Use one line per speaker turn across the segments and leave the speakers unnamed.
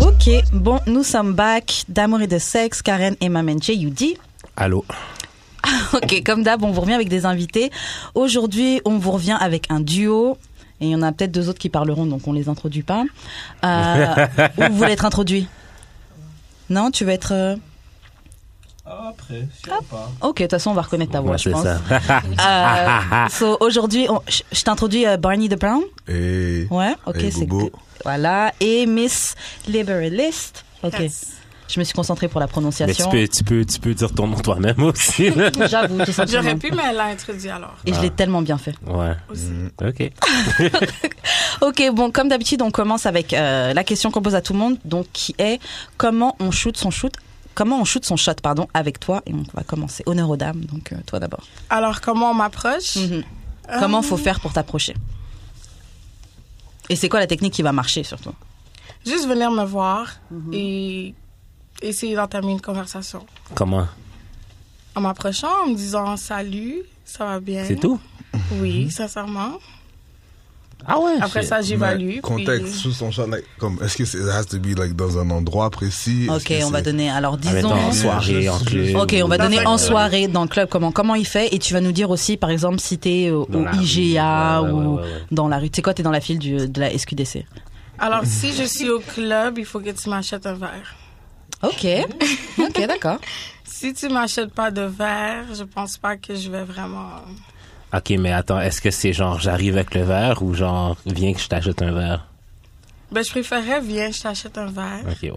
OK, bon, nous sommes back d'amour et de sexe. Karen et Mamenche Youdi.
Allô.
OK, comme d'hab, on vous revient avec des invités. Aujourd'hui, on vous revient avec un duo. Et il y en a peut-être deux autres qui parleront, donc on les introduit pas. Euh, où vous voulez être introduit Non, tu veux être... euh,
Après, si on pas.
Ok, de toute façon, on va reconnaître ta voix,
Ouais,
je
c'est
pense.
ça.
Euh, so, aujourd'hui, on- je je t'introduis euh, Barney the Brown.
Et
Ouais, ok,
Et
c'est
Bobo.
good. Voilà, et Miss Liberalist. Ok. Je me suis concentrée pour la
Mais tu
prononciation.
peux, tu, peux, tu peux dire ton nom toi-même aussi. là.
J'avoue, tout simplement.
J'aurais pu, mais elle l'a introduit alors.
Et je
Ah.
l'ai tellement bien fait.
Ouais.
Aussi.
OK.
Ok, bon, comme d'habitude, on commence avec euh, la question qu'on pose à tout le monde, donc qui est comment on shoot son shoot Comment on shoot son shot, pardon, avec toi Et on va commencer. Honneur aux dames, donc euh, toi d'abord.
Alors, comment on m'approche?
Mm-hmm.
Mhm. Comment faut faire pour t'approcher Et c'est quoi la technique qui va marcher surtout
Juste venir me voir
Mm-hmm.
et essayer d'entamer une conversation.
Comment?
En m'approchant, en me disant salut, ça va bien.
C'est tout? Mm-hmm.
Oui, sincèrement.
Ah ouais.
Après ça, j'évalue.
mais contexte
puis-
sous son champ, like, comme est-ce que c'est it has to be like dans un endroit précis
Ok,
Est-ce que
on va
c'est-
donner. Alors
Ah, mais
disons.
attends, en soirée, en club.
Ok, on va
Dans
donner
un
en
club.
soirée dans le club comment comment il fait et tu vas nous dire aussi par exemple si t'es au,
Dans
au
la rue,
IGA
ouais, ouais,
ou
ouais, ouais, ouais.
dans la rue. Tu sais quoi, t'es dans la file du, de la SQDC.
Alors, si je suis au club, il faut que tu m'achètes un verre.
Ok, ok, d'accord.
Si tu m'achètes pas de verre, je pense pas que je vais vraiment.
OK, mais attends, est-ce que c'est genre j'arrive avec le verre ou genre viens que je t'achète un verre?
Ben, je préférerais, viens, je t'achète un verre.
OK, ouais.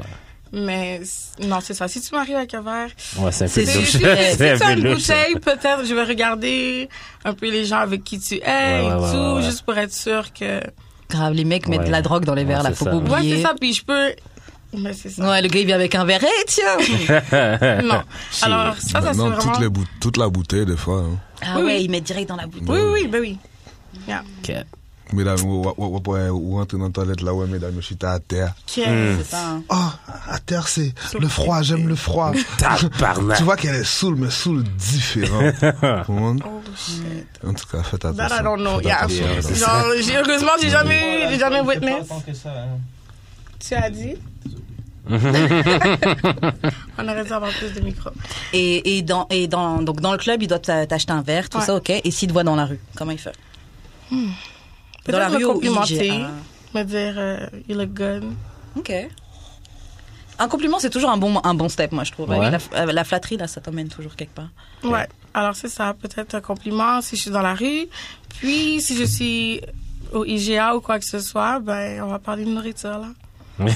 Mais c- non, c'est ça. Si tu m'arrives avec un verre,
Ouais, c'est un
C'est-
peu
Si,
louche.
si, si tu as une
louche.
bouteille, peut-être je vais regarder un peu les gens avec qui tu es
Ouais, ouais,
et
ouais,
tout,
ouais, ouais.
juste pour être sûr que.
Grave, les mecs mettent
Ouais.
de la drogue dans les verres
Ouais,
là,
c'est
faut
ça.
pas
Ouais,
oublier.
c'est ça, puis je peux. Mais c'est ça.
Ouais, le gars il vient avec un verre. Eh, tiens.
Non.
Si.
Alors, ça, ça c'est
Maintenant,
vraiment.
toute, les bou- toute la bouteille des fois. hein.
Ah
Oui,
ouais,
oui.
il met direct dans la bouteille.
Oui, oui, ben oui. Yeah.
OK.
Mais là, ou, ou, ou, ou- ou rentrer dans la toilette là, ouais, mesdames, je suis à terre.
Ok.
Hmm. Mmh.
hein.
Oh, à terre, c'est le froid, j'aime le froid.
Tabarnak.
tu vois qu'elle est saoule, mais saoule différent. Comprendre?
Oh shit.
en tout cas, faites
That I
attention.
don't know.
Faites
Yeah.
attention.
Yeah,
Faites
Genre, j'ai- heureusement, j'ai jamais eu, j'ai jamais
Voilà,
witness.
Tant que ça, hein.
Tu as dit? On aurait dû avoir plus de micro.
Et, et dans et dans donc dans le club il doit t'a- t'acheter un verre tout
Ouais.
ça ok et s'il te voit dans la rue comment il fait Dans la
Peut-être me
rue ou
complimenter,
IGA.
me dire, euh, you look good.
Ok. Un compliment, c'est toujours un bon, un bon step, moi, je trouve.
Ouais.
Avec La, euh, la flatterie, là, ça t'emmène toujours quelque part.
Ouais. Alors c'est ça, peut-être un compliment si je suis dans la rue. Puis si je suis au IGA ou quoi que ce soit, ben on va parler de nourriture là.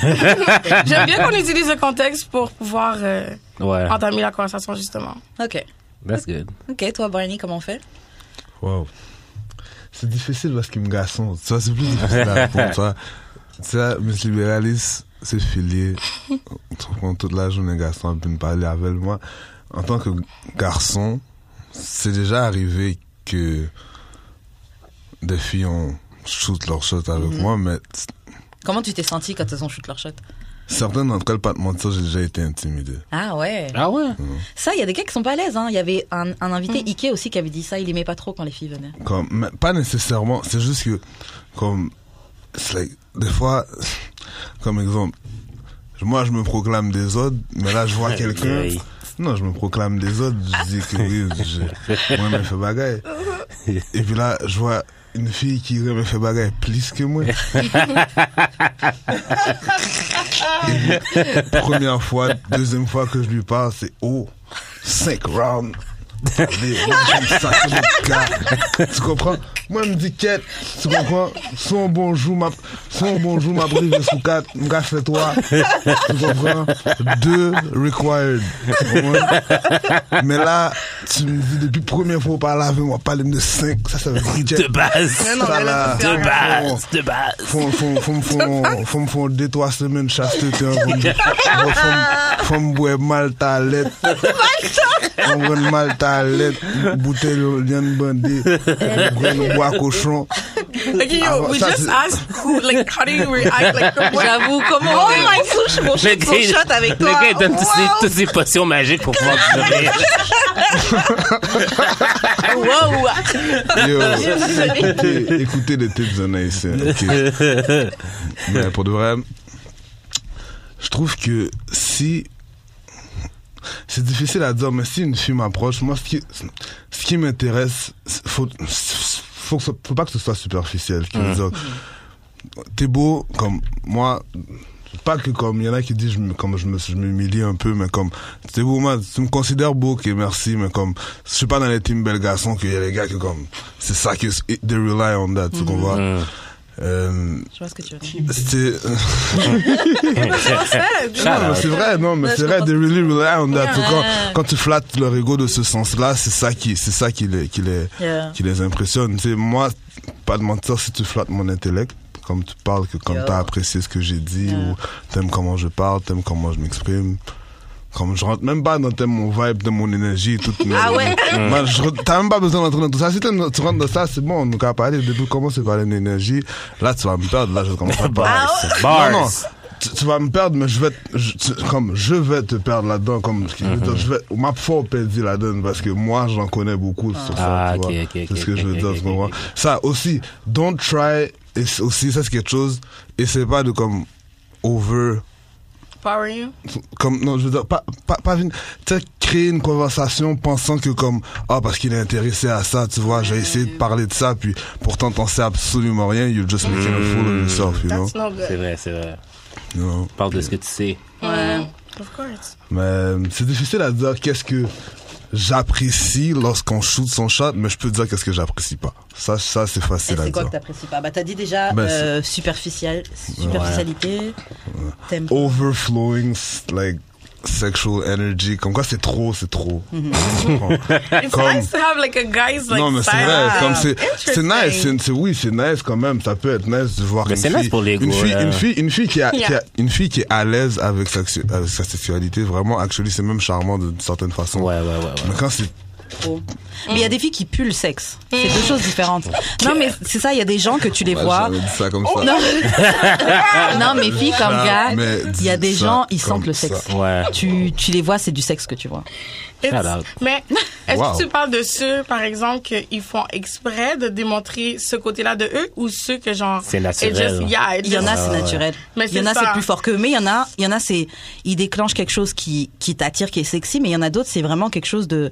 J'aime bien qu'on utilise le contexte pour pouvoir euh,
Ouais.
entamer la conversation justement.
Ok.
That's good.
Ok, toi, Barney, comment on fait
Wow. C'est difficile parce qu'il me garçon. Tu vois, c'est plus difficile à répondre. Tu vois, tu sais, Miss Libéralis, c'est filier. Tu prends toute la journée, garçon, puis me parler avec moi. En tant que garçon, c'est déjà arrivé que des filles ont shoot leur shot avec moi, mais c-
Comment tu t'es senti quand elles ont shoot leur shot
certaines d'entre elles, pas de mentir, j'ai déjà été intimidé.
Ah ouais.
Ah ouais?
Ça, il y a des gars qui sont pas à l'aise. hein. Il y avait un, un invité, Ike, aussi, qui avait dit ça. Il aimait pas trop quand les filles venaient.
Comme, mais pas nécessairement, c'est juste que, comme, c'est like, des fois, comme exemple, moi je me proclame des autres, mais là je vois quelqu'un.
aïe.
Non, je me proclame des autres, je dis que oui, je- moi je fais bagaille. Et puis là, je vois une fille qui rit, mais fait bagaille plus que moi. Et puis, première fois, deuxième fois que je lui parle, c'est oh, cinq rounds. Allez, moi, j'aime ça, c'est mon gars. Tu comprends? Moi, je me dis quête. Tu comprends? Son bonjour, ma, son bonjour, ma brise sous quatre. M'ga fait toi. Tu comprends? Deux required. Tu comprends? Mais là, tu me dis depuis première fois, pas laver, on va parler de cinq. Ça, ça veut dire
De
reject.
base.
non, mais là,
Ça, là,
De base. De base.
Fon, fon, fon, fon, fon, fon, deux, trois semaines chasteté, hein, fon, fon, fon, fon, boire Malta lait. Fon boire Malta lait, bouteille de liane bandée, boire bois cochon.
Like you,
Ah,
we
ça,
just
c'est-
asked who, like how do you react, like what-
J'avoue, comment. Oh my touche, mon
Le
shot, mon shot avec
le
toi.
gars, il donne toutes ses-
Wow.
toutes ses potions magiques pour pouvoir te donner.
Wow.
Yo, écoutez, écoutez les tips d'un haïtien. ok. Mais pour de vrai, je trouve que si. C'est difficile à dire, mais si une fille m'approche, moi, ce qui, ce qui m'intéresse, c'est- faut, faut, que ce- faut pas que ce soit superficiel. qui veut dire, T'es beau, comme moi, pas que comme, il y en a qui disent, je me- comme je me- je m'humilie un peu, mais comme, t'es beau, moi, tu me considères beau, ok, merci, mais comme, je suis pas dans les teams belles garçons, qu'il y a les gars qui, comme, c'est ça que, they rely on that, tu comprends?
Mmh. Hmm.
Euh,
Je vois ce que tu veux dire.
c'est
Shout
non, mais
out.
c'est vrai non mais
Ouais,
c'est
je
vrai they really rely on that.
Ouais.
quand quand tu flattes leur ego de ce sens là c'est ça qui c'est ça qui les qui les
Yeah.
qui les impressionne tu sais moi pas de mentir si tu flattes mon intellect comme tu parles que comme
Yo.
t'as apprécié ce que j'ai dit
Yeah.
ou t'aimes comment je parle t'aimes comment je m'exprime comme je rentre même pas dans t'aimes mon vibe de mon énergie tout
Ah ouais?
Moi, je- t'as même pas besoin d'entrer dans tout ça si t'aimes- tu rentres dans ça c'est bon on nous a parlé depuis comment c'est quoi l'énergie là tu vas me perdre là je commence à te parler
Bars.
non,
Bars.
Ah, oh. non. Tu, tu vas me perdre, mais je vais, te- je, tu- comme je vais te perdre là-dedans, comme ce qui veut
Mm-hmm.
dire, je vais, ma foi perdue là-dedans parce que moi j'en connais beaucoup sur ça.
Ah,
tu
ok,
vois.
ok, ok,
C'est ce que
ok,
je veux
ok,
dire.
ok,
tu comprends?
ok.
Ça aussi, don't try. Et c'est aussi, ça c'est quelque chose. Et c'est pas de comme over.
Power you.
Comme, non, je veux dire, pas, pas, pas une- tu sais, créer une conversation pensant que comme, ah, parce qu'il est intéressé à ça, tu vois, j'ai essayé de parler de ça, puis pourtant t'en sais absolument rien, you're just making a fool of yourself, you know?
That's no
C'est
good.
vrai, c'est vrai.
You know?
Parle de ce que tu sais.
Ouais. Of course.
Mais euh, c'est difficile à dire qu'est-ce que j'apprécie lorsqu'on shoot son shot, mais je peux dire qu'est-ce que j'apprécie pas. Ça, ça c'est
Et
facile à
c'est quoi
dire.
que t'apprécies pas Bah t'as dit déjà
Ben,
euh, superficial, superficialité. T'aimes pas.
Overflowing, s- like sexual energy, comme quoi c'est trop, c'est trop.
Mhm.
Tu comprends?
It's
Comme-
nice to have like a guy's like
non mais c'est
side
vrai,
eye.
comme c'est, c'est nice,
Interesting.
c'est, c'est- oui c'est nice quand même, ça peut être nice de voir
Mais
une
c'est
fille,
nice pour l'ego, euh.
une fille,
là.
une fille, une fille qui a, qui a-
Yeah.
une fille qui est à l'aise avec sa, avec sa sexualité, vraiment, actually c'est même charmant d'une certaine façon.
Ouais, ouais, ouais, ouais.
Mais quand c'est
trop. Mais il y a des filles qui puent le sexe. C'est deux choses différentes. Non mais c'est ça, il y a des gens que tu les
Ouais,
vois.
j'avais dit ça comme ça.
Non. non Bah, mais filles comme gars,
Jamais
il y a
dit
des
Bah, ça
gens, ils
comme
sentent le
ça.
sexe.
Ouais.
Tu, tu les vois, c'est du sexe que tu vois.
It's-
Shout out.
Mais est-ce
Wow.
que tu parles de ceux, par exemple, qu'ils font exprès de démontrer ce côté-là de eux ou ceux que genre.
C'est
it
naturel.
just- yeah, it
Il y en
just-
a,
Ah
c'est naturel.
Mais
Il y en
c'est
a, c'est
ça.
plus fort qu'eux. Mais il y en a, il y en a, c'est, ils déclenchent quelque chose qui, qui t'attire, qui est sexy. Mais il y en a d'autres, c'est vraiment quelque chose de,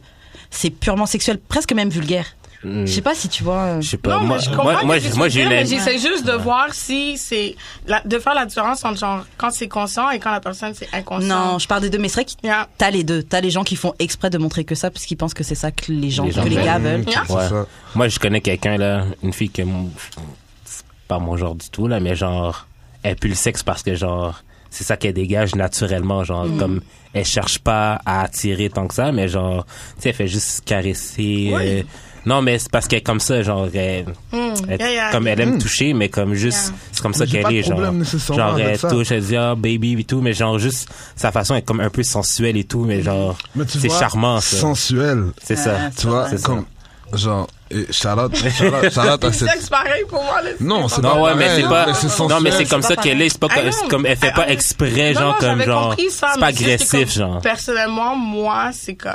c'est purement sexuel, presque même vulgaire.
Mm.
Je sais pas si tu vois. euh,
Je sais pas.
Non,
Bah, moi,
mais je comprends.
moi,
que
moi,
tu
moi, j'ai
veux dire, mais
eu
J'essaie juste de voir si c'est. la- De faire la différence entre genre quand c'est conscient et quand la personne c'est inconscient.
Non, je parle des deux, mais c'est vrai que
Yeah.
t'as les deux. T'as les gens qui font exprès de montrer que ça, parce qu'ils pensent que c'est ça que les gens,
Les gens
que les
veulent. Mm.
gars veulent.
Yeah.
C'est ça.
Ouais. Moi, je connais quelqu'un, là, une fille que. m- c'est Pas mon genre du tout, là, mais genre. Elle pue le sexe parce que, genre. C'est ça qu'elle dégage naturellement, genre.
Hmm.
Comme. Elle cherche pas à attirer tant que ça, mais genre. Tu sais, elle fait juste caresser. euh, non, mais c'est parce qu'elle est comme ça, genre. Elle, elle-
mm, yeah, yeah.
Comme elle aime toucher, mais comme juste.
Yeah.
C'est comme ça
J'ai
qu'elle
pas de
est, genre.
problème nécessairement
Genre,
avec
elle
ça.
touche, elle dit, ah, baby, et tout, mais genre, juste. Sa façon est comme un peu sensuelle et tout, mais genre.
Mais tu
C'est
vois,
charmant, ça.
Sensuel.
C'est ça.
Tu vois,
C'est ça.
comme, genre, et Charlotte, Charlotte, Charlotte a
C'est
cette-
sexe pareil pour moi. là,
Non, c'est
Non,
pas
ouais, mais
pareil, hein,
c'est pas.
mais c'est
non, mais
sensuel.
c'est comme
C'est
ça
pas
qu'elle est. C'est pas
pareil.
comme, c'est comme elle fait
Ah
pas
non.
exprès,
Non,
genre
non,
comme
j'avais
genre.
compris ça,
C'est pas
mais juste que
agressif,
comme,
genre.
Personnellement, moi, c'est comme.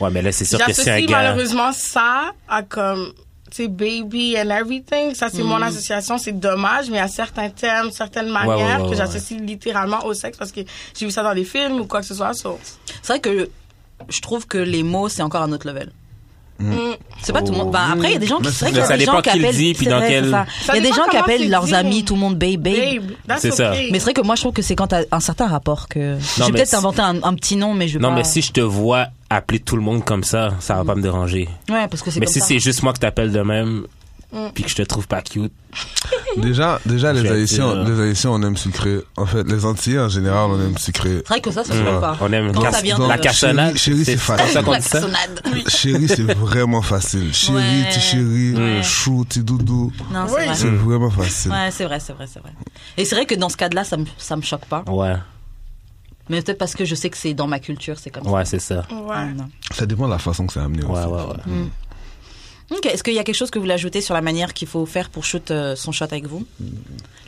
Ouais, mais là c'est sûr que c'est un
J'associe
gars.
malheureusement ça à comme, tu sais, baby and everything. Ça, c'est mon association. C'est dommage, mais à certains termes, certaines manières
Mm. ouais, ouais,
que
ouais.
j'associe littéralement au sexe parce que j'ai vu ça dans des films ou quoi que ce soit. so.
C'est vrai que je trouve que les mots, c'est encore un autre level.
Mm.
mm,
C'est pas tout le monde. Bah, après, il y a des gens qui,
Mais
c'est vrai
ça
qu'il y a des
Oh. dépend
gens
qui
qui
le
appellent.
dit, puis
c'est
dans
vrai,
quel-
c'est ça.
Ça
Il y a des
dépend
gens qui
comment tu
appellent
le
leurs
dis.
amis, tout le monde babe, babe.
Babe, that's
C'est ça.
okay.
Mais c'est vrai que moi, je trouve que c'est quand t'as un certain rapport que.
Non,
J'ai
mais
peut-être
si-
inventé un, un petit nom, mais je vais
Non,
pas-
mais si je te vois appeler tout le monde comme ça, ça va pas me déranger.
Ouais, parce que c'est
Mais
comme
si
ça.
c'est juste moi que t'appelles de même,
Mm.
puis que je te trouve pas cute.
Déjà, déjà,
Je
les
vais
Haïtiens,
dire,
les Haïtiens, on aime sucré. En fait, les Antillais, en général, on aime sucré.
C'est vrai que ça, ça se fait
Ah.
pas.
On aime
Quand
cas-
ça vient
la
de-
cassonade.
Chérie, chérie, c'est facile.
comme ça qu'on
La
dit ça.
cassonade.
Chérie, c'est vraiment facile. Chérie,
Ouais.
ti chérie,
Ouais.
chou, ti doudou.
Non,
Oui.
c'est vrai.
C'est
Mm.
vraiment facile.
Ouais, c'est vrai, c'est vrai, c'est vrai. Et c'est vrai que dans ce cas-là, ça me, ça me choque pas.
Ouais,
Mais peut-être parce que je sais que c'est dans ma culture, c'est comme ça.
ouais, c'est ça.
Ah,
Ouais.
non.
Ça dépend de la façon que c'est amené
Ouais,
aussi.
ouais, ouais.
Ok, est-ce qu'il y a quelque chose que vous voulez ajouter sur la manière qu'il faut faire pour shoot euh, son shot avec vous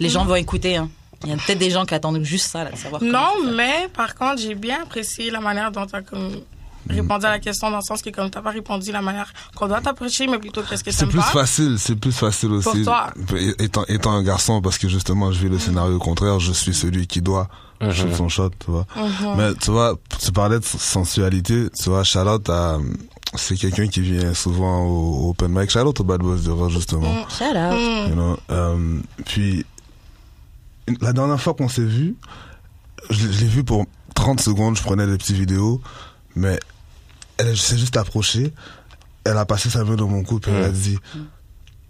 Les gens vont écouter. hein. Il y a peut-être des gens qui attendent juste ça, là, de savoir. comment
Non,
faire.
mais par contre, j'ai bien apprécié la manière dont tu as comme
Mm.
répondu à la question dans le sens que comme t'as pas répondu la manière qu'on doit t'approcher, mais plutôt qu'est-ce que
C'est
t'aimes
plus
pas.
facile, c'est plus facile aussi.
Pour toi.
Et- Étant, étant un garçon, parce que justement, je vis le scénario contraire, je suis celui qui doit shoot son shot, tu vois.
Mhm.
Mais tu vois, tu parlais de sensualité, tu vois, Charlotte, euh, c'est quelqu'un qui vient souvent au, au open mic. Charlotte au Bad Boys de Rock, justement.
Shout out.
Mm.
You know, euh, puis, la dernière fois qu'on s'est vu, je, l'ai- je l'ai vu pour 30 secondes, je prenais des petites vidéos, mais elle s'est juste approchée, elle a passé sa main dans mon cou, puis
Mm.
elle a dit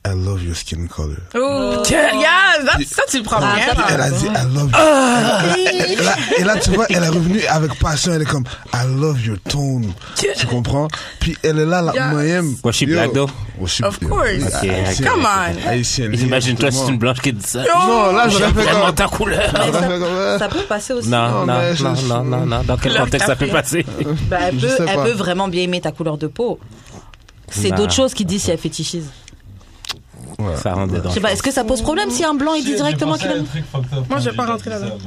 I love your skin color.
Oh, que- yeah, that- ça, tu le prends
Ah,
bien.
ça,
là.
Ah,
Elle a
bon.
dit I love your.
Ah.
Et là, et là, tu vois, elle est revenue avec passion, elle est comme I love your tone. Tu comprends? Puis elle est là, la
Yes.
moyenne.
Was she
Yo.
black though?
Was she-
Of course.
Okay,
Haïtienne.
Come on.
Haïtienne.
Imagine-toi si c'est une
exactement.
blanche qui dit ça.
Non, là, j'aurais
J'aime
fait
vraiment
comme.
ta couleur.
j'aurais fait comme,
Euh.
ouais.
Ça peut passer aussi.
Non,
Non,
non,
mais je-
non, non, non, non. Dans quel
Leur
contexte ça peut
café.
passer?
Bah, elle, peut,
Je sais
elle
pas.
peut vraiment bien aimer ta couleur de peau. C'est
Bah.
d'autres choses qui disent si elle fétichise.
Ouais.
Ça rentre dedans.
Je sais pas, est-ce que ça pose problème si un blanc il dit directement qu'il
qu'il
aime
Moi,
hein,
Ah, je vais pas rentrer là-dedans.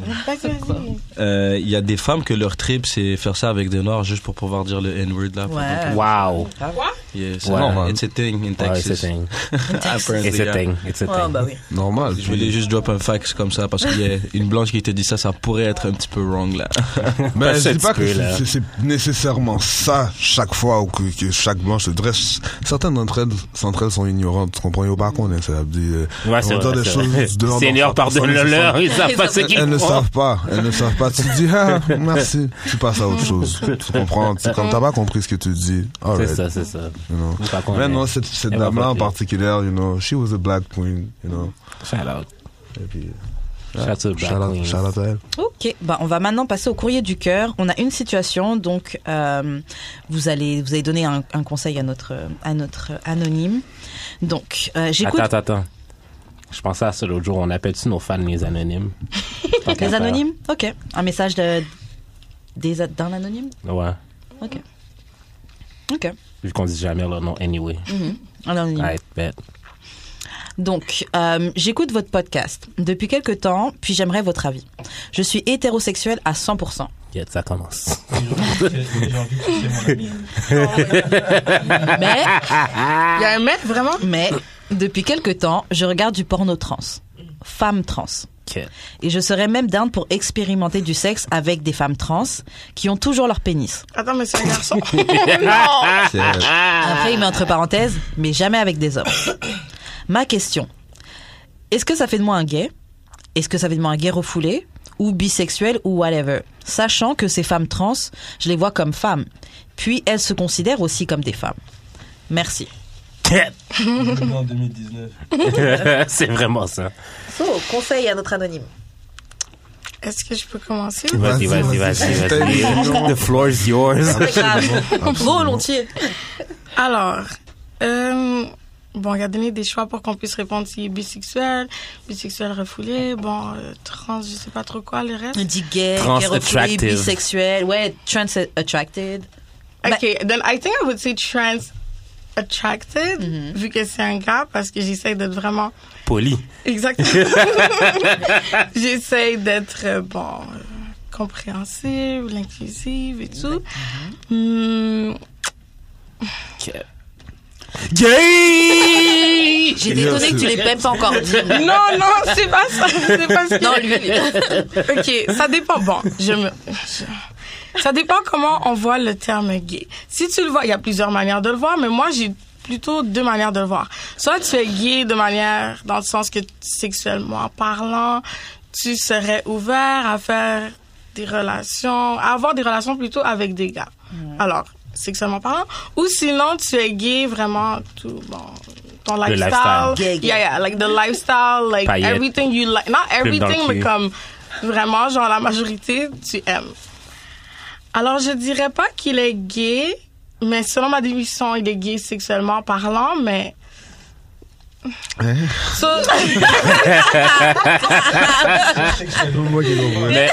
Euh, Il y a des femmes que leur trip, c'est faire ça avec des noirs juste pour pouvoir dire le N-word là.
Ouais.
Wow.
Yeah, c'est
Ouais.
normal. It's a thing in
Ouais,
Texas.
it's a thing.
Apparently,
It's a
yeah.
thing. It's a
Ouais,
thing.
bah oui.
Normal.
Je voulais juste drop un fax comme ça parce qu'il y a une blanche qui te dit ça, ça pourrait être un petit peu wrong là.
Ben, je
ça,
dis
tu
pas que
peux,
c'est-
là.
c'est c'est nécessairement ça chaque fois ou que, que chaque blanche se dresse. Certaines d'entre elles, d'entre elles sont ignorantes. Tu comprends? Yo, par contre, hein, ça veut dire, euh,
Ouais, c'est
on
vrai,
va dire des
c'est vrai.
choses dehors
Seigneur,
d'enfants, sans les
pardonne-leur, ils savent pas ce
Elles
qu'ils
Elles ne
font.
savent pas, elles ne savent pas. Tu dis, ah, merci, tu passes à autre chose. Tu comprends? Tu, comme t'as pas compris ce que tu dis.
C'est
Alright.
ça, c'est ça.
You know.
Faut pas qu'on
Mais
aille.
non, cette, cette
Elle va
dame-là en
pas
particulier, you know, she was a black queen, you know.
Shout out.
Et puis,
Shout out to Black
shout out,
Queens.
shout out à elle.
Ok, bah on va maintenant passer au courrier du cœur. On a une situation, donc euh, vous allez vous allez donner un, un conseil à notre euh, à notre euh, anonyme. Donc euh, j'écoute
Attends, attends, attends. Je pensais à ça l'autre jour. On appelle-tu nos fans les anonymes? Tant qu'à
les
faire.
anonymes. Ok, un message de, des a- d'un anonyme.
Ouais.
Ok. Ok.
Vu qu'on dit jamais leur nom anyway.
Un anonyme.
Alright, bet.
Donc, euh, j'écoute votre podcast depuis quelque temps, puis j'aimerais votre avis. Je suis hétérosexuel à 100%.
Yeah, ça commence.
Mais,
Il y a un mec vraiment.
mais, depuis quelque temps, je regarde du porno trans. Femmes trans.
Ok.
Et je serais même down pour expérimenter du sexe avec des femmes trans qui ont toujours leur pénis.
Attends, mais c'est un garçon. non.
C'est- euh,
Après, il met entre parenthèses, mais jamais avec des hommes. Ma question. Est-ce que ça fait de moi un gay Est-ce que ça fait de moi un gay refoulé Ou bisexuel ou whatever Sachant que ces femmes trans, je les vois comme femmes. Puis elles se considèrent aussi comme des femmes. Merci.
En 2019.
c'est vraiment ça.
So, conseil à notre anonyme.
Est-ce que je peux commencer?
Vas-y, vas-y,
Vas-y,
vas-y,
vas-y. Ah,
vas-y. The floor is yours.
Absolument, absolument.
Volontiers.
Alors, euh, bon, il a donné des choix pour qu'on puisse répondre s'il est bisexuel, bisexuel refoulé, bon, euh, trans, je sais pas trop quoi, le reste.
Il dit gay,
Trans
gay refoulé,
attractive.
bisexuel, ouais, trans attracted.
Ok, then I think I would say trans attracted, vu que c'est un gars, parce que j'essaie d'être vraiment.
Poli.
Exactement. j'essaie d'être, euh, bon, euh, compréhensive, inclusive et tout. Hmm,
Gay!
J'étais
Yo,
étonnée que tu
c'est-
les paies pas encore.
Non, non, c'est pas ça. C'est pas ce que-
Non, lui.
OK, ça dépend. Bon, je me. je- Ça dépend comment on voit le terme gay. Si tu le vois, il y a plusieurs manières de le voir, mais moi, j'ai plutôt deux manières de le voir. Soit tu es gay de manière, dans le sens que sexuellement parlant, tu serais ouvert à faire des relations, à avoir des relations plutôt avec des gars. Alors, sexuellement parlant. Ou sinon, tu es gay vraiment tout, bon, ton
Le
lifestyle.
lifestyle.
Gay, gay.
Yeah, yeah, like the lifestyle, like
Paillettes.
everything you like. Not
Crème dans le
everything, mais
cul.
comme vraiment, genre, la majorité, tu aimes. Alors, je dirais pas qu'il est gay, mais selon ma définition, il est gay sexuellement parlant, mais. So-
Moi qui comprends.
Mais,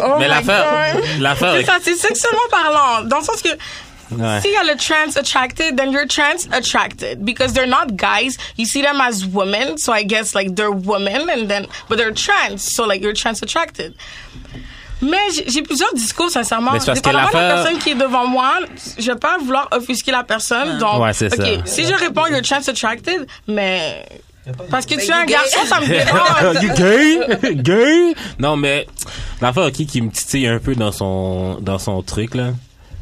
oh
mais
my
l'affaire,
God.
l'affaire
C'est
avec,
ça, c'est sexuellement parlant. Dans le sens que
Ouais.
s'il y a le trans attracted, then you're trans attracted. Because they're not guys. You see them as women. So I guess like they're women and then, but they're trans. So like you're trans attracted. Mais j'ai- j'ai plusieurs discours, sincèrement.
Mais c'est parce que
Dépendamment de la
l'affaire-
personne qui est devant moi, je vais pas vouloir offusquer la personne. Donc,
Ouais, c'est
ok,
ça.
si je réponds, your chance attracted, mais parce que tu es un
you gay.
garçon, ça me
Oh,
dérange.
You gay? Gay? Non, mais l'affaire qui, qui me titille un peu dans son, dans son truc, là,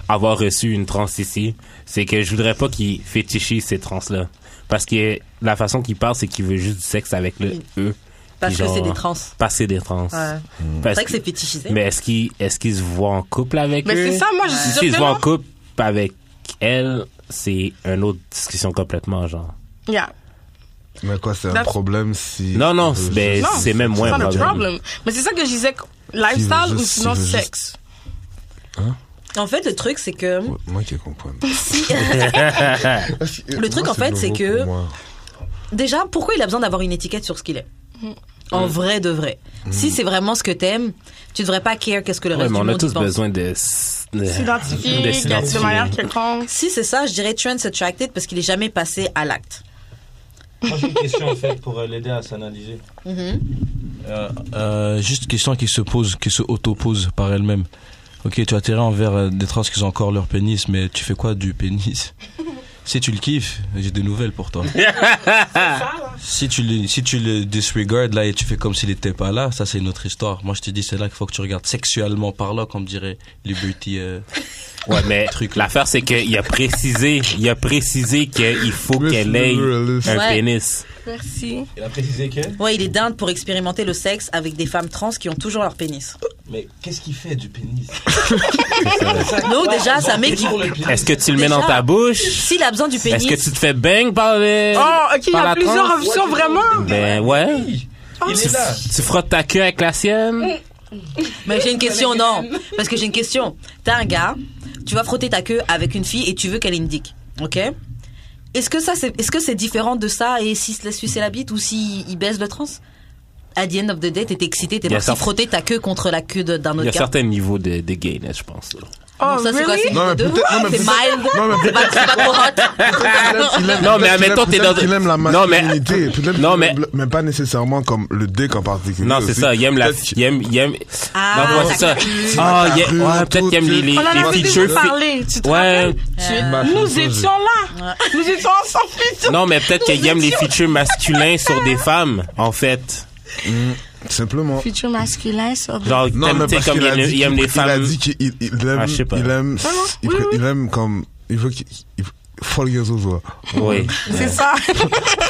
avoir reçu une trans ici, c'est que je voudrais pas qu'il fétichise ces trans-là. Parce que la façon qu'il parle, c'est qu'il veut juste du sexe avec le eux.
Parce
Puis
que
genre,
c'est des trans.
Parce que c'est des trans.
Ouais.
Parce
C'est vrai que c'est
que-
fétichisé.
Mais est-ce qu'il est qu'il se voit en couple avec
Mais
eux?
c'est ça, moi, je suis
Si il
sûre
se
que
voit
non.
en couple avec elle, c'est une autre discussion complètement, genre.
Yeah.
Mais quoi, c'est un
That's-
problème si.
Non, non, c'est- ben,
Non,
c'est même moins
C'est
un
pas le
problème.
problème. Mais c'est ça que je disais, lifestyle
veut
ou
juste-
sinon
s'il veut juste-
sexe.
En fait, le truc, c'est que.
Ouais, Moi qui comprends.
Le truc, en fait, c'est que- Déjà, pourquoi il a besoin d'avoir une étiquette sur ce qu'il est
Mm.
En vrai de vrai. Si c'est vraiment ce que t'aimes, tu devrais pas care qu'est-ce que le
Ouais,
reste
mais
du
on a
monde
tous
pense.
besoin de s- de-
S'identifier
Euh, de
de
s'identifier.
manière quelconque.
Si c'est ça, je dirais trans attracted parce qu'il est jamais passé à l'acte.
Moi, j'ai une question en fait pour euh, l'aider à s'analyser.
Euh, euh, juste une question qui se pose, qui se auto-pose par elle-même. Ok, tu as atterri envers euh, des trans qui ont encore leur pénis, mais tu fais quoi du pénis Si tu le kiffes, j'ai des nouvelles pour toi. si tu le, si tu le disregardes là et tu fais comme s'il n'était pas là, ça c'est une autre histoire. Moi je te dis, c'est là qu'il faut que tu regardes sexuellement par là, comme dirait Liberty. euh,
Ouais, mais
Truc.
l'affaire, c'est qu'il a précisé, il a précisé qu'il faut
Miss
qu'elle ait
Liberalist.
un
Ouais.
pénis.
Merci.
Il a précisé que.
Ouais, il est dinde pour expérimenter le sexe avec des femmes trans qui ont toujours leur pénis.
Mais qu'est-ce qu'il fait du pénis Ah,
Donc déjà, ça met qu'il-
Toujours le pénis.
Est-ce que tu le mets
Déjà.
dans ta bouche?
S'il a besoin du pénis,
Est-ce que tu te fais bang par le...
Oh, ok, il y
Euh, par
a
la
plusieurs
transe?
options, vraiment. Oh,
Ben ouais.
Il est là.
Tu frottes ta queue avec la
Mmh.
sienne?
mais j'ai une question, non Parce que j'ai une question. T'as un gars, tu vas frotter ta queue avec une fille et tu veux qu'elle ait une dick, ok Est-ce que ça, c'est, est-ce que c'est différent de ça et s'il se laisse sucer la bite ou s'il il baise le trans At the end of the day, t'étais excité, t'es
Il y a
parti
certains-
frotter ta queue contre la queue de- d'un
Il y
autre
a
gars.
certains niveaux de, de gayness, je pense. là.
Oh,
ça, c'est quoi
really?
C'est
Non, mais
de-
peut-être- non, mais
c'est
peut-être-
mild.
Non, mais
C'est pas, c'est pas trop hot.
Non, mais admettons, t'es dans-
Il aime la
Non, mais-
masculinité. Peut-être
Non,
qu'il
mais-
aime- Mais pas nécessairement comme le dick en particulier.
Non, c'est
aussi.
ça. Il aime la,
Peut-être qu'il-
il aime, il aime.
Ah,
non, ouais, c'est ça.
d'accord.
Ah,
La
il aime-
rue,
ouais,
tout,
peut-être qu'il aime les, les,
On en
les
avait déjà
features.
parlé, tu te
Ouais.
rappelles? Tu-
Euh,
Nous étions là. Nous étions ensemble et tout.
Non, mais peut-être qu'il aime les features masculins sur des femmes, en fait.
Simplement.
Futur masculin sur des-
Genre,
Non, mais
t'aimes- t'sais,
parce
comme Oh, il
qu'il a
aime,
dit
il aime
qu'il-
les
Il a
femmes.
dit qu'il il- il aime.
Ah, je sais pas.
Il aime. Il
oui,
pr-
oui.
il aime comme. Il veut qu'il. il- Folle gueuzozoa.
Oui.
C'est ça.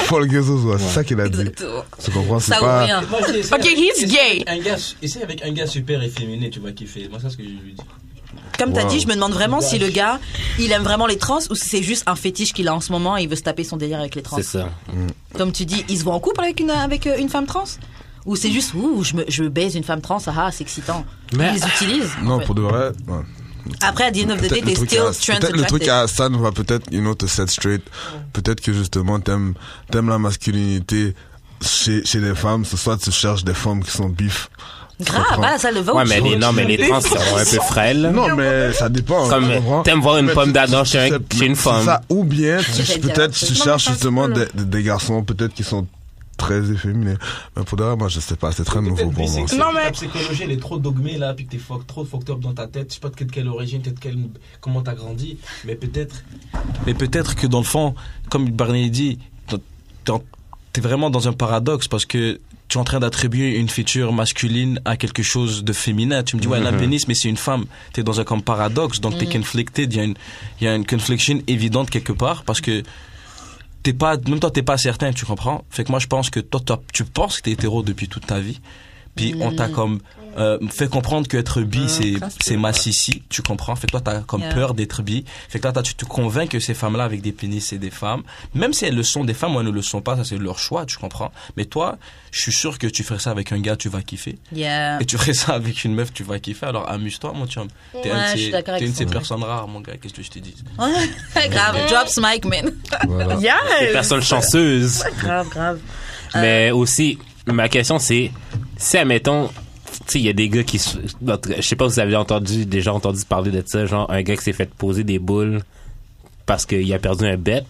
Folle gueuzozoa. C'est ça qu'il a dit.
Exactement.
Tu comprends? C'est
Ça ou
pas.
rien.
Moi, j'ai essayé
Ah. Ok, he's
essaye
gay.
avec Un gars, essaye avec un gars super efféminé, tu vas kiffer. Moi, c'est ce que je lui dis.
Comme t'as
Wow.
dit, je me demande vraiment si le gars, il aime vraiment les trans ou si c'est juste un fétiche qu'il a en ce moment et il veut se taper son délire avec les trans.
C'est ça.
Comme tu dis, il se voit en couple avec une, avec euh, une femme trans Ou c'est juste, ouh, je, me, je baise une femme trans, ah, ah, c'est excitant.
Mais-
Il les utilise. en
Non,
fait.
pour de vrai. non.
Après, à the end of the day,
Peut-être le
t'es
truc
still
à-
trans
peut-être le truc
attracted.
à Hassan va peut-être, you know, te set straight. Peut-être que justement, t'aimes, t'aimes la masculinité chez, chez les femmes. Ce soit tu cherches des femmes qui sont bifs.
Grave,
comprends.
ah, ça le va
Ouais,
ou
mais
tu-
les, non, mais les trans sont un peu frêles.
Non, mais ça dépend.
Comme,
tu comprends?
t'aimes voir une
Mais
pomme
tu-
d'Adam
tu-
chez un-
c'est-
chez une
c'est
femme.
Ça, ou bien, tu-
J'allais dire
peut-être,
un truc.
tu
Non, mais
cherches
ça se
justement
peut,
des,
là.
des- des garçons, peut-être qui sont très efféminés. Mais pour de vrai, moi, je sais pas, c'est très nouveau pour moi.
Bisexuel,
Non, mais-
Ta psychologie, elle est trop dogmée là, puis que t'es fuck, trop fucked up dans ta tête. Je sais pas de quelle origine, peut-être quelle, comment t'as grandi, mais peut-être.
Mais peut-être que dans le fond, comme Barney dit, tu es vraiment dans un paradoxe parce que tu es en train d'attribuer une feature masculine à quelque chose de féminin. Tu me dis,
Mm-hmm.
ouais, elle a un pénis, mais c'est une femme. Tu es dans un comme paradoxe, donc
Mm.
tu es conflicted. Il y, a une- il y a une confliction évidente quelque part parce que t'es pas, même toi, t'es pas certain, tu comprends. Fait que moi, je pense que toi, t'as- tu penses que t'es hétéro depuis toute ta vie. Puis on
Mm.
t'a comme euh, fait comprendre que être bi c'est c'est massissi, tu comprends. Fait que toi t'as comme
Yeah.
peur d'être bi. Fait que là t'as- tu te convaincs que ces femmes-là avec des pénis c'est des femmes, même si elles le sont des femmes ou elles ne le sont pas, ça c'est leur choix, tu comprends. Mais toi, je suis sûr que tu ferais ça avec un gars, tu vas kiffer.
Yeah.
Et tu ferais ça avec une meuf, tu vas kiffer. Alors amuse-toi mon chum. T'es
Ouais,
un de
je suis
ces-
d'accord
t'es
avec
une de ces
ça.
personnes rares mon gars. Qu'est-ce que je te dis
Grave, drops mic, man.
Voilà.
Yes.
Personne chanceuse.
grave, grave.
Euh.
Mais aussi, ma question, c'est, si, admettons, tu sais, il y a des gars qui, se- notre- je sais pas si vous avez entendu, déjà entendu parler de ça, genre, un gars qui s'est fait poser des boules parce qu'il a perdu un bet.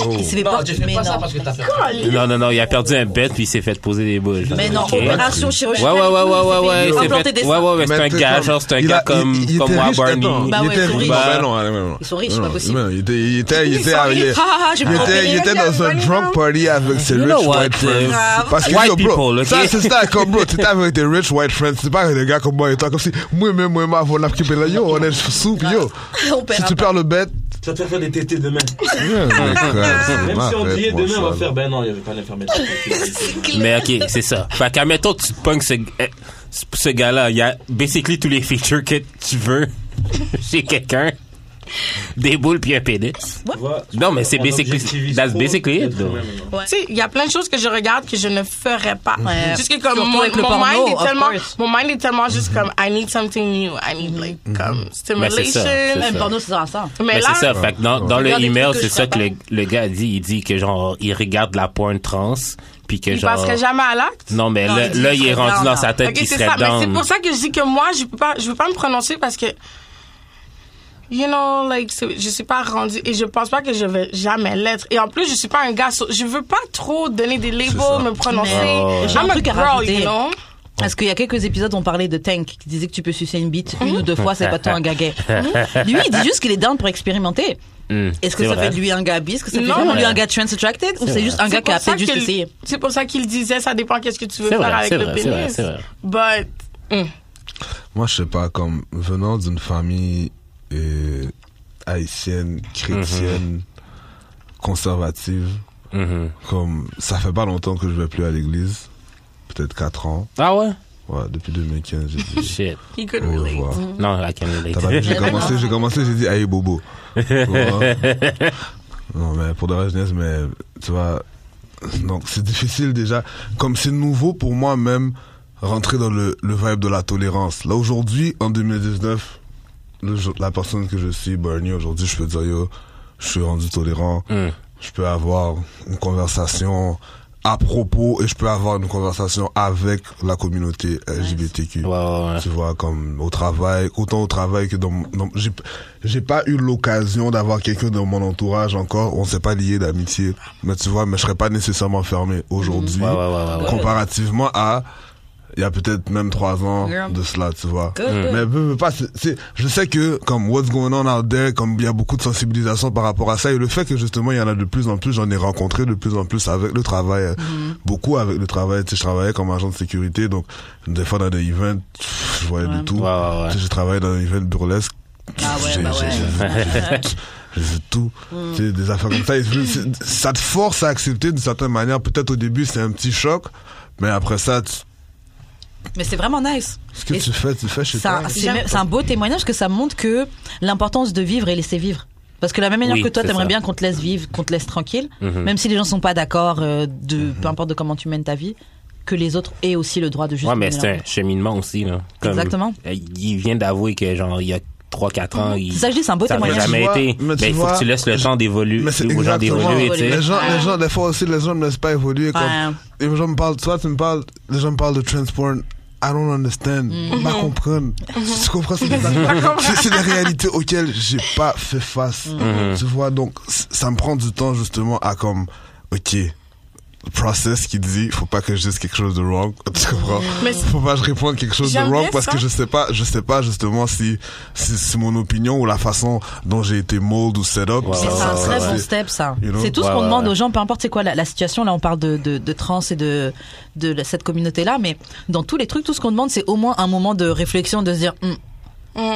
Oh.
Il se fait
Non,
pas-
tu fais
mais
pas ça
non.
parce que t'as fait.
Non, non, non, il a perdu un bet puis il s'est fait poser des boules.
Mais non,
Ok.
opération
Ouais, ouais,
chirurgicale.
ouais, ouais, ouais,
il
ouais,
s'est fait
c'est
implanter
fait,
des
ouais,
seins.
ouais, mais c'est un gars, genre, c'est un gars comme, comme moi, Barney.
Bah
il
ouais,
était
ils sont
riche.
riches.
Ben non, non, non, non.
Ils sont riches, c'est
Non,
pas
non,
possible.
non, Il était, il était, il était,
Ah,
il
il-
était-
ah, ah, je me
il était,
rappelle.
il était dans un drunk party avec ses
You know
rich
what,
white friends.
euh,
Parce que,
white
yo, bro,
people, ok?
ça, c'est ça, comme, bro, t'étais avec des rich white friends, c'est pas avec des gars comme moi et toi, comme si, moi, même, moi, moi, on a pris là, yo, on est sous, puis yo.
On
Si
paiera
tu
pas.
perds le bet,
Tu vas te faire faire des tétés demain.
yeah, mais, frère, c'est
Même
ma
si on
fête,
dit
mon
demain, on va
frère.
faire. Ben non, il n'y avait pas l'infirmière.
Mais ok, c'est ça. Fait qu'à mettons, tu te punks ce, eh, ce- ce gars-là. Il y a basically tous les features que tu veux chez quelqu'un. Des boules puis un pénis.
Tu vois,
Non, mais c'est
on
basically-
objectivise
that's
trop
basically it,
l'être humain,
though.
maintenant.
Tu sais, il y a plein de choses que je regarde que je ne ferais pas.
Ouais.
Juste que comme
Surtout
mon,
avec le
mon
porno,
mind
of
est tellement,
course.
mon mind est tellement juste comme I need something new, I need like comme
Mm-hmm. Ben, c'est ça,
stimulation.
c'est
Mais,
ça.
Même porno, c'est ça, ça.
Mais
là,
c'est ça. Fait que dans, dans le
Regarde des trucs que
email, c'est
je
ça que
ferais
le, le gars dit. Il dit que genre, il regarde la porn trans puis que
il
genre.
passerait jamais à l'acte.
Non, mais
Non,
là,
il dit
là,
qu'il
il est
serait
rendu
down,
dans
là.
sa tête
Ok,
qu'il
c'est ça.
serait
Mais c'est
down.
pour ça que je dis que moi, je peux pas, je veux pas me prononcer parce que, you know, like, c'est- je suis pas rendue et je pense pas que je vais jamais l'être. Et en plus, je suis pas un gars, so- je veux pas trop donner des labels, me prononcer.
Mais- Oh.
I'm
J'ai
un
a
truc à
girl,
rajouter.
you know.
Parce qu'il y a quelques épisodes, on parlait de Tank qui disait que tu peux sucer une bite une ou deux fois, c'est pas toi un gars gay. lui, il dit juste qu'il est down pour expérimenter.
Hmm,
Est-ce que
c'est
ça
vrai.
fait de lui un gars bi Est-ce que ça fait
Non,
vraiment de lui
mais-
un gars trans-attracted Ou c'est juste un gars
C'est
qui a
pour ça
peut-être juste
que-
essayé
C'est pour ça qu'il disait, ça dépend qu'est-ce que tu veux
C'est
faire
vrai,
avec
c'est
le
vrai, c'est vrai,
pénis.
c'est vrai.
But, mm.
Moi, je sais pas, comme venant d'une famille euh, haïtienne, chrétienne, conservative,
Mhm.
comme ça fait pas longtemps que je vais plus à l'église, peut-être 4 ans,
Ah ouais?
ouais, depuis 2015, j'ai dit
Shit.
he could
au
relate.
revoir.
Non, I can't relate.
T'as pas vu, j'ai commencé, j'ai commencé, j'ai dit aïe bobo. Tu vois? non, mais pour de la jeunesse, mais tu vois, donc c'est difficile déjà. Comme c'est nouveau pour moi même rentrer dans le, le vibe de la tolérance. Là aujourd'hui, en 2019, le jour- la personne que je suis, Bernie, aujourd'hui, je peux dire yo, je suis rendu tolérant.
Hmm.
Je peux avoir une conversation à propos et je peux avoir une conversation avec la communauté LGBTQ
Ouais, ouais, ouais.
tu vois comme au travail autant au travail que dans, mon- dans- j'ai j'ai pas eu l'occasion d'avoir quelqu'un dans mon entourage encore on s'est pas lié d'amitié mais tu vois mais je serais pas nécessairement fermé aujourd'hui
Mhm. Ouais, ouais, ouais, ouais, ouais.
comparativement à il y a peut-être même trois ans
Girl.
de cela, tu vois.
Mmh.
Good, good.
Mais veux, veux pas, c'est- c'est- je sais que comme What's Going On Out There, comme il y a beaucoup de sensibilisation par rapport à ça, et le fait que justement il y en a de plus en plus, j'en ai rencontré de plus en plus avec le travail, euh,
Mm-hmm.
beaucoup avec le travail. Tu sais, je travaillais comme agent de sécurité, donc des fois dans des events, pff, je voyais de tout.
Ouais, ouais, ouais.
Tu sais, j'ai travaillé dans un event burlesque.
Ah ouais,
J'ai-
bah
j'ai-
ouais. Mm.
j'ai- j'ai- j'ai vu tout. Tu sais, des affaires comme ça. Et je- c'est- ça te force à accepter d'une certaine manière. Peut-être au début, c'est un petit choc. Mais après ça, tu-
Mais c'est vraiment nice.
ce que
Et
tu fais, tu fais chez
C'est un,
toi.
c'est même- c'est un beau témoignage que ça montre que l'importance de vivre et laisser vivre. Parce que la même manière
Oui,
que toi,
c'est
t'aimerais
ça. Mmh.
bien qu'on te laisse vivre, qu'on te laisse tranquille, même si les gens sont pas d'accord, euh, de peu importe de comment tu mènes ta vie, que les autres aient aussi le droit de juste.
Ouais, mais
mener
c'est
leur
un
vie.
cheminement aussi, là. Comme,
Exactement.
euh, Il vient d'avouer que, genre, il y a 3-4 ans, il.
C'est ça que je dis, c'est un beau
ça avait
témoignage.
jamais
Mais tu
été.
vois- mais tu
Ben, il faut
vois-
que tu laisses le temps d'évoluer,
Mais c'est
aux gens
exactement.
d'évoluer, tu sais.
Les gens, les gens, des fois aussi, les gens ne laissent pas évoluer. Comme,
Ouais.
Les gens me parlent, toi, tu me parles, les gens me parlent de transport. I don't understand. Pas comprendre. Tu comprends c'est des- C'est c'est des réalités auxquelles j'ai pas fait face. Tu vois, donc, c- ça me prend du temps, justement, à comme, ok, process qui dit, faut pas que je dise quelque chose de wrong. Tu comprends?
Mais c'est-
faut pas que je réponde quelque chose de
J'aime
wrong
bien
parce
ça.
que je sais pas, je sais pas, justement, si, si, si mon opinion ou la façon dont j'ai été mold ou set up.
Ouais,
C'est
ouais,
un
ouais,
très
ouais.
bon step, ça.
You know?
C'est tout ce
Ouais,
qu'on
ouais,
demande
ouais.
aux gens, peu importe c'est quoi la, la situation. Là, on parle de, de, de trans et de, de la- cette communauté-là, mais dans tous les trucs, tout ce qu'on demande, c'est au moins un moment de réflexion, de se dire, Hum,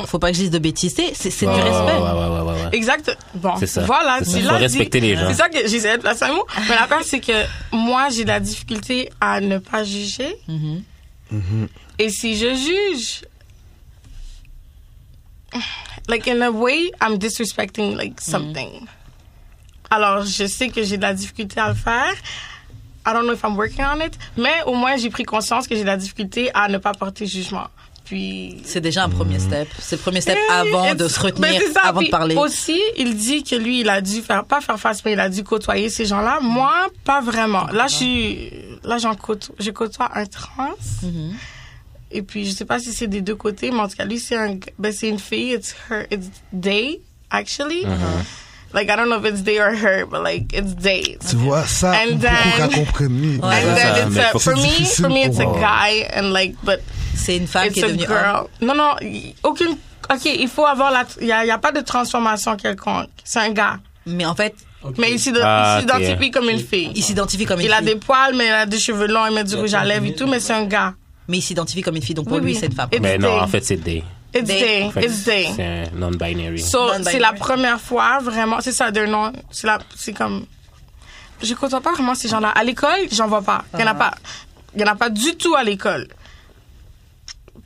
Mm.
faut pas que je dise de bêtises. C'est- C'est c'est du
Ouais,
respect.
Ouais, ouais, ouais, ouais, ouais.
Exact. Bon,
C'est ça.
voilà,
C'est ça.
tu
Faut
l'as dit.
respecter les gens.
C'est ça que j'essayais de placer un mot. Mais la part, c'est que moi, j'ai de la difficulté à ne pas juger.
Mhm.
Et si je juge, like in a way, I'm disrespecting like
Mm-hmm.
something. Alors, je sais que j'ai de la difficulté à le faire. I don't know if I'm working on it, mais au moins j'ai pris conscience que j'ai de la difficulté à ne pas porter jugement. Puis
C'est déjà un premier
Mhm.
step. C'est le premier step avant de se
Mais
retenir,
c'est ça,
avant de
puis
parler.
Aussi, il dit que lui, il a dû faire, pas faire face, mais il a dû côtoyer ces gens-là. Moi, pas vraiment. Là, je suis, là, j'en côtoie, je côtoie un trans.
Mhm.
Et puis, je sais pas si c'est des deux côtés, mais en tout cas, lui, c'est un, g- ben, c'est une fille, it's her, it's they, actually. Like, I don't know if it's they or her, but like, it's they.
Tu vois, ça,
And
beaucoup qu'a
then-
compris.
And
Ouais, ça, mais
then
faut
it's a,
que
for
tu
me,
difficiles
for me, it's a
pour, euh,
guy, and like, but
C'est une femme qui
it's
est
a
devenue homme.
girl. Non, non, y- aucune. Ok, il faut avoir la. Il n'y a, y a pas de transformation quelconque. C'est un gars.
Mais en fait,
Ok.
Mais il s'ide-
Ah,
il s'identifie comme une
il
fille.
s'identifie comme une
Il a
fille.
des poils, mais il a des cheveux longs, il met du
Il a
rouge à lèvres
terminé,
et tout, mais c'est un gars.
Mais il s'identifie comme une fille, donc pour
Oui,
lui,
oui.
c'est une femme.
Et-
Mais non,
day.
en fait, c'est day.
It's
They.
they.
Fait que
It's they.
C'est un non-binary.
So,
ben,
Non-binary.
c'est la première fois vraiment. C'est ça, d'un nom. C'est la- c'est comme. Je côtoie pas vraiment ces gens-là. À l'école, j'en vois pas. Il y en
Ah.
a pas. Il y en a pas du tout à l'école.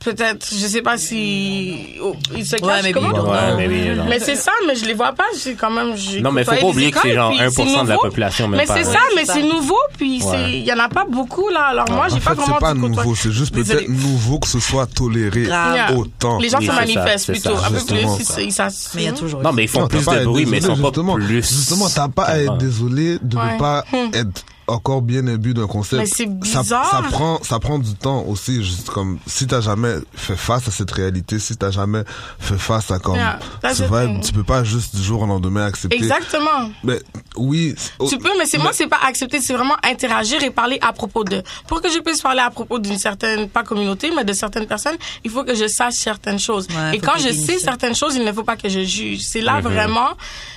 Peut-être, je sais pas si. oh, ils se cachent.
mais
comment?
oui, non,
Ouais,
non.
mais oui, non.
Mais c'est ça, mais je les vois pas. J'ai quand même. j'ai
Non, mais faut
côtoyé
pas
des
oublier que c'est
écoles,
genre 1%
puis
de la
nouveau.
population, même
Mais
pas.
c'est
Ouais,
ça,
c'est
mais
ça.
c'est nouveau, puis c'est-
Ouais.
il y en a pas beaucoup, là. Alors moi,
En
Ah, j'ai
fait,
pas vraiment.
c'est pas
tout côtoyé.
nouveau, c'est juste
Désolée.
peut-être nouveau que ce soit toléré
Grave.
autant.
Les gens
Oui,
se
c'est ça,
manifestent
c'est
plutôt.
ça,
Un peu plus,
justement.
ils se- ils s'assument.
Mais il y a toujours eu
Non,
ça.
mais ils font
Non, t'as
plus
pas à
de
être
bruit, mais ils
désolé,
sont pas
justement.
plus.
Justement, t'as pas à être
Ouais.
désolé de ne
Ouais.
pas
Hmm.
être encore bien imbu d'un concept.
Mais c'est
Ça-
bizarre.
Ça, prend, ça prend du temps aussi, juste comme si t'as jamais fait face à cette réalité, si t'as jamais fait face à comme.
Yeah, that's
tu,
the
vas
thing.
être- tu peux pas juste du jour au lendemain accepter.
Exactement.
Mais oui. oh,
Tu peux, mais c'est moi, c'est pas accepter, c'est vraiment interagir et parler à propos d'eux. Pour que je puisse parler à propos d'une certaine, pas communauté, mais de certaines personnes, il faut que je sache certaines choses.
Ouais,
et
faut
quand
que
je
t'aies
sais
initié.
certaines choses, il ne faut pas que je juge. C'est là
Mhm.
vraiment,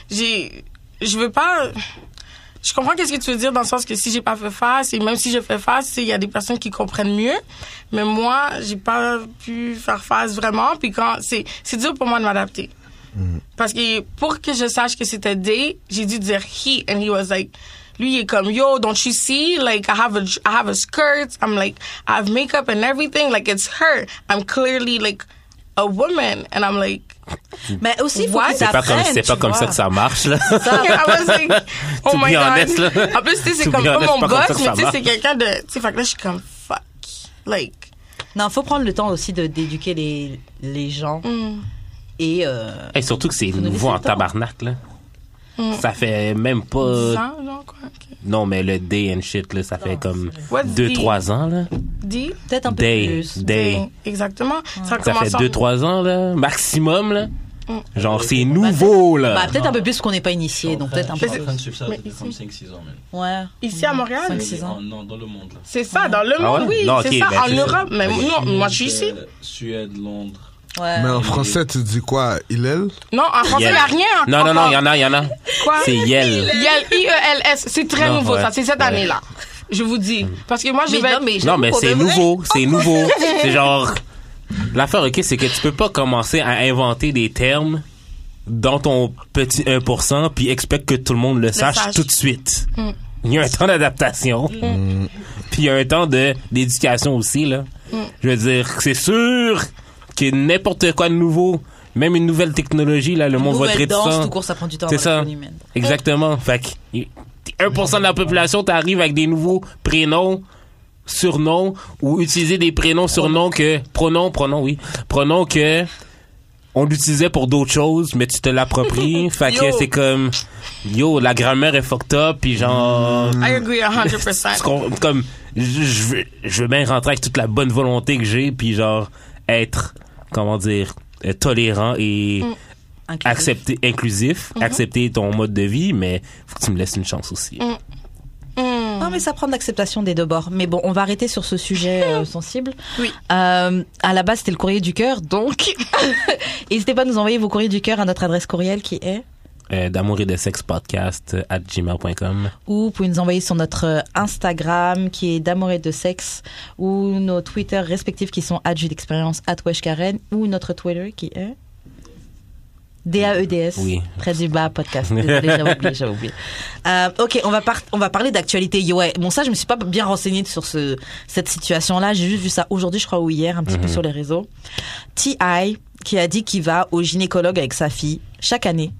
j'ai, je veux pas, je comprends qu'est-ce que tu veux dire dans le sens que si j'ai pas fait face, et même si je fais face, il y a des personnes qui comprennent mieux. Mais moi, j'ai pas pu faire face vraiment, puis quand, c'est, c'est dur pour moi de m'adapter. Parce que pour que je sache que c'était they, j'ai dû dire he, and he was like, lui il est comme yo, don't you see, like I have a, I have a skirt, I'm like, I have makeup and everything, like it's her, I'm clearly like a woman, and I'm like,
Mais aussi, il faut
What?
qu'ils
C'est
C'est pas comme,
apprennent,
c'est pas
tu
comme
vois.
ça que ça marche, là.
I was like, oh
To
my
be
god.
honest, là.
En plus, tu sais, c'est
To
comme
be
pas
honest,
mon
pas comme
boss,
ça que
mais
ça
tu sais,
marche.
c'est quelqu'un de, tu sais, fait que là je suis comme fuck, like,
Non, faut prendre le temps aussi de d'éduquer les, les gens.
mm,
Et euh,
Et surtout que c'est
nous laissez
nouveau en
le temps.
tabarnak, là.
Mm.
Ça fait même pas.
10 ans, genre quoi, ok.
Non, mais le day and shit, là, ça fait comme
What's the-
2-3 ans, là.
D?
peut-être un peu
Day.
plus.
Day.
Exactement. Ça,
Ça fait
commence en-
2-3 ans, là. Maximum, là.
Mm.
Genre, c'est nouveau,
Bah,
là.
peut-être un peu plus parce qu'on n'est pas initié, donc peut-être un peu
Je suis en train de
plus.
suivre ça
Mais
depuis
ici.
comme 5-6 ans, man.
Ouais. Mm,
Ici à Montréal?
Cinq, six ans.
En- Non, dans le monde, là.
C'est ça, dans le
Ah
monde,
ouais?
oui.
Non,
c'est
ok,
ça,
ben,
en
c'est-
Europe. Mais
Ok.
non, moi, je suis ici.
Euh, Suède, Londres.
Ouais.
Mais en
Euh,
français, tu dis quoi Il est
Non, en français, il
Yel.
n'y a rien.
Non, non, non, il y en a, il y en a.
Quoi?
C'est Yel.
Yel, I-E-L-S. C'est très
Non,
nouveau,
ouais.
ça. C'est cette
Ouais. Mm.
année-là. Je vous dis. Parce que moi, je
Mais
vais.
non, mais
Non,
j'avoue
mais
qu'on
c'est
devrait-
nouveau, c'est nouveau. C'est genre. L'affaire, ok, c'est que tu peux pas commencer à inventer des termes dans ton petit 1% puis expecter que tout le monde le sache,
sache.
tout de suite.
Mm.
Il y a un temps d'adaptation. Mm. Puis il y a un temps de- d'éducation aussi, là.
Mm.
Je veux dire, c'est sûr que n'importe quoi de nouveau, même une nouvelle technologie, là, le monde va être
Nouvelle danse,
réticent.
tout court, ça prend du temps.
C'est
avant la
ça.
colonie humaine.
Exactement. Fait que y- 1% de la population, t'arrives avec des nouveaux prénoms, surnoms, ou utiliser des prénoms, surnoms que, pronoms, pronoms, oui, pronoms que on l'utilisait pour d'autres choses, mais tu te l'appropries. fait que
Yo.
c'est comme, yo, la grammaire est fucked up, puis genre,
I agree 100%.
Mm. tu com- comme, je je veux, je veux bien rentrer avec toute la bonne volonté que j'ai, puis genre, être, comment dire, euh, tolérant et
Inclusif.
accepter inclusif,
Mhm.
accepter ton mode de vie, mais faut que tu me laisses une chance aussi.
Mm.
Non, mais ça prend de l'acceptation des deux bords. Mais bon, on va arrêter sur ce sujet euh, sensible.
Oui.
Euh, à la base, c'était le courrier du cœur, donc n'hésitez pas à nous envoyer vos courriers du cœur à notre adresse courriel qui est
Euh, D'amour et de sexe podcast euh, at gmail.com.
ou vous pouvez nous envoyer sur notre euh, Instagram qui est d'amour et de sexe ou nos Twitter respectifs qui sont @judexperience @weshkaren ou notre Twitter qui est E DAEDS
Oui.
près du bas podcast. Désolée, j'avais oublié, j'avais oublié. Euh, ok, on va par- on va parler d'actualité. Yo, Ouais, bon ça je me suis pas bien renseignée sur ce cette situation là. J'ai juste vu ça aujourd'hui, je crois ou hier, un petit peu sur les réseaux. Ti qui a dit qu'il va au gynécologue avec sa fille chaque année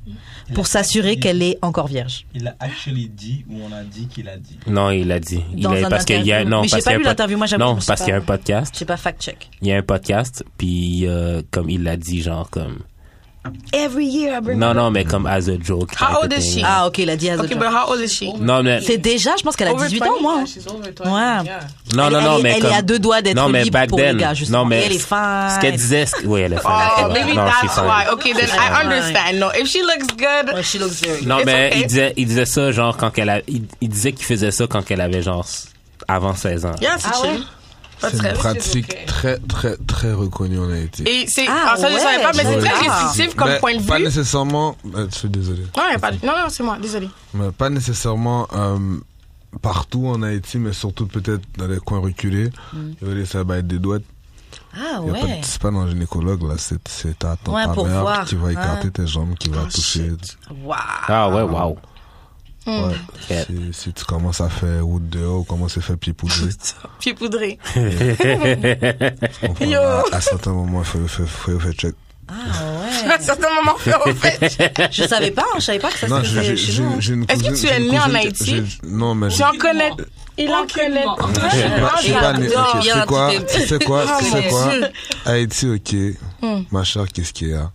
pour s'assurer qu'elle est encore vierge.
Il a actually dit ou on a dit qu'il a dit.
Non, il a dit. Il
Dans
a-
un
parce qu'il y a
interview.
non
Mais j'ai
parce
pas
qu'il y a
lu
un pod-
l'interview, moi, j'avoue,
Non,
je sais
parce
pas.
qu'il y a un podcast.
J'ai pas fact check.
Il y a un podcast puis euh, comme il l'a dit genre comme
Every year I bring
Non, non, mais comme as a joke. type
How old
of
is
thing.
she?
Ah, ok, il a dit as a
Okay,
joke.
bah,
but how old is she?
Non, mais.
C'est déjà, je pense qu'elle a 18 ans,
hein.
moi. Ouais.
Non,
Elle-
non, non,
elle est-
mais
elle
comme-
est à deux doigts d'être
Non, mais
libre
back
pour les
then.
gars, justement.
Non, mais
Et elle est fine.
Ce qu'elle disait, c'est- oui, elle est fine.
Oh,
elle est
maybe
fine. Ah, Non, she's
that's
fine.
why. Okay, then I understand. No, if she looks good,
Ouais, she looks very
Non,
It's
mais
okay.
il, disait, il disait ça, genre, quand qu'elle a, il, il disait qu'il faisait ça quand qu'elle avait, genre, avant 16 ans.
yeah, c'est
Ah ouais?
chill. Pas
C'est
très.
une pratique
ok.
très, très, très reconnue en Haïti.
Et c'est,
Ah
ah, ça, je
ouais,
savais pas, mais c'est
Ouais.
très
Ah.
restrictif comme
Mais
point de
Pas
vue.
nécessairement, euh, je suis désolé,
Non, y a pas de- non, non, c'est moi, désolé.
mais pas nécessairement euh, partout en Haïti, mais surtout peut-être dans les coins reculés.
Mm.
Ils veulent ça va être des doigts.
Ah
Y a pas de-
ouais.
C'est pas dans le gynécologue, là, c'est c'est ta, ton-
Ouais,
ta
pour
mère
voir,
qui va écarter
hein.
tes jambes, qui
Oh,
va toucher.
Waouh.
Ah ouais, wow.
Ouais.
Mm.
Yeah.
Si, si tu commences à faire route dehors, comment c'est fait pied poudré.
Pied poudré.
tu comprends?
Yo.
À, à certains moments, il faut faut- faut faire check.
Ah
À un certain moment, faire au fait.
ouais. Je savais pas, hein, je savais pas que ça se
Non,
faisait
j'ai-
chez nous. hein.
j'ai j'ai une
Est-ce que
cousine-
tu
j'ai
es
une
né en
cousine qui-
Haïti
j'ai- Non, mais
Tu en connais. Il en connaît.
Je suis pas- je suis pas né.
Non,
Ok,
il y a un
C'est quoi
petit-
C'est quoi
Ah,
C'est
mon
quoi
Dieu.
Haïti, ok.
Hmm.
Ma chère, qu'est-ce qu'il y a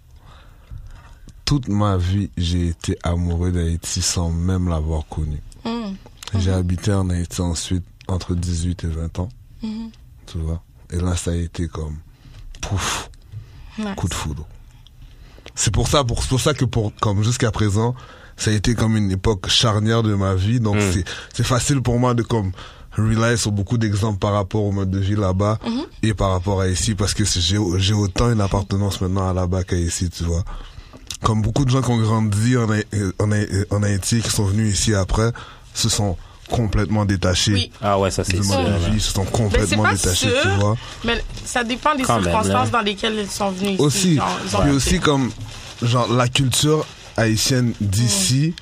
Toute ma vie, j'ai été amoureux d'Haïti sans même l'avoir connu.
Hmm.
J'ai habité en Haïti ensuite entre 18 et 20 ans.
Hmm.
Tu vois Et là, ça a été comme pouf,
Nice.
coup de foudre. C'est pour ça, pour, c'est pour ça que pour, comme jusqu'à présent, ça a été comme une époque charnière de ma vie. Donc c'est, c'est facile pour moi de comme rely sur beaucoup d'exemples par rapport au mode de vie là-bas
Mm-hmm.
et par rapport à ici parce que c'est- j'ai, j'ai autant une appartenance maintenant à là-bas qu'à ici, tu vois. Comme beaucoup de gens qui ont grandi en, Haï- en, Haï- en Haïti, qui sont venus ici après, se sont complètement détachés
Oui.
Ah ouais, ça,
du
c'est sûr.
mode de
là.
vie, se sont
Mais c'est
complètement
pas
détachés,
sûr,
tu vois.
mais ça dépend des
Quand même,
circonstances
là.
dans lesquelles ils sont venus ici.
aussi
genre, ils ont
puis
été-
aussi comme genre la culture haïtienne d'ici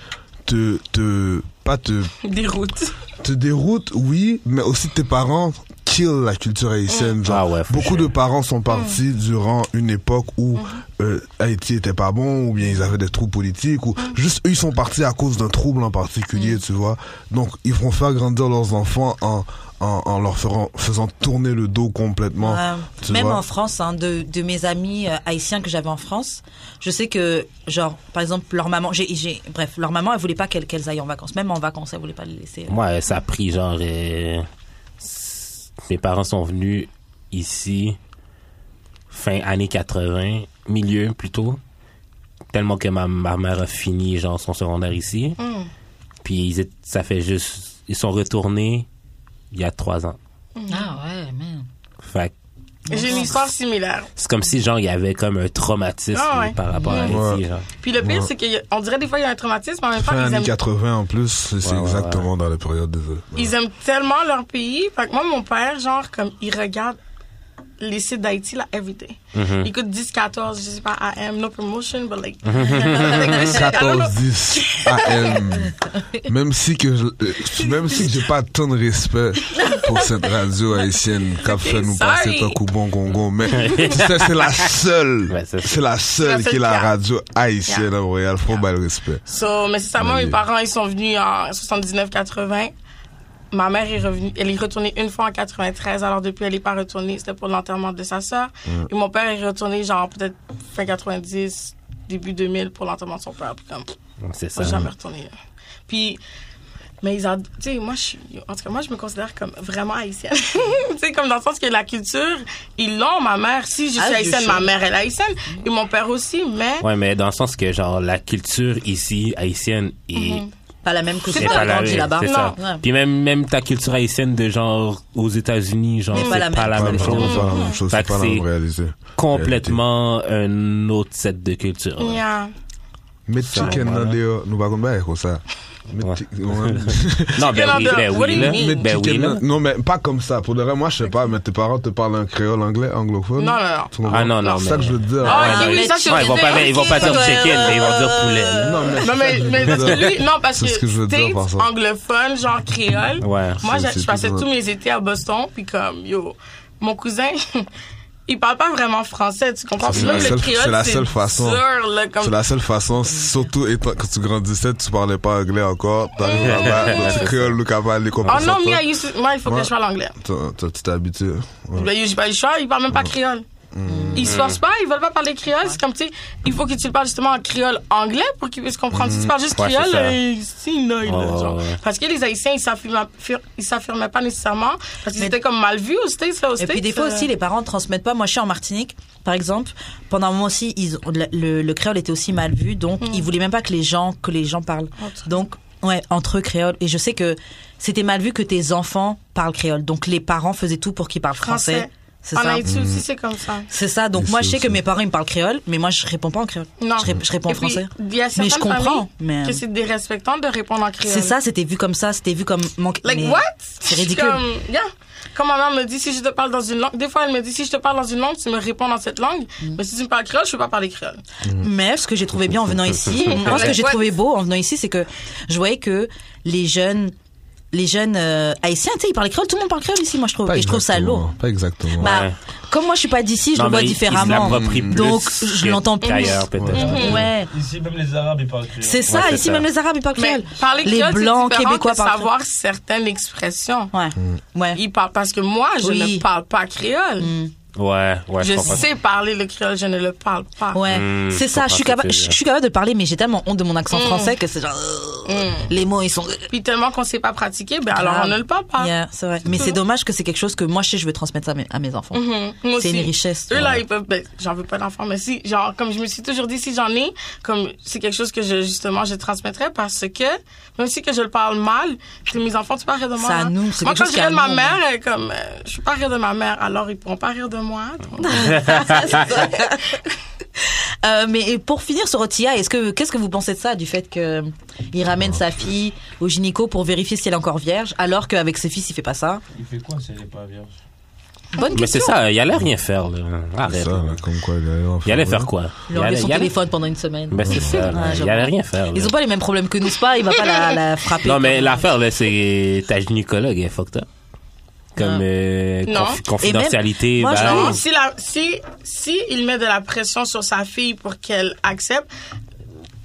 te te pas te
Des routes.
te déroute oui mais aussi tes parents kill la culture haïtienne genre
Ah ouais, for
beaucoup
sure.
de parents sont partis durant une époque où euh, Haïti était pas bon ou bien ils avaient des troubles politiques ou juste eux ils sont partis à cause d'un trouble en particulier tu vois donc ils vont faire grandir leurs enfants en en, en leur ferant- faisant tourner le dos complètement
Ouais.
tu
Même
vois.
en France, hein, de, de mes amis euh, haïtiens que j'avais en France, je sais que, genre, par exemple, leur maman, j'ai, j'ai, bref, leur maman, elle voulait pas qu'elles qu'elles aillent en vacances. Même en vacances, elle voulait pas les laisser.
Moi, ça a pris genre. euh, s- mes parents sont venus ici fin années 80, milieu plutôt. Tellement que ma, ma mère a fini genre son secondaire ici.
Hmm.
Puis ils, étaient- ça fait juste. Ils sont retournés il y a trois ans.
Ah ouais, man.
Fait que
J'ai une histoire similaire.
c'est comme si genre il y avait comme un traumatisme
Ah ouais.
par rapport à
Ouais.
ici. Genre.
Puis le pire,
Ouais.
c'est qu'on dirait des fois il y a un traumatisme, mais en même temps,
Fin
ils
années
aiment,
80 en plus, c'est c'est
Ouais, ouais,
exactement dans la période des.
ils aiment tellement leur pays. Fait que moi, mon père, genre, comme, il regarde les sites d'Haïti, là, every day.
Hmm. Mm-hmm.
Il écoute 10, 14, je sais pas, AM, no promotion, but like. I don't know.
14 10 AM. Même si que je, euh, même si que j'ai pas tant de respect pour cette radio haïtienne qui a fait nous passer
sorry.
un coup bon gongon, mais tu sais, c'est la seule,
Ouais, c'est ça.
c'est la seule
seule
qui est la
qui a.
radio haïtienne à Montréal. Faut pas le respect.
So, mais c'est ça, moi,
Oui.
mes parents, ils sont venus en 79-80. Ma mère est revenue, elle est retournée une fois en 93, alors depuis, elle n'est pas retournée. C'était pour l'enterrement de sa sœur. Et mon père est retourné, genre, peut-être fin 90, début 2000 pour l'enterrement de son père. Puis comme,
C'est
moi,
ça.
jamais retourné. là. Puis, mais ils ont, tu sais, moi, je suis, en tout cas, moi, je me considère comme vraiment haïtienne. tu sais, comme dans le sens que la culture, ils l'ont, ma mère. Si je suis
Ah, je
haïtienne,
sais.
ma mère, elle est haïtienne. Et mon père aussi, mais.
Ouais, mais dans le sens que genre la culture ici haïtienne est
Pas la même que
C'est
celle
pas
a
la
grandi là-bas.
c'est ça.
Ouais.
Puis même, même ta culture haïtienne de genre aux États-Unis, genre,
Mais
c'est Ah, pas la même,
C'est
chose.
pas la même chose,
Fait
c'est
que
pas la
c'est
même réalité.
complètement un autre set de culture. là.
Yeah.
Mais chicken
voilà.
dans dehors, nous pas comme bail, comme ça. Mais
Ouais.
chi- ouais.
Non, ben
Chicken
oui,
under-
ben
what
oui,
do you
là.
mean?
Ben oui,
Chicken
là.
dans- Non, mais pas comme ça. Pour le reste, moi, je sais pas, mais tes parents te parlent un créole anglais, anglophone.
Non, non, non.
Tu comprends?
Ah non, non,
C'est ça
mais-
que je veux te dire.
Ah,
Ouais,
ok,
non,
oui,
mais-
ça, je
ouais, ils vont pas,
disais,
ils vont pas
ok,
dire
ouais,
chicken,
ouais,
mais ils vont dire
ouais,
poulet. là.
Non, mais
Non, mais, mais parce que lui, non, parce
C'est
que,
ce que je veux dire
States,
par ça.
anglophone, genre
Ouais.
créole. Moi,
C'est-
j'ai- je
c'est
passais
tout
tous
ça.
mes étés à Boston, puis comme, yo, mon cousin, il parle pas vraiment français, tu comprends?
C'est
Puis
la
même
seule-
le créole,
c'est la seule façon.
dur, là, comme-
C'est la seule façon, surtout étant que tu grandissais, tu parlais pas anglais encore. T'arrives là-bas, dans le créole, le cavalier, les
Oh non, moi, il faut que
Ouais.
je parle anglais.
Tu t'es habitué. Ouais.
Mm. Ben, je- ben, je parle- il parle même pas créole.
Mm.
Ils se forcent pas, ils veulent pas parler créole. C'est comme, tu sais, il faut que tu le parles justement en créole anglais pour qu'ils puissent comprendre. Si tu parles juste
Mm. Ouais, c'est
créole,
ça.
euh, si, non,
Ouais,
là, genre.
ouais, ouais.
Parce que les Haïtiens, ils s'affirment- fir- ils s'affirmaient pas nécessairement parce qu'ils étaient comme mal vus aux States, là,
Et
aux States.
puis des fois
euh,
aussi, les parents ne transmettent pas. Moi, je suis en Martinique, par exemple. Pendant un moment aussi, ils ont- le, le- le créole était aussi mal vu, donc ils voulaient même pas que les gens que les gens parlent.
Mm. Entre eux.
donc ouais, entre eux créole. Et je sais que c'était mal vu que tes enfants parlent créole. Donc les parents faisaient tout pour qu'ils parlent français.
Français.
C'est
En
ça.
Haïti aussi, c'est comme ça.
C'est ça. Donc
Et
moi,
c'est
je sais que
aussi-
mes parents ils me parlent créole, mais moi je réponds pas en créole.
Non.
Je, ré- je réponds
Et
en
puis,
français.
il y a
Mais je
certaines
comprends.
familles
Mais euh,
Que c'est désrespectant de répondre en créole.
c'est ça. C'était vu comme ça. C'était vu comme manque.
Like
mais-
what?
C'est ridicule.
Comme, yeah. Comme ma mère me dit, si je te parle dans une langue, des fois elle me dit, si je te parle dans une langue, tu me réponds dans cette langue.
Mm.
Mais si tu me parles créole, je peux pas parler créole.
Mm.
Mais ce que j'ai trouvé bien en venant ici, moi ce que j'ai
Ouais.
trouvé beau en venant ici, c'est que je voyais que les jeunes, les jeunes euh, haïtiens, tu sais, ils parlent créole, tout le monde parle créole ici, moi je trouve.
Pas
Et je trouve ça
exactement,
lourd.
Pas exactement.
Bah,
Ouais.
comme moi je suis pas d'ici, je
Non,
le vois
mais ils- ils se
différemment.
l'approprient plus
Donc je
que
l'entends plus. Mm-hmm.
qu'ailleurs, peut-être.
Ouais.
Ici, même les Arabes, ils parlent créole.
C'est ça,
Ouais, c'est
ici
ça.
même les Arabes ils parlent
Mm. Mais
créole.
parler
Les Blancs
créole, c'est différent
québécois
que
parlent
savoir certaines expressions.
Ouais.
Mm.
Ouais.
Il parle parce que moi, je
Oui. Mm.
ne parle pas créole.
Ouais, ouais, je,
Je
comprends.
sais parler le créole, je ne le parle pas.
Ouais,
Mmh,
c'est
je
ça. Je suis,
comprends ce
capable,
que tu veux
je
dire.
je suis capable de parler, mais j'ai tellement honte de mon accent
Mmh.
français que c'est genre euh, les mots ils sont.
Mm. Puis tellement qu'on sait pas pratiquer, ben alors
Grave.
on ne le parle pas.
Yeah, c'est vrai. Mais c'est dommage que c'est quelque chose que moi je sais je veux transmettre ça à mes, à mes enfants.
Mhm. Moi
C'est une
aussi.
richesse.
Eux, là, ils peuvent. Ben, j'en veux pas d'enfants, mais si, genre, comme je me suis toujours dit, si j'en ai, comme, c'est quelque chose que je, justement, je transmettrais parce que, même si que je le parle mal, que mes enfants, tu pas rire de moi.
Ça
hein.
nous, c'est
Moi,
quelque
quand
chose
je
qui hein.
rire de ma
nous,
mère, elle est comme, euh, je suis pas rire de ma mère, alors ils pourront pas rire de moi. donc.
Euh, mais pour finir sur Otia, est-ce que qu'est-ce que vous pensez de ça, du fait que il ramène sa fille au gynéco pour vérifier si elle est encore vierge, alors qu'avec ses fils il fait pas ça
Il fait quoi si elle est pas vierge
Bonne
Mais c'est
question.
ça, il allait rien faire, là.
C'est
Arrête.
ça, là, comme quoi, il allait en
Il allait
ouais.
faire quoi?
Il a enlevé son
il allait-
téléphone pendant une semaine.
Ben, c'est ça,
Ouais,
Ah,
là. il
j'avoue.
allait rien faire. là.
Ils ont pas les mêmes problèmes que nous, c'est pas il va pas la, la frapper.
Non, mais l'affaire, là, c'est ta gynécologue, elle est fucked up. Comme euh,
Non.
confi- confidentialité.
Et même- moi, je
ben,
trouve-
Non, si, la, si, si il met de la pression sur sa fille pour qu'elle accepte,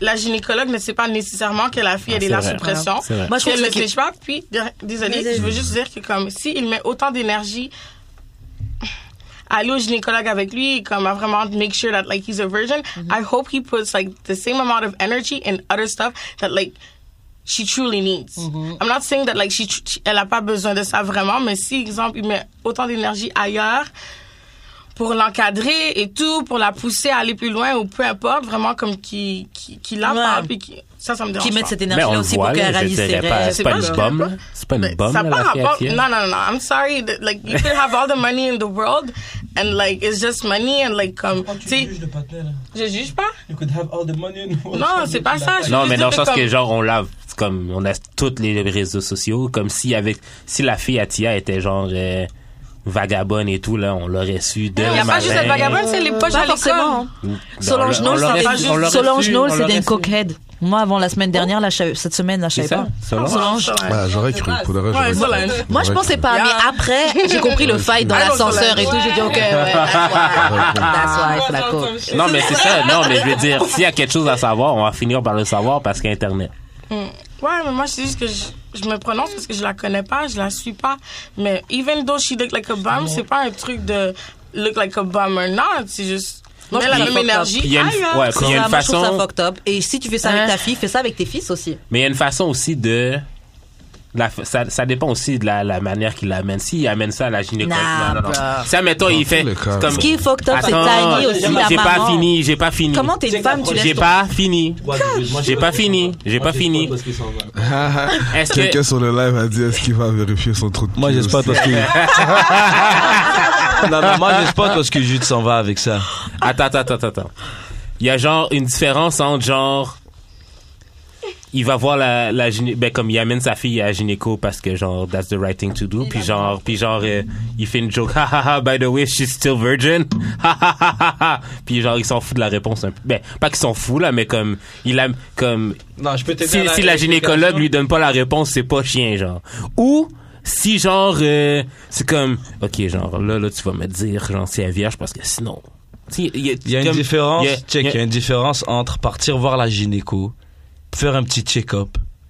la gynécologue ne sait pas nécessairement que la fille
Ah,
elle est
c'est
là
vrai.
sous pression.
C'est vrai.
Moi, je trouve
qu'elle ne
que c'est-
sèche pas. Puis, désolé, je veux juste dire que comme si il met autant d'énergie aller au gynécologue avec lui, comme à vraiment make sure that like he's a virgin, I hope he puts like the same amount of energy and other stuff that like she truly needs.
Mm-hmm.
I'm not saying that like she, tr- she- elle a pas besoin de ça vraiment, mais si exemple il met autant d'énergie ailleurs pour l'encadrer et tout, pour la pousser à aller plus loin ou peu importe, vraiment comme qui qui, qui la
Ouais.
parle puis qui- ça ça me dérange
qui mettent
pas.
cette
mais Ben, on
énergie-là
le
aussi
voit,
pour
là,
qu'elle
je
réalise ses
dirais
rêves.
pas, c'est
C'est
pas
pas
une
ce que-
bombe, là. C'est pas une
Mais
Ben,
bombe,
ça
là, la
a pas
fille à
rapport.
Kiev.
Non, non, non, non. I'm sorry. that, Like, you could have all the money in the world, and like, it's just money, and like, comme,
Oh,
tu
tu
sais,
juges le patinet, là.
je juge pas.
You could have all the money in the world.
Non, c'est pas ça, je-
Non, mais
juste
dans le
que
sens
comme-
que, genre, on lave, comme, on a tous les réseaux sociaux, comme si avec, si la fille Atia était, genre, euh, vagabonde et tout, là, on l'aurait su dès
Il
le
n'y a pas
matin.
juste être vagabonde, c'est les poches
Pas
à
forcément. hein.
l'école.
Ben, on
Solange
l'a-
Knowles,
on l'aurait
c'était-
su, on l'aurait
Solange
su,
Knowles,
on
c'était
l'aurait
une
su.
cokehead. Moi, avant la semaine dernière, là, je savais- cette semaine, là, je savais
C'est ça,
pas.
Solange.
Solange.
Ah, j'aurais cru. Pour le reste,
Ouais,
j'aurais
Solange.
cru.
Moi, je
J'aurais
pensais
cru.
pas, mais
Yeah.
après, j'ai compris le fight dans
Ah, non,
l'ascenseur et tout. J'ai dit, ok, ouais, that's why, that's why, flaco.
Non, mais c'est ça. Non, mais je veux dire, s'il y a quelque chose à savoir, on va finir par le savoir parce qu'Internet.
Ouais, mais moi, c'est juste que je, je me prononce parce que je la connais pas, je la suis pas. Mais even though she look like a bum, c'est pas un truc de look like a bum or not, c'est juste.
Non,
elle a
je
la
comprends
même
pas.
énergie. hein.
Puis il y a une-
ailleurs.
ouais, puis il y a
Ça,
une
moi, je trouve ça
façon.
fucked up. Et si tu fais ça avec
Hein?
ta fille, fais ça avec tes fils aussi.
Mais il y a une façon aussi de. la fa- ça, ça dépend aussi de la, la manière qu'il l'amène. S'il amène ça à la gynécologue.
Nah,
non, non, non.
bruh.
Ça, mettons, il
tous
fait.
les cas,
comme-
Ce qui est fucked up, c'est
Attends,
Tiny aussi,
j'ai
la
pas
maman.
fini, j'ai pas fini.
Comment t'es une
C'est
femme, tu
J'ai
laisses ton...
pas fini. J'ai pas fini, j'ai pas fini. Est-ce que.
Quelqu'un sur le live a dit est-ce qu'il va vérifier son trou de
Moi,
cul
j'espère
aussi
parce que. non, non, moi, j'espère parce que Jude s'en va avec ça.
Attends, attends, attends, attends. Il y a genre une différence entre genre. Il va voir la, la gyné- ben comme il amène sa fille à la gynéco parce que genre that's the right thing to do puis genre puis genre euh, il fait une joke ha ha ha by the way she's still virgin ha ha ha ha ha puis genre il s'en fout de la réponse un peu ben pas qu'il s'en fout là mais comme il aime comme
Non, je peux
si, si la gynécologue lui donne pas la réponse, c'est pas chien, genre. Ou si genre euh, c'est comme OK, genre là là tu vas me dire genre c'est vierge parce que sinon Tu sais,
Il y a une
comme-
différence,
il y a-
check, il y a une différence entre partir voir la gynéco, faire un petit check-up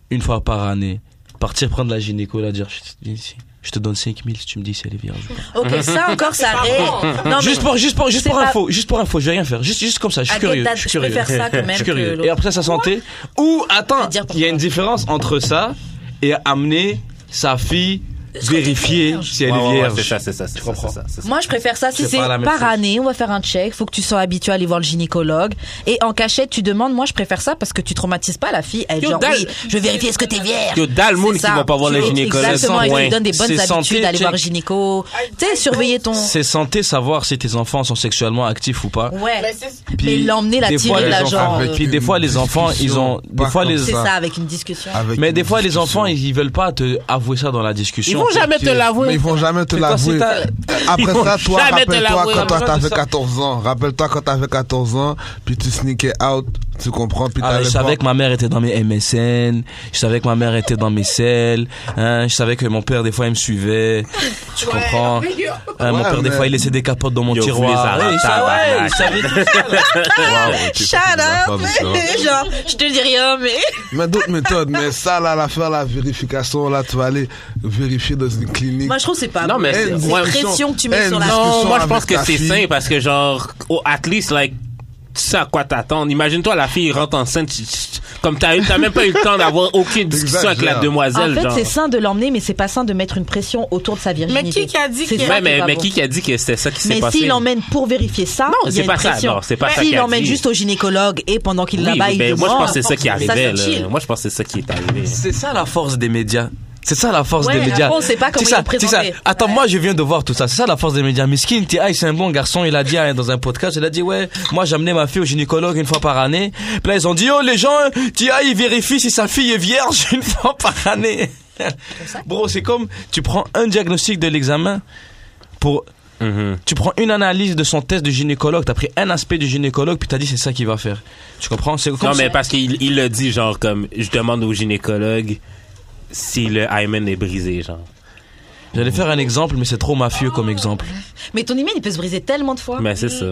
une fois par année, partir prendre la gynéco, la dire je suis- je je te donne 5000 si tu me dis si elle est vierge ou pas.
Ok, ça encore, ça
pas
ré- Non, mais-
juste pour, juste pour, juste
c'est
pour
pas-
info, juste pour info, je vais rien faire. Juste, juste comme ça, je suis
À quelle
curieux.
date
Je suis
je
curieux.
préfère ça que même
Je suis
que
curieux.
l'autre.
Et après ça, sa santé. Ou,
vais
attends,
te dire
il y a une différence entre ça et amener sa fille vérifier si elle
Ouais, ouais,
est
ouais,
vierge.
c'est ça, c'est ça, c'est ça,
comprends.
c'est ça, c'est ça.
Moi, je préfère ça. Si
C'est
c'est
pas la même
par
chose.
année, on va faire un check. Faut que tu sois habitué à aller voir le gynécologue. Et en cachette, tu demandes. Moi, je préfère ça parce que tu traumatises pas la fille. Elle
Yo,
genre,
dalle.
oui, je vais vérifier est-ce que t'es vierge.
Yo,
C'est
dalle, moon qui
ça.
va pas voir
Tu
le
veux-
gynécologue.
Exactement,
C'est
il
point.
lui donne des bonnes
C'est
habitudes
santé,
d'aller voir le
check.
gynéco. Tu sais, surveiller ton.
C'est santé savoir si tes enfants sont sexuellement actifs ou pas.
Mais
Ouais.
c'est-
Mais l'emmener, la
des fois,
tirer,
les
la
enfants-
genre.
Puis des fois, les enfants, ils ont- des fois, les-
C'est ça, avec une discussion.
Mais des fois, les enfants, ils veulent pas te avouer ça dans la discussion.
Ils vont jamais te
Mais
l'avouer.
ils vont jamais te
Mais toi, c'est
l'avouer.
ta-
Après
Ils
ça,
vont
toi,
jamais te
rappelle-toi
l'avouer.
quand toi
Après
t'avais
ça-
14 ans. Rappelle-toi quand t'avais 14 ans, puis tu sneakais out, tu comprends, puis
Ah,
t'allais
je savais
voir-
que ma mère était dans mes MSN, je savais que ma mère était dans mes selles, hein, je savais que mon père des fois il me suivait, tu comprends Hein, Mon
Ouais,
père des
mais-
fois il laissait des capotes dans mon
Yo,
tiroir.
vous les
Ouais, il savait,
arrêtez,
il savait tout ça.
Ah,
Shut up! Genre, je te dis rien, mais.
Mais d'autres méthodes, mais ça, là, l'affaire, la vérification, là, tu vas aller vérifier dans une clinique.
Moi, je trouve que c'est pas.
Non, mais
c'est
c'est-
une
ouais,
pression que tu mets
eh,
sur la
non.
Non,
discussion
moi je
avec
pense que
ta
c'est
fille.
sain parce que genre, au at least, like, tu sais à quoi t'attendre. Imagine-toi, la fille rentre enceinte, tu- tu- comme t'as eu- t'as même pas eu le temps d'avoir aucune discussion avec la
T'exagères.
demoiselle,
En fait,
genre.
C'est sain de l'emmener, mais c'est pas sain de mettre une pression autour de sa virginité.
Mais qui qui a dit
C'est
qu'il
ça
Ouais, mais,
est pas
mais
bon.
qui qui a dit que c'était ça qui s'est
Mais
passé?
s'il l'emmène pour vérifier ça,
Non,
il y
c'est
a une
pas ça,
pression.
non, c'est pas ça
S'il
qu'elle
l'emmène
dit.
juste au gynécologue et pendant qu'il
Oui,
la bat, il
ben, moi je
demande,
pense que c'est ça qui est
ça,
arrivé.
c'est
là.
chill.
Moi je pense que c'est ça qui est arrivé.
C'est ça la force des médias. C'est ça la force
Ouais,
des médias.
on sait pas comment
C'est ça,
ils l'ont
c'est ça.
présenté.
Attends, moi je viens de voir tout ça. C'est ça la force des médias. Miskin, T.I. c'est un bon garçon. Il a dit hein, dans un podcast, il a dit ouais, moi j'amenais ma fille au gynécologue une fois par année. Puis là ils ont dit oh les gens, T.I. il vérifie si sa fille est vierge une fois par année. Bro, c'est comme tu prends un diagnostic de l'examen pour
Mhm.
tu prends une analyse de son test de gynécologue, t'as pris un aspect du gynécologue, puis t'as dit c'est ça qu'il va faire. Tu comprends C'est comme
Non, mais parce qu'il il le dit, genre, comme, je demande au gynécologue si le hymen est brisé, genre.
J'allais faire un exemple, mais c'est trop mafieux comme exemple.
Mais ton hymen, il peut se briser tellement de fois.
Mais Ben, c'est ça.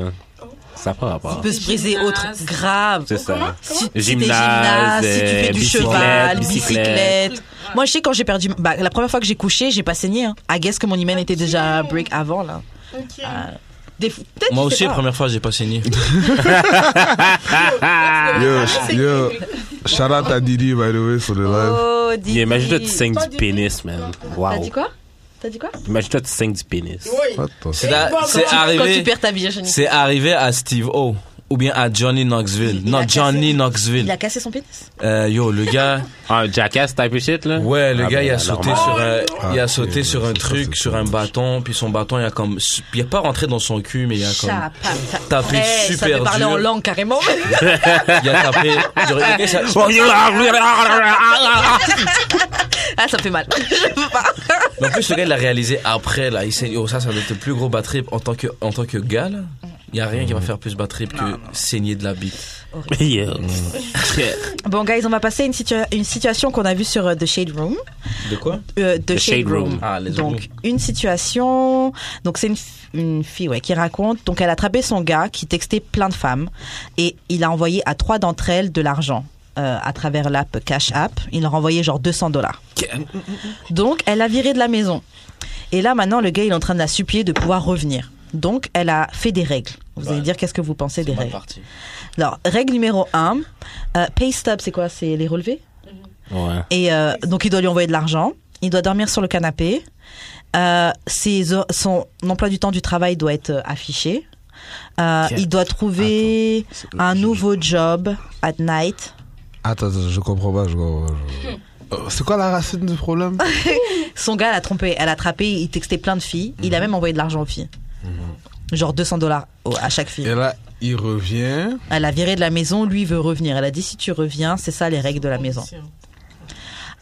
Ça prend rapport.
Il peut se briser
Gymnase.
autre grave.
C'est ça.
Si, si t'es
Gymnase,
gymnaste, si tu fais
euh,
du
bicyclette,
cheval,
bicyclette.
bicyclette. Moi, je sais quand j'ai perdu. Bah, la première fois que j'ai couché, j'ai pas saigné. Hein. I guess que mon hymen était déjà break avant là. Euh,
Ok.
Des... fois- peut-être,
Moi
je sais
aussi, la
pas.
première fois, j'ai pas saigné.
Yo, yo, shout out à Didi, by the way, sur le live.
Oh, dis.
Mais Imagine-toi, tu
dis.
saignes du pénis, man.
T'as dit
Wow.
quoi T'as dit quoi
Imagine-toi, tu saignes du pénis.
Oui.
Attends.
C'est là- c'est
Quand tu
arrivé,
perds ta virginité.
c'est arrivé à Steve O. Ou bien à Johnny Knoxville.
Il
Non,
a
Johnny
cassé- Il
Knoxville.
a cassé son pénis.
Euh, yo, le gars.
Ah, Un jackass type of shit, là?
Ouais, le
Ah,
gars,
ben,
il a
alors,
sauté
moi-
sur un, il a
Ah,
sauté
ok,
sur
ouais,
un
c'est ça,
truc,
c'est
sur
ça.
un bâton, puis son bâton, il a comme, il a pas rentré dans son cul, mais il a comme,
T'as
Eh,
tapé
Ça
super
fait parler
dur.
en langue carrément.
il a tapé, genre, le gars, ça-
ah, ça fait mal. Je veux pas.
Mais en plus, le gars, il l'a réalisé après, là. Il s'est dit, oh, ça, ça doit être le plus gros bad trip en tant que, en tant que gars, là. Il y a rien qui va faire plus bad trip que saigner de la bite.
Yo.
Mm.
Bon, guys, on va passer à une, situa- une situation qu'on a vue sur euh, The Shade Room.
De quoi?
Euh, The,
The
Shade,
Shade
Room.
Room.
Ah, les
donc,
ongles.
une situation. Donc, c'est une, f- une fille ouais, qui raconte. Donc, elle a attrapé son gars qui textait plein de femmes et il a envoyé à trois d'entre elles de l'argent euh, à travers l'app Cash App. Il leur envoyait genre 200 dollars. Donc, elle a viré de la maison. Et là, maintenant, le gars, il est en train de la supplier de pouvoir revenir. Donc, elle a fait des règles. Vous allez dire qu'est-ce que vous pensez des règles.
parti.
Alors, règle numéro 1, pay stub, c'est quoi C'est les relevés
Ouais.
et euh, donc, il doit lui envoyer de l'argent. Il doit dormir sur le canapé. Euh, ses hor- son emploi du temps du travail doit être euh, affiché. Euh, il doit trouver un nouveau job at night.
Attends, attends, je comprends pas, je comprends pas. je comprends pas. Euh, C'est quoi la racine du problème
Son gars l'a trompé, elle a attrapé, il textait plein de filles. Il a même envoyé de l'argent aux filles. Genre 200 dollars à chaque fille.
Et là, il revient.
Elle a viré de la maison, lui il veut revenir. Elle a dit si tu reviens, c'est ça les règles de la maison.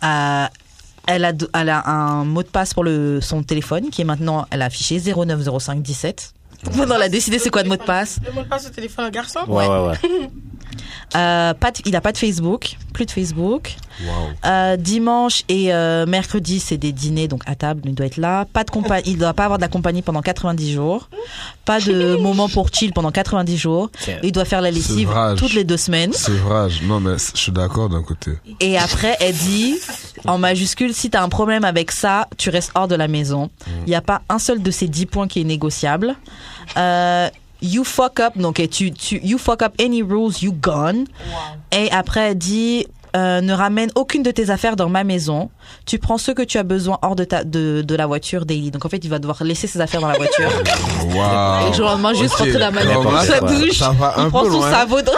Euh, elle, a, do- elle a un mot de passe pour le, son téléphone qui est maintenant, elle a affiché 090517. Maintenant, elle a décidé c'est quoi le mot de passe.
Le mot de passe au téléphone au garçon
Ouais, ouais, ouais.
Euh, pas de- il a pas de Facebook, plus de Facebook. Euh, dimanche et euh, mercredi, c'est des dîners, donc à table, il doit être là. Pas de compagnie, il doit pas avoir de la compagnie pendant 90 jours. Pas de moment pour chill pendant 90 jours.
Tiens.
Il doit faire la lessive
Sevrage.
toutes les deux semaines.
C'est vrai, je- non mais je suis d'accord d'un côté.
Et après, elle dit, en majuscule, si t'as un problème avec ça, tu restes hors de la maison. Il n'y a pas un seul de ces 10 points qui est négociable. Euh, you fuck up, donc et tu, tu, you fuck up any rules, you gone. Et après, elle dit, euh, ne ramène aucune de tes affaires dans ma maison. Tu prends ce que tu as besoin hors de, ta, de, de la voiture daily. Donc en fait, il va devoir laisser ses affaires dans la voiture.
Waouh.
Et le jour au lendemain, juste
Ok,
rentrer dans ma
ça
maison,
va-
sa douche.
Ça va un
il prend
peu
son
loin.
savon dans-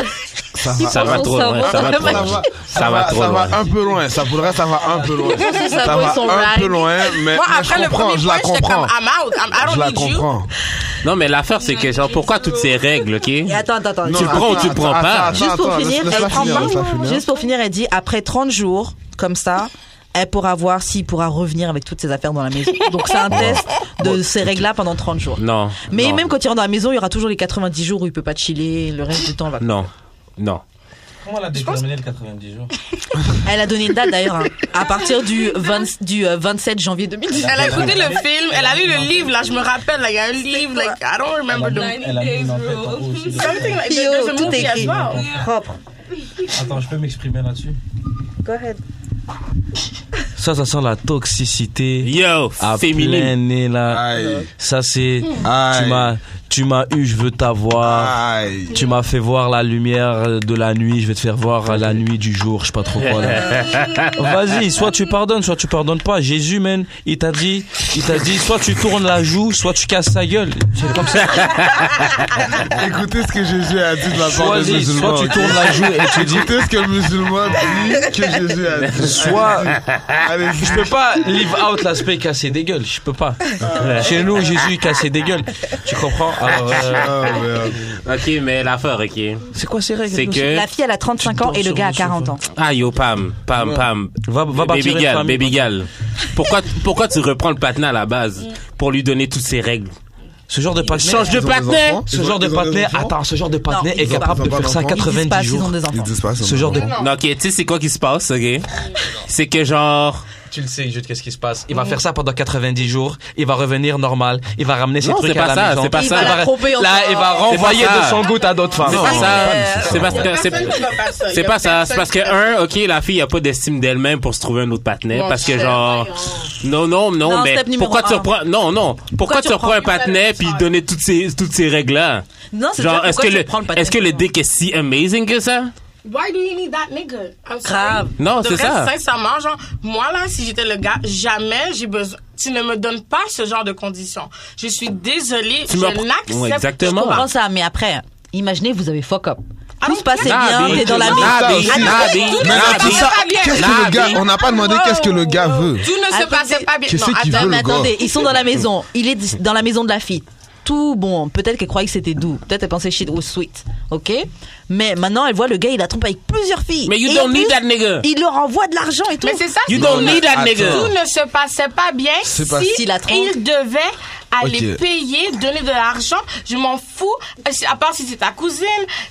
Ça
il
va
prend
Ça va
son
trop loin,
savon
ça
dans
va
la
trop loin.
machine.
Ça va trop
ça
loin.
va un peu loin. Ça pourrait, ça va un peu loin. Ça
savons, ils
va
sont
un peu
rares.
loin, mais,
Moi,
mais
après
je
le
comprends,
premier
je la
point, j'étais
comprends.
comme, ah, bah, I'm out, I'm, I don't
Je la
need you.
comprends.
Non, mais l'affaire, c'est que genre, pourquoi toutes ces règles, ok?
Et attends, attends, attends.
Non,
Tu le prends ou tu le prends pas
Juste pour finir,
laisse- laisse-la
elle prend
finir,
pas.
laisse-la finir.
Juste pour finir, elle dit après 30 jours, comme ça, elle pourra voir s'il pourra revenir avec toutes ses affaires dans la maison. Donc c'est un test de ces règles-là pendant 30 jours.
Non.
Mais
non,
même quand il rentre dans la maison, il y aura toujours les 90 jours où il peut pas chiller, le reste du temps on va.
Non. Non.
Comment elle a déterminé le 90 jours
Elle a donné une date d'ailleurs, hein. à partir du, 20 du euh, 27 janvier 2018.
Elle a écouté le film, elle a lu le livre, là, je me rappelle, là, il y a un livre, like, I don't remember the
Elle a mis une enquête en haut aussi.
Something like
Yo,
there's a
tout est
movie as
écrit.
well.
Propre.
Attends, je peux m'exprimer là-dessus
Ça, ça sent la toxicité
Yo,
à Ah, plein
féminine.
nez, là.
Aïe.
Ça, c'est... Tu
Aïe.
m'as, tu m'as eu, je veux t'avoir.
Aïe.
Tu m'as fait voir la lumière de la nuit, je vais te faire voir la nuit du jour, je sais pas trop quoi. là. Vas-y, soit tu pardonnes, soit tu pardonnes pas. Jésus, man, il t'a dit, il t'a dit, soit tu tournes la joue, soit tu casses sa gueule. C'est comme ça.
Écoutez ce que Jésus a dit de la part des
Choisis,
musulmans.
soit tu
ok
tournes la joue et tu dis,
Écoutez ce que le musulman dit que Jésus a dit.
Soit-
Allez,
je peux pas live out l'aspect casser des gueules, je peux pas. Chez nous, Jésus, il cassait des gueules. Tu comprends? Alors, euh,
Ah,
Ok, mais l'affaire, ok.
c'est quoi ces règles?
C'est
Eh,
que.
La fille, elle a 35 ans et le gars a 40 ans.
Ah, yo, Pam, Pam, Pam.
Va, va
Baby
bâtir une
Gal,
famille.
Baby Gal. Pourquoi, pourquoi tu reprends le patin à la base pour lui donner toutes ces règles?
Ce genre de partenaire.
Change de partenaire!
Ce genre de partenaire, attends, ce genre de partenaire
ils
est
ont pas-
capable
ils
de
ont pas
faire ça
d'enfants.
Ils disent
90
pas s'ils ont
jours.
des enfants.
Ce genre de.
Non, ok, tu sais, c'est quoi qui se passe, ok? C'est que genre.
Tu le sais, Jude, qu'est-ce qui se passe. Il va faire ça pendant 90 jours, il va revenir normal, il va ramener ses
Non, c'est
trucs
pas
à la
ça,
maison.
c'est pas
Il
ça.
va-
Il va la
tromper
Là,
encore.
il va renvoyer
C'est pas
de
ça.
son goutte à d'autres femmes.
C'est pas ça! C'est parce que.
Personne
c'est-
qui va faire ça. Il Ah, y
C'est
a
pas ça, c'est
personne
parce
qui
que
va faire
un, ok, la fille a pas d'estime d'elle-même pour se trouver un autre partenaire,
Mon
parce que
cher,
genre, non, non, non,
Non,
mais
step numéro
pourquoi tu
un.
reprends, non, non, pourquoi tu reprends un partenaire puis donner toutes ces toutes ces règles là,
Non, c'est
genre
déjà
est-ce
pourquoi
que
tu
le
prends le patin.
est-ce que le dick est si amazing que ça?
Why do you need that nigga? I'm sorry.
Grave.
Non,
De
c'est
vrai,
ça.
Sincèrement, genre, moi là, si j'étais le gars, jamais j'ai besoin. Tu ne me donnes pas ce genre de conditions. Je suis désolée,
Tu
je
me prends-
n'accepte
Ouais, exactement.
pas.
comprends ça, mais après, imaginez, vous avez fuck up.
Ah,
Tout se passait bien,
Nabi,
t'es dans la
Nabi,
maison.
Nabi, Nabi,
Mais
Nabi.
tout ça, qu'est-ce que le gars, on n'a pas demandé qu'est-ce que le gars
Oh,
veut.
Tout Oh. ne se
Attendez.
passait pas bien.
Qu'est-ce
Non,
qu'il
attends,
veut,
mais
le gars.
attendez, ils sont dans la maison. Il est dis- dans la maison de la fille. Tout bon, peut-être qu'elle croyait que c'était doux, peut-être elle pensait shit ou sweet, ok. Mais maintenant elle voit le gars, il a trompé avec plusieurs filles.
Mais you
Et en
don't
plus,
need that nigga.
Il leur envoie de l'argent et tout.
Mais c'est ça.
You
c'est-
don't need that
Tout
nigga.
ne se passait pas bien si
C'est pas-
S'il a trente.
il devait aller
Ok.
payer, donner de l'argent. Je m'en fous. Euh, À part si c'est ta cousine,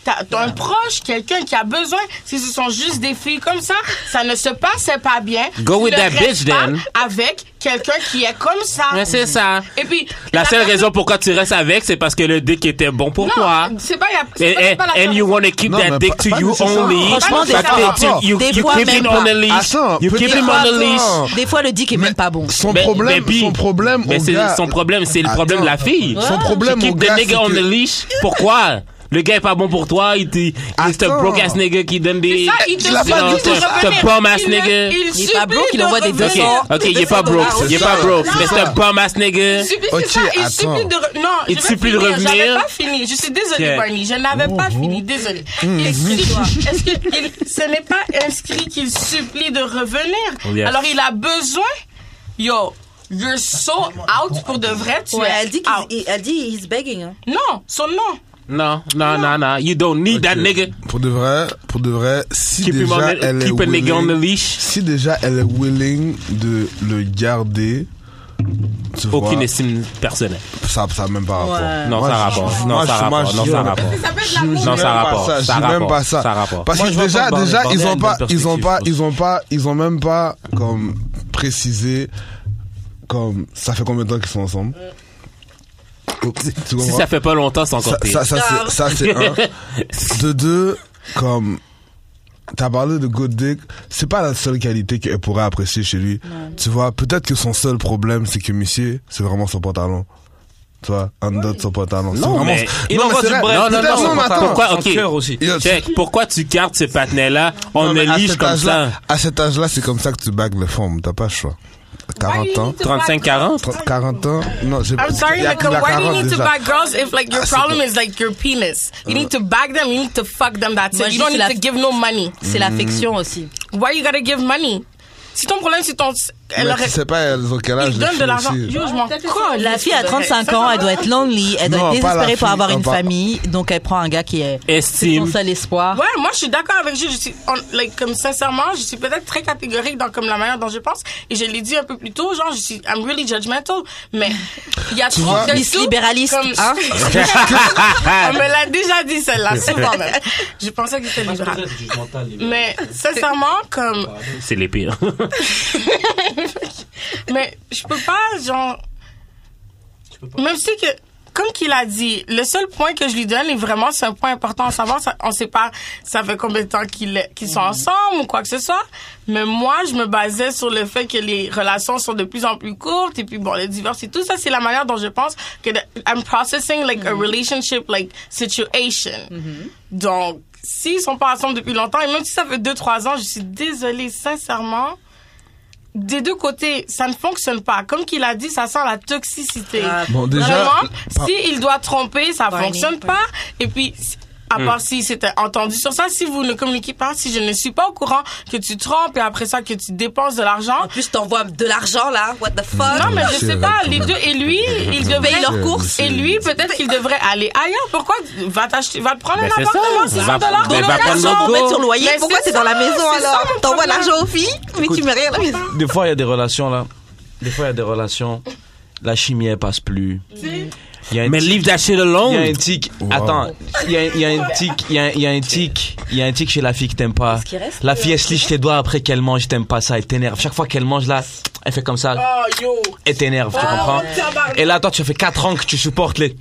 ta,
Ah.
ton proche, quelqu'un qui a besoin. Si ce sont juste des filles comme ça, ça ne se passait pas bien.
Go
Tu
with
ne
that
restes
bitch,
pas
then.
Avec quelqu'un qui est comme ça.
Mais c'est ça.
Et puis
La seule
personne-
raison pourquoi tu restes avec, c'est parce que le dick était bon pour
Non,
toi. Eh,
c'est pas, c'est
And,
pas- c'est pas la
and
seule
you
raison.
wanna keep
Non,
that
mais
dick
pas-
to
pas
you
nécessairement.
only.
Franchement,
Parce
des
que
fois-
tu- you,
des
you
fois,
keep
même
him
pas.
on a leash.
Attends,
You keep
peut-être-
him on a leash.
Des fois le dick est même pas bon.
Son
Mais-
problème,
mais puis-
son problème,
mais
au
c'est
gars-
son problème, c'est le
Attends.
problème de la fille.
Son problème,
Tu
au
keep the
gars, c'est
nigga on
que-
the leash. Pourquoi? Le gars est pas bon pour toi, il t'est, c'est un
Attends.
broke ass nigga qui donne des,
Ça, il te
l'as
suffit
pas
de
dit,
c'est un- c'est un
revenir.
bum ass
Il ne-
nigga.
Il
Il est pas
suffit
broke, il
de
envoie des
revenir.
Ok,
Non,
ok, il est pas broke,
dollars,
il est
c'est
pas
ça.
broke, mais c'est un
Non.
bum ass nigga.
Il suffit,
Ok,
c'est ça, il
attends.
suffit de
Il
re- non, je
te
vais
suffit de
finir,
revenir.
J'avais pas fini. Je suis désolée,
Ok.
Barney. Je n'avais pas fini. Désolée.
Hmm,
Il supplie- Est-ce que il- ce n'est pas inscrit qu'il supplie de
Oh,
revenir
Yes.
Alors il a besoin. Yo, you're so out pour de vrai. Tu
Ouais,
es
elle dit
out.
qu'il elle dit he's begging. hein.
Non, son nom.
Non, non, non, non, you don't need that nigga.
Pour de vrai, pour de vrai, si
Keep him on
déjà elle
the,
est
keep a nigga on the
willing,
leash.
si déjà elle est willing de le garder, Tu
Aucune
vois,
estime personnelle.
ça, ça a même pas rapport.
Ouais.
Non,
Moi,
ça
je-
rapporte.
moi,
Non, ça
je- moi,
rapporte.
je
Non,
dis,
ça
euh,
rapporte.
Ça peut être la
Non,
bourse.
ça
même pas
rapporte.
ça, je
Ça
dis même
rapporte.
pas ça.
Ça rapporte.
Parce
Moi,
que
je vois
déjà,
pas le
déjà,
bordel,
ils ont
bordel,
pas,
belle
ils ont pas,
perspective,
ils ont pas, ils ont même pas comme précisé comme ça fait combien de temps qu'ils sont ensemble.
Euh.
Oh, tu
Si
comprends?
ça fait pas longtemps, c'est encore
ça,
pire.
ça, ça, c'est- ça, c'est un. De deux, comme. T'as parlé de Good Dick, c'est pas la seule qualité qu'elle pourrait apprécier chez lui. Tu vois, peut-être que son seul problème, c'est que monsieur, c'est vraiment son pantalon. Tu vois, un dot de son pantalon. C'est
Non,
vraiment-
mais-
Il
Non, mais
envoie
c'est
du
vrai.
bref.
Non, non,
Peut-être-
non,
non, mais
pourquoi-
attends.
pourquoi,
Son
ok.
cœur aussi.
Il y a-
Check, pourquoi tu gardes ce patinet-là? On
Non,
le
mais à
liche
cet
comme
âge-là-
ça.
À cet âge-là, c'est comme ça que tu bagues les femmes, t'as pas le choix. 40 ans,
35, 40?
30, 40 ans, non, j'ai
I'm sorry,
il y a-
like,
il y a
why do
40
you need to
déjà.
bag girls if, like, your
Ah, c'est Euh.
problem
bon.
is, like, your penis? You need to bag them, you need to fuck them, that's
Moi,
it.
je
You don't
dis
need
la-
to give no money.
Hmm.
C'est l'affection aussi.
Mm.
Why you gotta give money? Si ton problème, c'est ton... Elle
Mais
aurait-
tu sais pas, elles ont quel âge
Il
les
donne de
filles
l'argent.
aussi.
Yo, je m'en colle.
La fille a 35 ans, elle doit être lonely, elle doit
Non,
être
pas la
désespérée pour
fille,
avoir
non,
une
pas-
famille, donc elle prend un gars qui est c'est son
Estime.
seul espoir.
Ouais, moi je suis d'accord avec Jules. Je suis, on- like, comme sincèrement, je suis peut-être très catégorique dans comme la manière dont je pense. Et je l'ai dit un peu plus tôt, genre je suis, I'm really judgmental. Mais il y a trop
vois,
de
Miss
tout,
libéraliste,
comme-
hein.
Ah,
on me l'a déjà dit celle-là, souvent même. Je pensais que c'était
Parce que vous
libéral.
êtes du mental, les gars.
Mais sincèrement, comme,
Ah, C'est les pires.
mais je peux pas, genre,
Tu peux pas.
même si que. Comme qu'il a dit, le seul point que je lui donne, et vraiment c'est un point important à savoir, ça- on sait pas ça fait combien de temps qu'il est- qu'ils sont ensemble ou quoi que ce soit, mais moi je me basais sur le fait que les relations sont de plus en plus courtes et puis bon, le divorce et tout ça, c'est la manière dont je pense que de- I'm processing like a relationship like situation. Donc, s'ils sont pas ensemble depuis longtemps, et même si ça fait 2-3 ans, je suis désolée sincèrement. Des deux côtés, ça ne fonctionne pas. Comme qu'il a dit, ça sent la toxicité.
Ah,
Bon, déjà,
Vraiment,
euh,
par-
si il doit tromper, ça
Barney,
fonctionne pas. Et puis, si- à
Hmm.
part si c'était entendu sur ça, si vous ne communiquez pas, si je ne suis pas au courant que tu trompes et après ça que tu dépenses de l'argent.
En plus, t'envoies de l'argent là. What the fuck?
Non, mais je
c'est
sais
vrai,
pas,
quand
les
même.
deux, et lui, il devrait.
Paye leurs courses.
Et lui, peut-être qu'il devrait aller ailleurs. Pourquoi va t'acheter, va te prendre
Ben,
un
c'est
appartement,
ça.
600
Va-
dollars
ben,
de
va prendre
location.
notre
On
go.
met sur le loyer.
Mais
Pourquoi
c'est
c'est dans la
ça,
maison
c'est ça,
alors?
mon
T'envoies
problème.
l'argent aux filles, mais tu
Écoute.
mets rien à la maison.
Des fois, il y a des relations là. Des fois, il y a des relations. La chimie, elle passe plus. Il y a un
Mais
tic-
leave that shit
il y a un
alone.
tic.
Wow.
Attends, il y a, il y a un tic, il y a, il y a un tic, il y a un tic chez la fille que t'aimes pas.
qu'il reste,
La fille, elle se liche les doigts après qu'elle mange, t'aimes pas ça, elle t'énerve. Chaque fois qu'elle mange là, elle fait comme ça,
Oh, yo.
elle t'énerve, tu comprends Et là, toi, tu fais 4 ans que tu supportes les.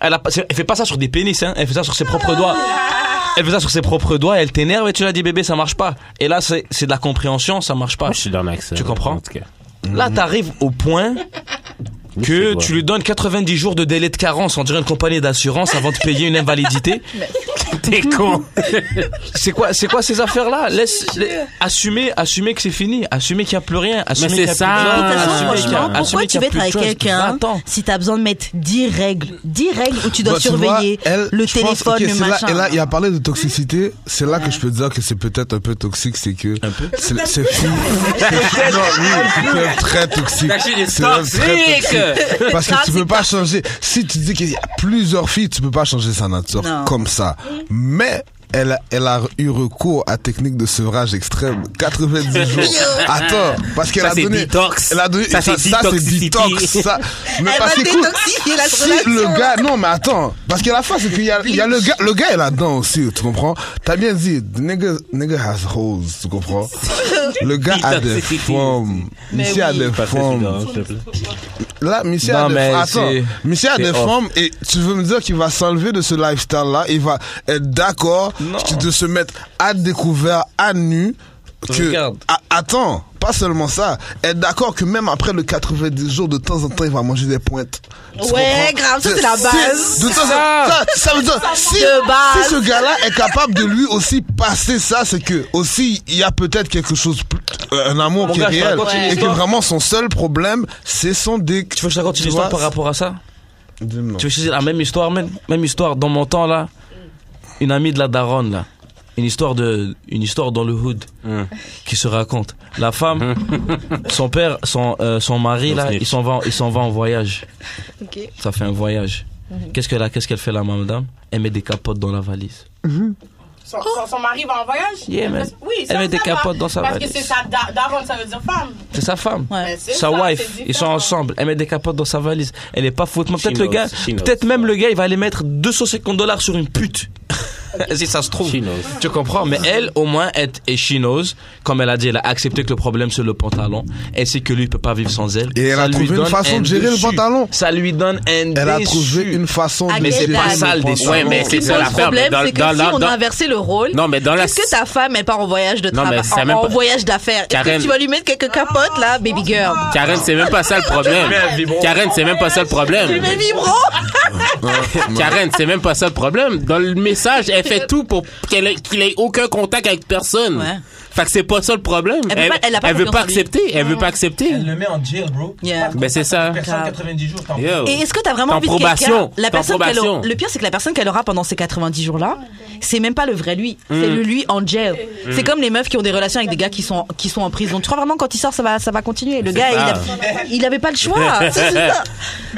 Elle, a pas- c'est- elle fait pas ça sur des pénis, hein. Elle fait ça sur ses propres doigts. Elle fait ça sur ses propres doigts, elle t'énerve et tu l'as dit bébé, ça marche pas. Et là, c'est c'est de la compréhension, ça marche pas.
Moi, Ah, je suis dans l'accès.
Tu comprends?
En tout cas.
Là, t'arrives au point que tu lui donnes 90 jours de délai de carence, on dirait une compagnie d'assurance avant de payer une invalidité.
T'es con.
C'est quoi, c'est quoi ces affaires-là Laisse, la- assumer, assumer que c'est fini, assumer qu'il n'y a plus rien, assumer
c'est
qu'il y a
ça.
plus
Mais
De toute
Ah,
façon,
assumer qu'il y a-
franchement, pourquoi tu
assumer qu'il y
veux
a
être
plus de
avec
choses,
quelqu'un
vingt ans.
si t'as besoin de mettre 10 règles 10 règles où tu dois
Bah, tu
surveiller
vois, elle,
le
je pense-
téléphone,
ok,
le
c'est là-
machin.
et là, il a parlé de toxicité. C'est là que je peux dire que c'est peut-être un peu toxique, c'est que. C'est c'est fou. non, oui, c'est quand même très toxique. C'est quand même très
Toxique.
toxique. Parce que tu peux pas changer. Si tu dis qu'il y a plusieurs filles, tu peux pas changer sa nature
Non.
comme ça. Mais. Elle, elle a eu recours à technique de sevrage extrême 90 jours. Attends, parce qu'elle
Ça,
a
c'est
donné.
detox.
Elle a donné.
Ça, c'est
detox.
detoxicité.
Ça. Mais
Elle
parce
va
que, écoute,
détoxifier la
si
relation.
le gars, non, mais attends, parce que la fin, c'est qu'il y a, il y a le gars, le gars est là-dedans aussi, tu comprends? T'as bien dit, the nigga, nigga has holes, tu comprends? Le gars a des
Toxicity.
formes. Missy a des
Passez
formes.
celui-là, s'il te plaît.
Là, Missy
Non,
a des
mais
formes.
c'est-
Attends, Missy a
c'est
des
off.
formes et tu veux me dire qu'il va s'enlever de ce lifestyle-là, il va être d'accord de se mettre à découvert, à nu, que,
Regarde.
A- attends, pas seulement ça, être d'accord que même après le 90 jours, de temps en temps, il va manger des pointes. Tu
Ouais,
comprends?
grave, ça c'est la
Si-
base.
de temps en- ça, ça veut dire, si,
De base.
si ce gars-là est capable de lui aussi passer ça, c'est que aussi il y a peut-être quelque chose, plus- euh, un amour
Mon
qui
gars,
est
je te
réel,
raconte une
et que
histoire.
vraiment son seul problème, c'est son dick.
Tu veux que je te raconte une
Tu
histoire
vois,
par rapport à ça
Dis-moi.
Tu veux choisir la même histoire, même, même histoire. Dans mon temps, là, une amie de la daronne, là, une histoire, de, une histoire dans le hood
Hum.
qui se raconte. La femme, son père, son, euh, son mari,
No
là,
snitch.
il s'en va, il s'en va en voyage.
Ok.
Ça fait un voyage. Qu'est-ce qu'elle a- qu'est-ce qu'elle fait, la madame Elle met des capotes dans la valise.
Son, son, son mari va en voyage.
Yeah, man.
Parce- Oui,
Elle met des
ça va.
capotes dans sa
Parce que
valise.
c'est sa da- daronne, ça veut dire femme.
C'est sa femme.
Mais
Ouais.
c'est
Sa
ça,
wife,
c'est
ils sont
différent.
ensemble. Elle met des capotes dans sa valise. Elle est pas faute.
She
Peut-être le
knows,
gars,
she knows.
peut-être même le gars, il va aller mettre 250 dollars sur une pute. si ça se trouve.
She knows.
Tu comprends, mais elle, au moins, elle est chinoise. Comme elle a dit, elle a accepté que le problème, c'est le pantalon. Elle sait que lui, il peut pas vivre sans elle.
Et elle a
lui
trouvé une
donne
façon
un
de gérer le
déçu.
pantalon.
Ça lui donne un
Elle a
déçu.
trouvé une façon de
Mais
Mais
c'est
gérer
c'est pas
le
ça le
pantalon.
déçu.
Ouais, mais c'est ça
Le
l'affaire.
problème,
mais dans-
c'est que
dans-
si
dans-
on
dans-
a inversé le rôle,
Non, mais dans la.
est-ce que ta femme, elle part en voyage de
Non,
travail,
mais c'est
en,
même
en
pas-
voyage d'affaires Est-ce
Karen-
que tu vas lui mettre quelques capotes, là, baby girl
Karen, c'est même pas ça le problème. Karen, c'est même pas ça le problème.
Mais vibro
Karen, c'est même pas ça le problème. Dans le message, elle fait tout pour qu'elle ait- qu'il ait aucun contact avec personne.
Ouais.
Fait que c'est pas ça le problème.
Elle veut pas- elle a pas
veut
confiance
pas
en lui.
accepter. Elle veut pas accepter.
Elle le met en jail, bro.
Yeah.
Ben, c'est ça.
Personne 90 jours. t'en
Yo.
Et est-ce que t'as vraiment
T'es en
envie de quelqu'un-
Oh. probation. T'es en
La personne qu'elle
probation.
aura- le pire, c'est que la personne qu'elle aura pendant ces 90 jours-là, c'est même pas le vrai lui.
Mm.
C'est le lui en jail. C'est comme les meufs qui ont des relations avec des gars qui sont, en- qui sont en prison. Tu crois vraiment quand il sort, ça va, ça va continuer. Le
C'est
gars, il, a-
ça.
il avait pas le choix. C'est ça.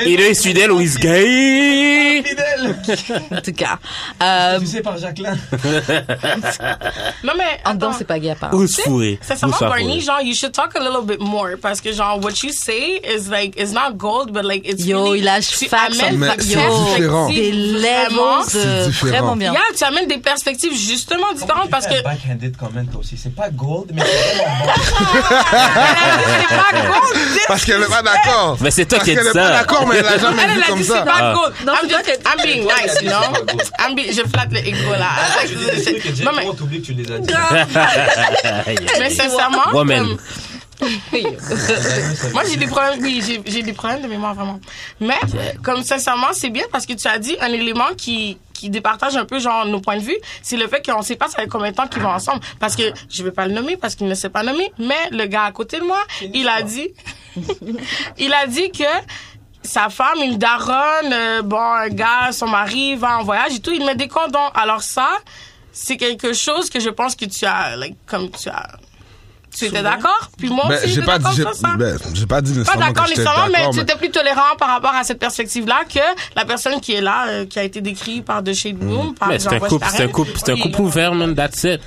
Il est fidèle ou il se gagne.
Fidèle.
En tout cas, euh,
Tu sais par Jacqueline.
Non, mais.
en dedans,
attends.
c'est pas gay, apparemment.
Ou se fourrer.
Ah. Ça
Ou se faire
Barney,
fourrer.
genre, you should talk a little bit more. Parce que, genre, what you say is like, it's not gold, but like, it's.
Yo,
really,
il lâche
tu
fax
amènes
en
la
fax. Yo, c'est différent.
Des
perspective
lèvres
vraiment-
de-
différent.
vraiment bien.
Yeah, tu amènes des perspectives justement différentes parce que.
Backhanded comment toi aussi. C'est pas gold, mais c'est vraiment bon.
C'est pas gold, c'est-
Parce qu'elle est pas d'accord.
Mais c'est toi
Parce
qui as
qu'elle
dit
est pas
ça.
d'accord, mais elle l'a jamais
Elle, elle
vu
a
comme
dit c'est
ça. Ah.
pas gold.
Non,
I'm, just, I'm being nice, you know? I'm being- je flatte le ego là. I
Tu
like
dis des
this
trucs et
shit. Non, mais,
directement t'oublies que tu les as dit.
mais sincèrement,
Woman.
comme- Moi, j'ai des problèmes, oui, j'ai- j'ai des problèmes de mémoire, vraiment. Mais, comme sincèrement, c'est bien parce que tu as dit un élément qui, qui départage un peu, genre, nos points de vue, c'est le fait qu'on sait pas ça fait combien de temps qu'ils vont ensemble. Parce que, je vais pas le nommer parce qu'il ne sait pas nommer, mais le gars à côté de moi, il a dit, il a dit que sa femme, une daronne, euh, bon, un gars, son mari va en voyage et tout, il met des condoms. Alors ça, c'est quelque chose que je pense que tu as, like, comme tu as, tu étais d'accord? Puis moi
Ben,
aussi,
j'ai
j'étais
pas dit,
d'accord
j'ai,
sur ça
ben, j'ai pas dit
pas
nécessairement
d'accord
que j'étais
nécessairement, mais
d'accord,
tu étais plus tolérant par rapport à cette perspective-là que la personne qui est là, euh, qui a été décrite par De Shade Room, par
Mm. Mais c'est un
Jean-Paul
couple, c'est un
Starrel.
couple, c'est un
Oui.
couple ouvert, man. That's it.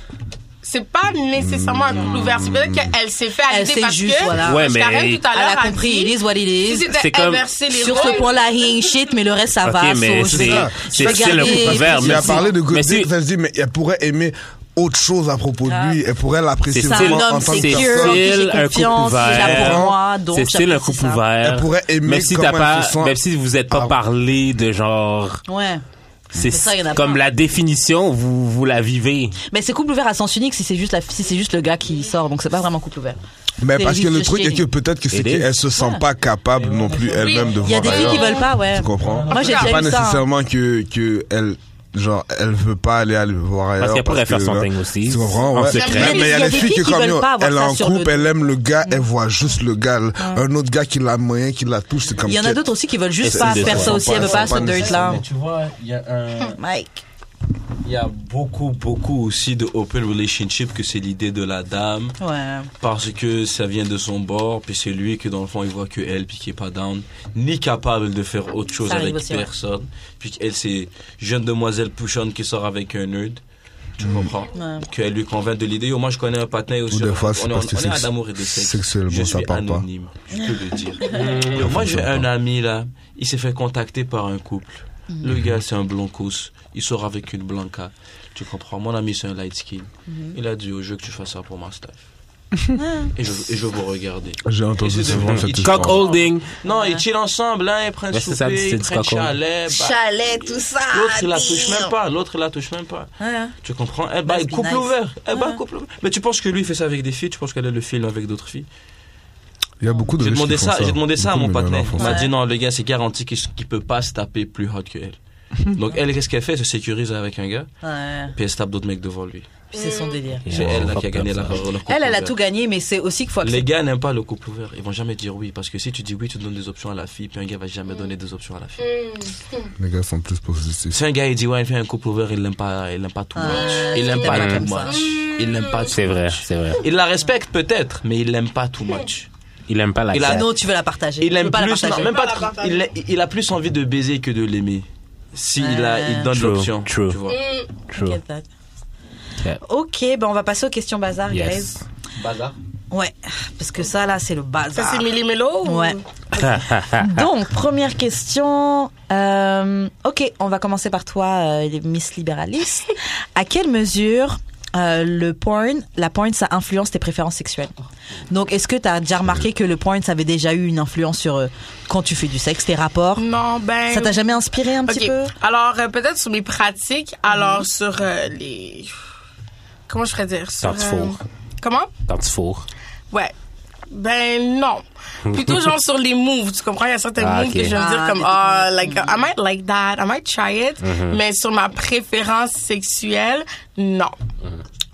C'est pas nécessairement un couple ouvert. C'est peut-être qu'elle s'est fait
Elle
aller
s'est
parce
juste,
que
voilà.
Mm. Ouais, mais-
Starrel, tout à
Elle
l'heure
a compris, it
dit,
is what it
si
is.
c'était
C'est comme-
inversé les
Sur
rôles,
ce point-là, he ain't shit, mais le reste, ça
Ok,
va.
mais
so, je
c'est-
vais-
c'est-
je vais
c'est le
garder-
couple vert,
Il a
merci.
parlé de
Mais
Good
c'est-
Dick, elle se dit, mais elle pourrait aimer autre chose à propos de lui. Elle pourrait l'apprécier
C'est
C'est
style-
un
vraiment en
homme
tant que
sécure,
personne.
en qui
Style
j'ai
un
confiance,
couple
il est là
ouvert.
pour moi, donc
C'est style un couple
j'apprécie ça.
ouvert.
Elle pourrait aimer
Même si
comment
t'as
elle
pas,
se sent.
même si vous êtes pas
Ah.
parlé de genre,
Ouais.
c'est
ça, il y en a
comme
pas.
la définition, vous, vous la vivez.
Mais c'est couple ouvert à sens unique si c'est juste la, si c'est juste le gars qui sort, donc c'est pas vraiment couple ouvert.
Mais
C'est
parce que le
juste
truc est
chier.
que peut-être que c'est
Aider.
qu'elle se sent pas capable non plus elle-même de
Il y a
voir
des filles
ailleurs.
qui veulent pas, ouais.
Tu comprends?
Moi, j'ai déjà
C'est pas
eu ça, hein.
nécessairement que, que elle, genre, elle veut pas aller, aller voir ailleurs.
Parce qu'elle pourrait
que,
faire son
là,
thing aussi,
Tu comprends?
en
Ouais.
secret.
Mais- Mais il y a des filles
qui
qui, comme
veulent
yo,
pas avoir
elle est
ça
en
sur
couple,
le-
elle aime le gars, elle voit juste le gars. Un autre gars qui l'a moyen, qui la touche, c'est comme
Il y en a
qu'elle-
d'autres aussi qui veulent juste
Elles
pas
sont
faire
des
ça aussi,
fois,
elles veulent
elles
pas
sont
ce
pas
dirt là.
Mais tu vois, il y a un.
Mike.
Il y a beaucoup, beaucoup aussi de open relationship que c'est l'idée de la dame
Ouais.
parce que ça vient de son bord, puis c'est lui que dans le fond il voit que elle, puis qui est pas down, ni capable de faire autre chose
Ça arrive
avec
aussi, ouais.
personne, puis qu'elle c'est jeune demoiselle pushonne qui sort avec un nerd. Tu comprends
Ouais.
Qu'elle lui convainc de l'idée. Yo, Moi, je connais un patin aussi.
Mm. Ou des fois, c'est
on, est-
parce que
on est à
sexe-
d'amour et de sexe.
sexuellement,
je
ça
suis
part pas.
anonyme, je peux le dire. Yo, moi, j'ai un ami là. Il s'est fait contacter par un couple.
Mm.
Le gars, c'est un blancos. Il sort avec une blanca. Tu comprends Mon ami, c'est un light skin.
Mm-hmm.
Il a dit, oh, je veux que tu fasses ça pour ma staff.
Ah.
et, je, et je veux vous regarder.
J'ai
Et
entendu
c'est
souvent
devenu-
cette histoire.
Cock holding.
Non, ils chillent ensemble, hein, ils prennent
Ouais, c'est
souper,
ça, c'est
ils
du
prennent
coco.
chalet. bah,
Chalet, tout ça. Ah.
L'autre, il la touche
damn.
même pas. L'autre, il la touche même pas.
Ouais.
Tu comprends
Bah,
Eh ben,
Must be
couple
nice.
ouvert. Eh
Ah.
ben, couple ouvert. Mais tu penses que lui, il fait ça avec des filles Tu penses qu'elle est le film avec d'autres filles
Il y a beaucoup de
J'ai
riches
demandé
qui font
ça, j'ai demandé ça à
Beaucoup
mon
de millionnaires
partenaire.
font
Il
ça.
m'a
Ouais.
dit non, le gars, c'est garanti qu'il qu'il peut pas se taper plus hot que elle. Donc, elle, qu'est-ce qu'elle fait Elle se sécurise avec un gars,
Ouais.
puis elle se tape d'autres mecs devant lui.
Puis c'est son
Mm.
délire.
C'est elle là, qui a gagné la, le couple
Elle, elle a
ouvert.
tout gagné, mais c'est aussi qu'il faut
Les
accepter.
gars n'aiment pas le couple ouvert. Ils vont jamais dire oui, parce que si tu dis oui, tu donnes des options à la fille, puis un gars va jamais donner des options à la fille.
Les gars sont plus positifs.
Si un gars il dit ouais, il fait un couple ouvert, il l'aime pas, il l'aime pas tout
Ah,
much. Il l'aime
c'est
pas
pas
tout
comme ça.
much. Il l'aime pas
C'est
too
vrai,
much.
c'est vrai.
Il la respecte peut-être, mais il l'aime pas too
Hmm.
much.
Il aime pas la
Il a-
classe.
Non, tu veux la partager.
Il
Tu
aime
veux pas la
plus, non,
partager.
même pas
Pas la
tr-
partager.
il, a- il a plus envie de baiser que de l'aimer. Si il a, il donne
True,
l'option.
true.
Tu vois.
True.
Get that.
Yeah.
Ok, ben on va passer aux questions bazar,
Yes.
Bazar.
guys. Ouais, parce que ça, là, c'est le
Ça,
bazar.
c'est Millie Mello ou-
Ouais.
Donc, première question. Euh, ok, on va commencer par toi, euh, Miss Libéraliste. À quelle mesure euh, le porn, la porn, ça influence tes préférences sexuelles Donc, est-ce que tu as déjà remarqué que le porn, ça avait déjà eu une influence sur euh, quand tu fais du sexe, tes rapports
Non, ben.
Ça t'a jamais inspiré un petit
Ok.
peu Mm-hmm.
Alors, euh, peut-être sur mes pratiques, alors sur euh, les. Comment je ferais dire sur,
Quand tu
euh,
fourres.
Comment
Quand tu fourres.
Ouais. Ben non. Plutôt genre sur les moves, tu comprends? Il y a certains
Ah,
moves
ok.
que je vais me dire
Ah,
comme,
des
oh, like, I might like that, I might try it. Mais sur ma préférence sexuelle, non.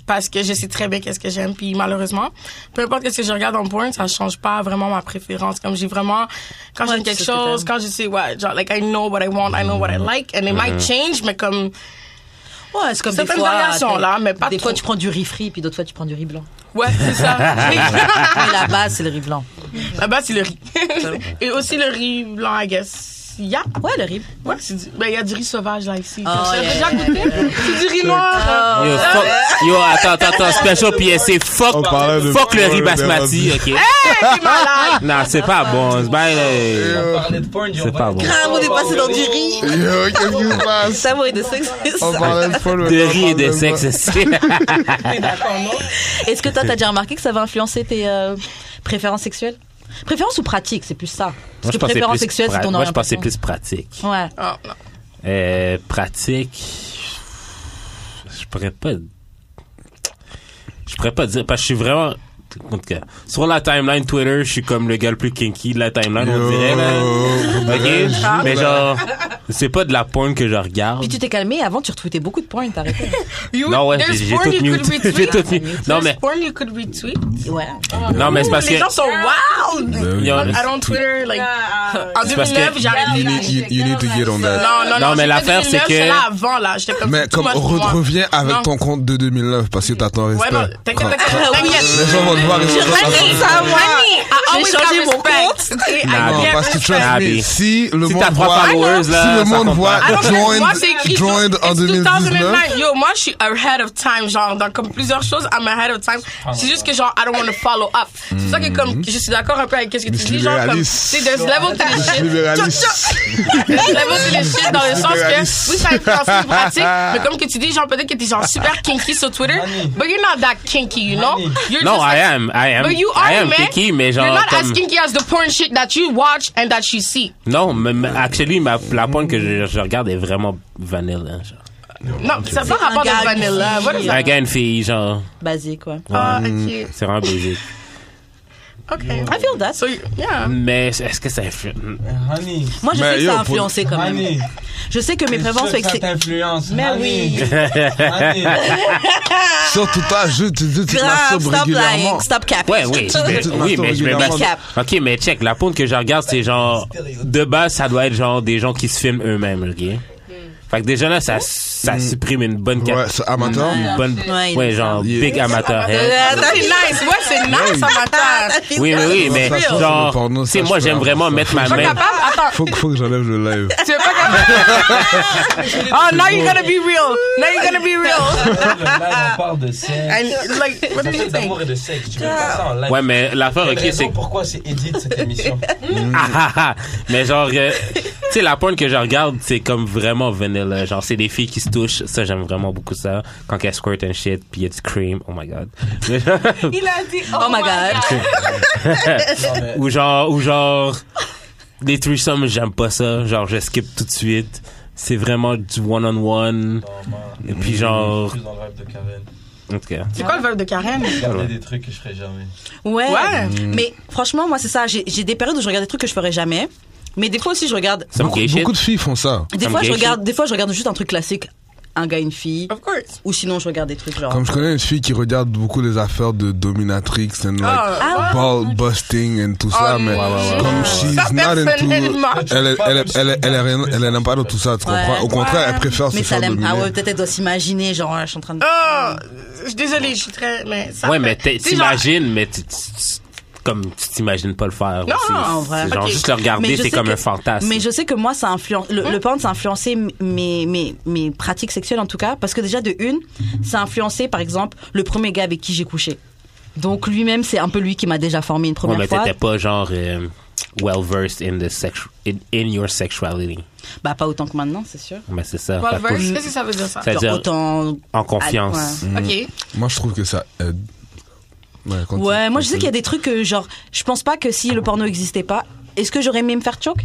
Parce que je sais très bien qu'est-ce que j'aime, puis malheureusement, peu importe ce que je regarde en porn, ça change pas vraiment ma préférence. Comme j'ai vraiment, quand
Ouais,
j'aime
tu
quelque
sais ce que
chose,
t'aimes.
quand je sais, ouais, genre, like, I know what I want, I know what I like, and it might change, mais comme,
Ouais, c'est comme des
Certaines
fois.
variations,
t'es-
là, mais pas
Des fois,
trop.
tu prends du riz frit, puis d'autres fois, tu prends du riz blanc.
ouais, c'est ça.
Mais la base, c'est le riz blanc.
Là-bas, Ah, bah, c'est le riz. Et aussi le riz blanc, I guess. Yeah.
Ouais, le riz.
Ouais, c'est du... Ben, il y a du riz sauvage, là, ici.
Oh,
T'as
yeah,
déjà
yeah,
goûté? C'est du riz noir.
Yo, fuck- yo, attends, attends, attends, special PSC, fuck,
On parlait de-
fuck le riz
de-
basmati, ok?
T'es malade.
Non, c'est pas bon, c'est pas, euh,
On parlait de porn,
C'est pas bon.
Ah,
Grave, on est passé dans du riz.
Yo, qu'est-ce qui se passe?
Savour et de sexe, c'est
On
ça.
parlait de folle,
de
on
riz et
parlait
de
pas.
sexe, c'est,
Est-ce que toi, t'as déjà remarqué que ça va influencer tes euh, préférences sexuelles Préférence ou pratique, c'est plus ça.
Moi,
Parce que
je pense que c'est
préférence
plus
sexuelle, c'est
pra-
ton
Moi, je pense que c'est
orientation.
plus pratique.
Ouais.
Oh, non.
Euh, pratique. Je pourrais pas. Je pourrais pas dire parce que je suis vraiment. En tout cas, sur la timeline Twitter, je suis comme le gars le plus kinky de la timeline, on
Yo,
dirait. Là.
vous verrez, je-
Ok, mais genre, c'est pas de la porn que je regarde.
Puis tu t'es calmé, avant tu retweetais beaucoup de points, t'as arrêté.
You-
Non ouais,
there's
j'ai j'ai
porn
tout
you could
mute. J'ai
retweet.
tout mute. Non
There's
mais,
porn you could retweet.
Ouais.
non mais c'est parce
Ouh, Les
que
gens sont wild.
Vous verrez.
Yo,
I don't Twitter, like... En
parce que-
2009, j'arrête
You
de
need, you- you need to get on that.
Non, non,
Non,
non.
mais
j'étais
l'affaire,
2009,
c'est que-
j'étais là avant, là. J'étais comme...
Mais
too
comme
much
re-
for moi.
reviens avec
Non.
ton compte de 2009 parce que t'as ton
Ouais,
respect.
non, t'inquiète, t'inquiète,
Prends- Les
t'inquiète.
gens vont te voir et ils vont
T'inquiète,
te voir.
ça, moi. J'ai changé mon compte.
Nah,
Non, parce que
Ah,
trust me,
bien.
si le
si
monde
t'as trois
voit,
followers là,
si le
ça
monde
compte
voit
pas.
Alors,
Joined-
moi, c'est écrit
joined
tout-
en
it's
2019.
2009. Yo, moi, je suis ahead of time, genre, dans comme plusieurs choses, I'm ahead of time. C'est juste que, genre, I don't want to follow up. C'est pour ça que, comme,
Mhm.
je suis d'accord un peu avec ce que tu
Miss
dis, genre, comme, tu
libéraliste.
sais, there's level to the shit.
Libéraliste.
There's level to the shit dans le sens
Libéraliste.
que, oui, ça influence les pratiques, mais comme que tu dis, genre, peut-être que t'es, genre, super kinky sur Twitter,
Honey.
but you're not that kinky, you know?
Honey.
You're
Non,
just like-
I am, I am,
But you are,
I am
man.
kinky, mais
You're
genre
not as
comme.
kinky as the porn shit that you watch and that you see.
Non, mais mais actually, ma, la porn que je, je regarde est vraiment vanilla. Genre.
Non, ça n'a pas rapport
gars
à vanilla.
qui-
What is that?
Un gars, une fille, genre,
Basique, ouais.
Mm.
Ah, ok.
c'est vraiment basique.
Ok.
I feel that.
So, yeah.
Mais est-ce que ça influ-
Honey.
Moi, je
Mais
sais que
yo,
ça a
pour-
influencé quand même.
Honey.
Je sais que mes préférences
C'est sûr
avec
que ça
c'est
t'influence.
Mais
Honey.
oui.
Honey.
Surtout toi, je te dis, tu te
Grave,
masturbes
Ah, stop
régulièrement.
lying, stop cap.
Ouais, oui. mais-
tu te
oui, mais je me
masturbes
base-
régulièrement.
Ok, mais check, la porn que je regarde, c'est genre. De base, ça doit être genre des gens qui se filment eux-mêmes, ok?
Hmm.
Fait que déjà là, ça, ça supprime une bonne
Hmm. Ouais,
cap-
c'est amateur.
Une bonne.
Ouais, il
Ouais,
est
genre,
Yeah.
big amateur. hein.
Euh,
C'est nice. Ouais, c'est nice, ça m'attend.
Oui, oui, oui, mais
Ça, ça, c'est le
genre.
porno,
Tu sais,
ça,
moi,
je
j'aime
peux
vraiment
avoir
mettre
ça.
ma
Pas
main.
capable? Attends.
Faut, que- faut que j'enlève le live.
Tu es pas capable?
Ah,
oh, now you're gonna be real. Now you're gonna be real.
Là, on parle de
Ah,
sexe.
And, like, what
Ça
do you
fait
think?
d'amour et de sexe. Tu veux pas ça en live.
Ouais, mais l'affaire, ok,
Raison
c'est.
pourquoi c'est Edith cette émission.
Ah, ah, ah. Mais genre, euh, tu sais, la porn que je regarde, c'est comme vraiment vanilla. Genre, c'est des filles qui se touchent. Ça, j'aime vraiment beaucoup ça. Quand elles squirt and shit, puis il y a du cream. Oh my god. Mais genre-
Il a dit,
Oh my god.
ou genre, ou genre, les threesomes, j'aime pas ça. Genre, je skip tout de suite. C'est vraiment du one-on-one. Et puis
Je
genre,
suis Mm. dans le rêve de Karen.
en tout cas.
C'est quoi le verbe de Karen?
Garder des trucs que je ferais jamais.
Ouais.
Ouais.
Mm.
Mais franchement, moi, c'est ça. J'ai j'ai des périodes où je regarde des trucs que je ferais jamais. Mais des fois aussi, je regarde.
Some
Beaucoup,
gay shit.
beaucoup de filles font ça.
Des
Some
fois, je
gay
regarde, des fois, je regarde juste un truc classique. Un gars, une fille.
Oh.
Of course.
Ou sinon, je regarde des trucs
Ah.
genre.
Comme je connais une fille qui regarde beaucoup les affaires de dominatrix and like
Ah,
ball busting and tout ça,
Oh,
mais
ouais, ouais, ouais,
comme
ouais.
she's
Ça,
not
personne, elle
into...
marche.
Elle, elle, elle, elle, elle, elle, elle n'aime pas de tout ça, tu
Ouais.
comprends Au contraire, elle préfère
Mais
se
ça
faire
l'aime
Ah
dominer.
pas. Ouais, peut-être elle doit s'imaginer, genre, je suis en
Oh!
train de.
Oh, je suis désolée, je suis très. Mais ça
Ouais,
fait-
mais t'es-
tu sais, genre,
t'imagines, mais tu- tu- tu- comme tu t'imagines pas le faire.
Non,
aussi.
non, en
C'est genre
Ok.
juste le regarder,
Mais je
c'est
sais
comme
que-
un fantasme.
Mais je sais que moi, ça influence, le, le porn, ça a influencé m- mes, mes, mes pratiques sexuelles en tout cas. Parce que déjà, de une, ça a influencé, par exemple, le premier gars avec qui j'ai couché. Donc lui-même, c'est un peu lui qui m'a déjà formé une
Ouais,
première
mais
fois.
t'étais pas genre euh, well versed in the sexu- in, in your sexuality.
Bah, pas autant que maintenant, c'est sûr.
Mais c'est ça.
Well
à
versed,
cause-
qu'est-ce que ça veut dire ça?
C'est-à-dire-
Genre, autant.
en confiance.
Ok.
Moi, je trouve que ça aide. Ouais, continue.
Ouais, moi je sais qu'il y a des trucs que, genre, je pense pas que si le porno existait pas, est-ce que j'aurais aimé me faire choke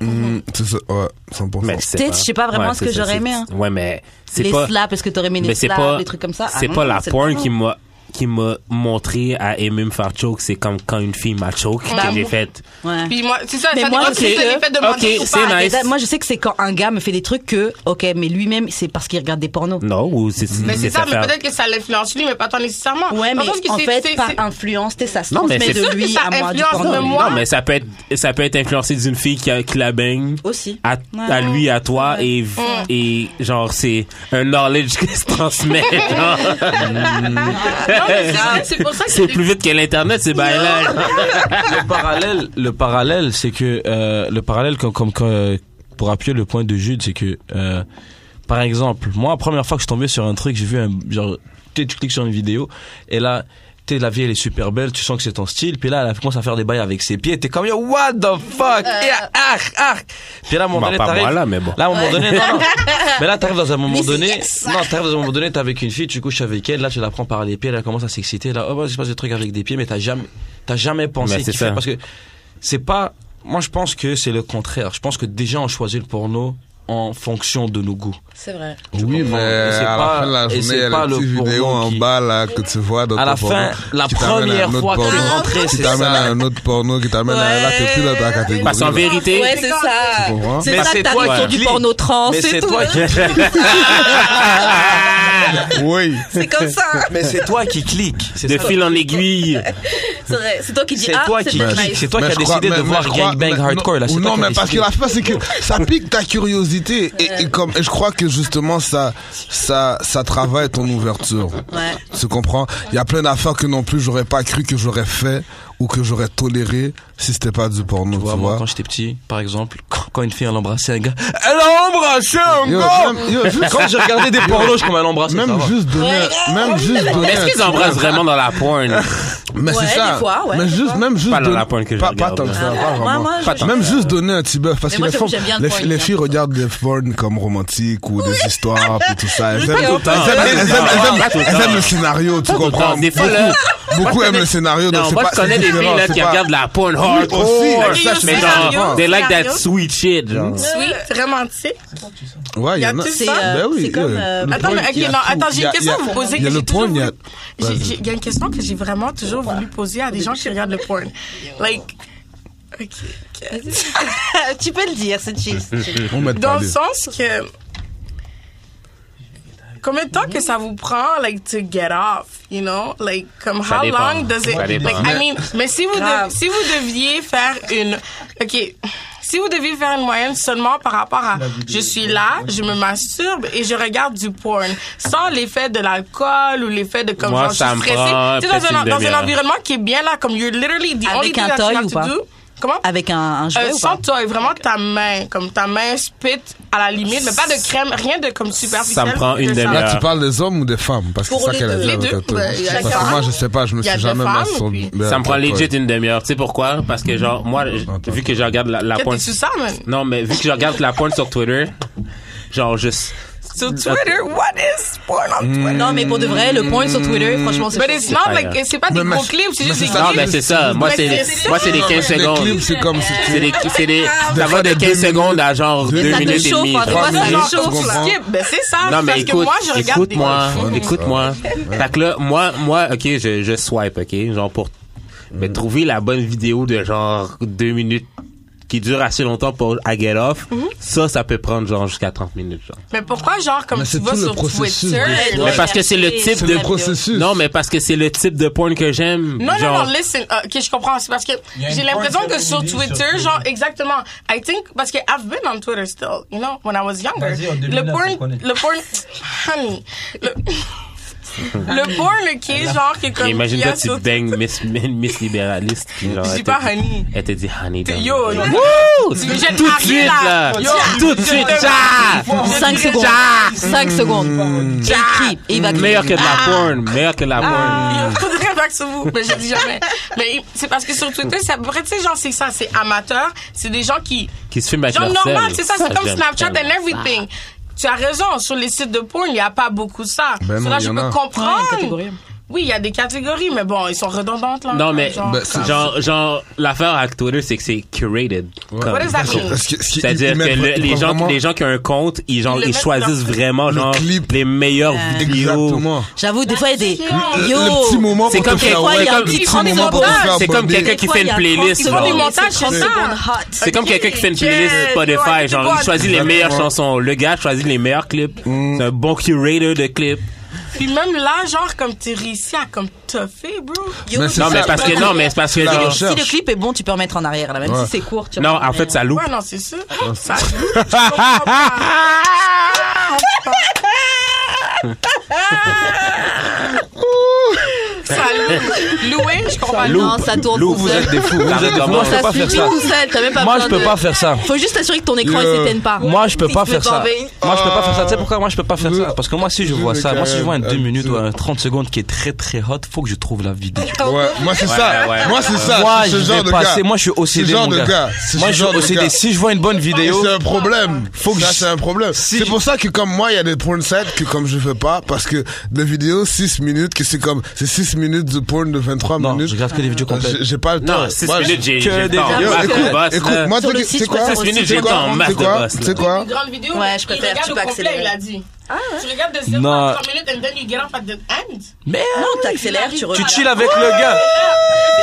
Mm, c'est ça, ouais, 100%.
Mais c'est
Peut-être, je sais pas vraiment ce
c'est
que
ça,
j'aurais
c'est-
aimé, hein.
Ouais, mais c'est
Les
pas.
slaps, est-ce que t'aurais aimé
mais
des
c'est
slaps,
pas.
des trucs comme ça Ah
C'est
non,
pas
non,
la
c'est
porn
pas.
qui m'a qui m'a montré à aimer me faire choke, c'est comme quand une fille m'a choke
Bah,
que j'ai fait.
Ouais.
Puis moi, c'est ça,
Mais
ça
moi,
dépend
je
si
sais
c'est
que-
l'effet de demander
Ok,
ou
c'est
pas.
nice.
Et là, moi je sais que c'est quand un gars me fait des trucs que, ok, mais lui-même c'est parce qu'il regarde des pornos.
Non, ou c'est
Mais c'est ça, mais
faire-
peut-être que ça l'influence lui, mais pas tant nécessairement.
Ouais,
Dans
mais
le sens que
en
c'est-
fait,
c'est-
par
c'est-
influence, t'es- ça se
Non, mais
transmet
c'est
de
sûr
lui
que ça
à moi du
influence
porno.
de moi.
Non, mais ça peut être, ça peut être influencé d'une fille qui, a- qui la baigne.
Aussi.
À,
Ouais.
à lui, à toi, et, v- et genre, c'est un knowledge qui se transmet. genre.
Non, mais c'est- c'est pour ça que
c'est plus vite que l'Internet, c'est bien là.
le parallèle, le parallèle, c'est que euh, le parallèle comme, comme que- pour appuyer le point de Jude, c'est que euh, par exemple, moi, la première fois que je suis tombé sur un truc, j'ai vu un genre, tu sais, tu cliques sur une vidéo et là. tu sais, La vie elle est super belle, tu sens que c'est ton style, puis là elle commence à faire des bails avec ses pieds, t'es comme yo, what the fuck, Yeah, arc, arc. Puis là à un moment
Bah,
donné,
pas moi,
t'arrives-
là, mais bon.
Là à un moment donné, non, non. Mais là t'arrives dans un moment donné, non, t'arrives dans un moment donné, t'es avec une fille, tu couches avec elle, là tu la prends par les pieds, elle commence à s'exciter, là, oh, bah, je passe des trucs avec des pieds, mais t'as jamais, t'as jamais
Mais
pensé
c'est
qu'il fait-
ça.
parce que c'est pas moi je pense que c'est le contraire je pense que déjà on choisit le porno en fonction de nos goûts
C'est vrai.
Je
Oui,
comprends.
mais
Et c'est
à la
pas-
fin de la
et
journée,
c'est
il y a
pas
la
le
petite
porno
vidéo en
qui-
bas là que tu vois dans
à la
ton
fin
porno,
la
qui t'amène à
première
un autre
fois que
porno,
j'ai rentré
Qui
c'est
t'amène à
ça
un autre porno, qui t'amène à là, t'es plus dans ta catégorie.
Parce qu'en
là.
vérité,
Ouais, c'est ça.
Tu
hein.
comprends?
C'est
Mais
ça
c'est
que t'as
toi
mis
qui
sur du
clique.
porno trans,
mais
c'est
c'est
tout.
hein.
toi qui
Oui.
C'est comme ça.
mais c'est toi qui clique c'est
de
ça.
fil en aiguille.
C'est vrai. C'est toi qui dis
C'est
ah,
toi
c'est
qui-
pas
qui-
nice.
c'est toi
Mais
qui as
je crois-
décidé de
mais- mais
voir
je crois-
gangbang
mais
hardcore là
non,
c'est
ou
toi
non
qui as
mais parce que
décidé.
la fin c'est que ça pique ta curiosité et, et comme et je crois que justement ça ça ça travaille ton ouverture
Ouais.
tu comprends il y a plein d'affaires que non plus j'aurais pas cru que j'aurais fait ou que j'aurais toléré si c'était pas du porno tu
Tu vois,
vois,
moi, quand j'étais petit, par exemple, quand, quand une fille elle embrassait un gars, elle a embrassé un
Yo,
gars!
même- yo, juste-
Quand j'ai regardé des pornos, je comme elle embrassait ça
même
va.
juste donner même juste donner
Mais est-ce qu'ils embrassent vraiment dans la porn?
mais
Ouais,
c'est ça
des fois, ouais,
mais
des
juste même juste
Pas dans
donner-
la pointe que je
pas,
regarde.
pas tant que ça
Ah,
pas
moi,
vraiment.
moi, je-
Pas tant même juste donner un petit bœuf parce
Mais
que
moi,
les,
j'avoue,
femmes-
j'aime bien le
les,
porn,
filles- les
j'aime
filles
bien.
regardent des porn comme romantiques ou des histoires puis tout ça elles aiment
tout le temps.
elles aiment- elles aiment-
Pas tout le
elles
temps.
aiment- elles aiment le scénario
Pas
tu
tout le
comprends
temps. Des fois, là,
beaucoup beaucoup aiment le scénario donc
Non,
c'est
moi,
pas
je connais
c'est
des filles
différent,
là,
c'est
qui
pas-
regardent la porn hardcore.
aussi, ça,
je
mais
sais
genre,
pas.
they like that
Scénario.
sweet shit, genre.
sweet, romantique.
ouais il y en a
tout
ça.
Ben oui,
C'est comme,
euh,
euh,
le
Attends,
porn,
mais, ok,
il y a
non,
tout.
attends, j'ai
Il y a-
une question à vous poser.
il y a
que
le
j'ai
porn,
toujours
il y a-
voulu- j'ai- j'ai- Il y a une question que j'ai vraiment toujours voulu poser à des gens qui regardent le porn. Like. Ok.
tu peux le dire, c'est chill.
on met de
Dans le
parler.
sens que. Combien de temps que ça vous prend, like, to get off, you know? Like, comme,
Ça
how
dépend.
long does it.
Ça dépend.
Like, I mean, mais si vous, de-
Grave.
si vous deviez faire une. OK. Si vous deviez faire une moyenne seulement par rapport à je suis là, je me masturbe et je regarde du porn, sans l'effet de l'alcool ou l'effet de comme
Moi,
genre, je suis
ça me
stressée.
prend
Tu sais, dans,
peut-être
un,
une
dans
demi-heure.
un environnement qui est bien là, comme you're literally the only
Avec
thing
un
that you
toy
have
ou
to
pas?
do. Comment?
Avec un, un jouet
Euh,
ou
sans
pas
toi, vraiment ta main, comme ta main spit à la limite, mais pas de crème, rien de comme superficiel.
Ça me prend une
de ça.
demi-heure.
Là, tu parles des hommes ou des femmes Parce que c'est
Pour
ça
les
qu'elle a
deux.
dit
Les
avec
deux,
un ton.
ben, il y a
Parce que
chacun.
moi, je sais pas, je me
Il y a
suis
deux
jamais
femmes,
masturbé.
puis-
Ça me prend legit une demi-heure. Tu sais pourquoi? Parce que genre, moi, je-
Attends.
vu que je regarde la, la
Que
porn...
T'es sous ça, man.
Non, mais vu que je regarde la porn sur Twitter, genre, juste...
Sur Twitter, what is porn on Twitter?
Non, mais pour de vrai, le point sur Twitter, franchement, c'est
But
chaud.
it's not
Hmm. pas
like,
grave.
c'est pas des
Mais
gros
ma-
clips, c'est
mais
juste
c'est
des
ça,
Non,
clips.
mais c'est ça. Moi, c'est les, moi, c'est les 15
Les
secondes.
clips, c'est comme si tu-
C'est des, c'est des, ça
fois,
va de
des
15
deux
secondes à genre
minutes.
2
Ça te
minutes et
chauffe,
demie.
hein, des
trois
fois, ça
minutes.
Genre,
tu comprends.
skip. Ben, c'est ça.
Non, mais
parce
écoute,
que moi, je regarde des
écoute-moi,
gros films.
écoute-moi. Fait que là, moi, moi, ok, je, je swipe, ok, genre pour mais trouver la bonne vidéo de genre deux minutes qui dure assez longtemps pour à get off, ça, ça peut prendre genre jusqu'à 30 minutes, genre.
Mais pourquoi, genre, comme
Mais
tu
c'est
vas
tout le
sur
processus
Twitter?
de-
Mais parce que c'est le type
C'est
de
le processus.
Non, mais parce que c'est le type de porn que j'aime.
Non,
genre,
non, non, listen. euh, ok, je comprends. C'est parce que
Il y a une
j'ai l'impression
pointe
que
de
sur
lobbying sur
Twitter,
Twitter.
genre, exactement. I think, parce que I've been on Twitter still, you know, when I was younger.
Vas-y, en
Le
2009, on
porn,
connaît.
le porn, honey. Le... Le porn qui est genre que comme. il y
Imagine-toi,
a
tu
tout-
te bangs Miss, Miss Libéraliste. Puis genre,
Je dis
elle
pas
te dit-
honey.
Elle te dit honey.
T'es-
don't
yo,
worry.
yo.
Wouh!
Tu me jettes
Tout de
Harry,
suite, là!
Yo,
Tout de suite, ça!
5 secondes. 5 secondes. Et il crie. Et il va crier.
Meilleur que de la porn, meilleur que de la porn.
Ah, il y a trop de réflexes sur vous. Mais je dis jamais. Mais c'est parce que sur Twitter, c'est à peu près, tu sais, genre, c'est ça, c'est amateur. C'est des gens qui.
Qui se filment avec
Genre
leur sel.
normal, c'est ça, c'est comme
j'aime
Snapchat and
tellement.
everything. Tu as raison, sur les sites de porn, il n'y a pas beaucoup de ça.
Ben non,
Cela,
il y
je
en
peux
a.
comprendre.
Ouais, une catégorie.
Oui, il y a des catégories, mais bon, ils sont redondantes, là. hein,
Non, mais
Genre,
Ben,
comme-
genre, genre l'affaire avec Twitter, c'est que c'est curated. Comme-
What does that mean?
Parce que- ce qui-
C'est-à-dire
il- il
que
met-
le-
il
les,
prend
gens,
vraiment-
les gens qui ont un compte, ils, genre,
Ils le
ils
mettent
choisissent
dans-
vraiment genre,
clip.
les meilleures vidéos.
Exactement.
J'avoue, des fois, il y a des.
Le-
Yo!
le petit moment
C'est
pour
comme
te faire
quelqu'un
ouais,
c'est comme-
le petit
ils font des
moment pour
montages.
te
faire
C'est comme
bomber.
quelqu'un qui
Des fois,
fait
il y
une
a
playlist.
30
font des
genre.
montages, c'est
30
ça.
secondes hot.
C'est comme quelqu'un qui fait une playlist
Yeah,
Spotify,
ouais,
genre
ouais.
il choisit les
Exactement.
meilleures chansons. Le gars choisit les meilleurs clips.
Mm.
C'est un bon curator de clips.
Puis même là, genre, comme t'es réussi à comme toffer, bro.
Yo,
Mais c'est
Non
ça,
mais parce que non mais c'est parce que
la
genre
Si
Cherche.
le clip est bon, tu peux remettre en arrière, là, même
Ouais.
si c'est court. Tu
non
remets
en fait ça loupe.
Ouais, non, c'est sûr. Ça joue. Je comprends pas. Ça loue. Loué, je comprends pas.
Non, ça tourne
Loupe,
tout
vous
seul.
êtes des fous. Vous êtes des fous.
Moi, je
Ça
peux pas faire
suffit
ça.
tout seul, t'as même pas
Moi, je
besoin
peux
de-
pas faire ça.
Faut juste t'assurer que ton écran
Le-
il s'éteigne pas.
Moi, je peux
Si
pas
tu
faire ça.
t'envahir.
Moi, je peux pas faire ça. Tu sais pourquoi moi, je peux pas faire
Euh,
ça Parce que moi, si je vois ça, moi, si je vois un 2 minutes ou un 30 secondes qui est très très hot, faut que je trouve la vidéo.
Ouais, moi c'est
Ouais,
ça.
ouais,
moi
ouais,
c'est
ouais.
ça.
Moi,
c'est
je
ce genre
vais
de
passer.
gars.
Moi, je suis
C'est
OCD.
ce genre
mon
de gars. C'est
Moi,
ce
je suis
genre de
OCD.
gars.
Si je vois une bonne vidéo,
C'est un problème.
Faut que
ça,
je-
c'est un problème.
Si
c'est
je-
pour ça que comme moi, il y a des porn sites que comme je fais pas parce que des vidéos 6 minutes que c'est comme c'est 6 minutes de porn de 23
non,
minutes.
je regarde que les vidéos
Euh,
complètes.
j'ai- J'ai pas le temps.
Non, 6
Moi,
minutes j'ai
que
j'ai
des-
pas-
Yo,
pas
écoute,
de boss,
écoute,
là.
moi,
Sur
tu
le
sais
site,
c'est
je pense
quoi
que
C'est
c'est minutes, j'ai le temps,
quoi
Marc
C'est
de
quoi
boss,
C'est
là.
quoi
Une grande vidéo.
Ouais, je
il
préfère,
regarde
tu
au
peux
complet,
accélérer.
Il a dit. Tu regardes de 0
Non.
à 3 minutes and then you get off at the end.
Mais
Non, t'accélères, tu
tu
reviens.
chill avec le gars.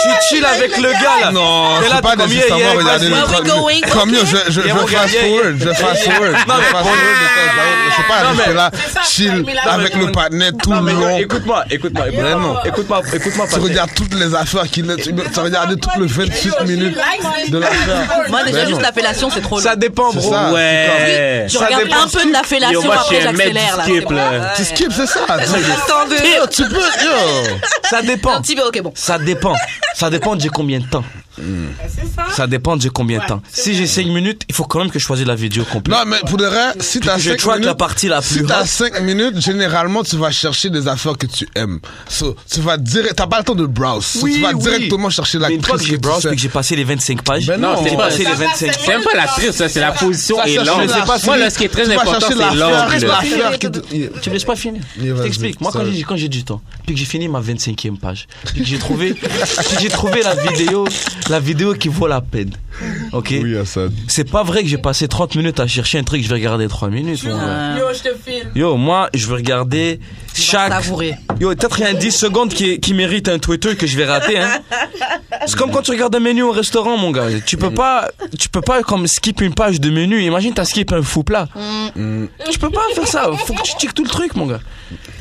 Tu chill avec le gars là.
Non,
T'es
c'est
là,
pas
t'es comme,
nécessairement
yeah, yeah, vas-y.
regarder les
Where we
trois-
going?
Comme yo, je, je, je
Yeah, we'll go,
fast
yeah,
forward, je
yeah.
fast forward,
Non,
je
mais
fast
bon,
forward, je sais pas,
Non, mais-
rester là,
C'est ça,
chill,
Camilla,
avec
mais-
le partenaire tout
Non,
le
mais
long.
Écoute-moi, écoute-moi, écoute-moi,
Vraiment.
écoute-moi, écoute-moi.
Tu
Patrick.
regardes toutes les affaires qu'il a, tu tu regardes tout le 26 minutes de l'affaire.
Moi, déjà,
Ben
juste
non.
la fellation, c'est trop long.
Ça dépend,
C'est
bro.
ça.
Ouais.
Tu regardes
dépend
un peu de la
Yo,
fellation,
moi je
après,
suis un mec
j'accélère,
du
là.
skip là.
Tu skips, c'est ça. Tu- Yo, tu peux, yo.
Ça dépend.
Un petit peu, ok, bon.
Ça dépend. Ça dépend de combien de temps.
C'est ça.
Ça dépend de combien de temps. Si j'ai 5 minutes, il faut quand même que je choisisse la vidéo complète.
Non, mais pour de vrai, si t'as
je
5
track
minutes,
la partie la
si
plus
t'as
hot.
5 minutes, généralement, tu vas chercher des affaires que tu aimes. So, tu vas direct, t'as pas le temps de browse. So, tu vas directement chercher
Mais une fois
l'actrice
que
que
j'ai
tu
browse
sais.
puis que j'ai passé les 25 pages,
Ben non,
j'ai
c'est pas-
passé les 25
C'est même pas la triste, ça, c'est la position
Ça
et
cherche
l'angle.
la-
Moi là ce qui est
tu
très
vas
important
chercher
c'est
l'affaire,
l'angle.
l'affaire qui te-
Tu me laisses pas finir.
Oui,
Je
vas-y,
t'explique. Moi,
ça
quand
va.
j'ai quand j'ai du temps, puis que j'ai fini ma 25e page, puis que j'ai trouvé, puis que j'ai trouvé la vidéo, la vidéo qui vaut la peine. Ok.
Oui, euh. Assad.
C'est pas vrai que j'ai passé 30 minutes à chercher un truc, que je vais regarder 3 minutes. mon gars.
Yo, je te filme.
Yo, moi, je veux regarder chaque.
savourer.
Yo, peut-être il y a un 10 secondes qui, qui mérite un Twitter que je vais rater, hein. C'est comme quand tu regardes un menu au restaurant, mon gars. Tu peux pas, tu peux pas comme skip une page de menu. Imagine, t'as skip un fou plat. Tu peux pas faire ça. Faut que tu checkes tout le truc, mon gars.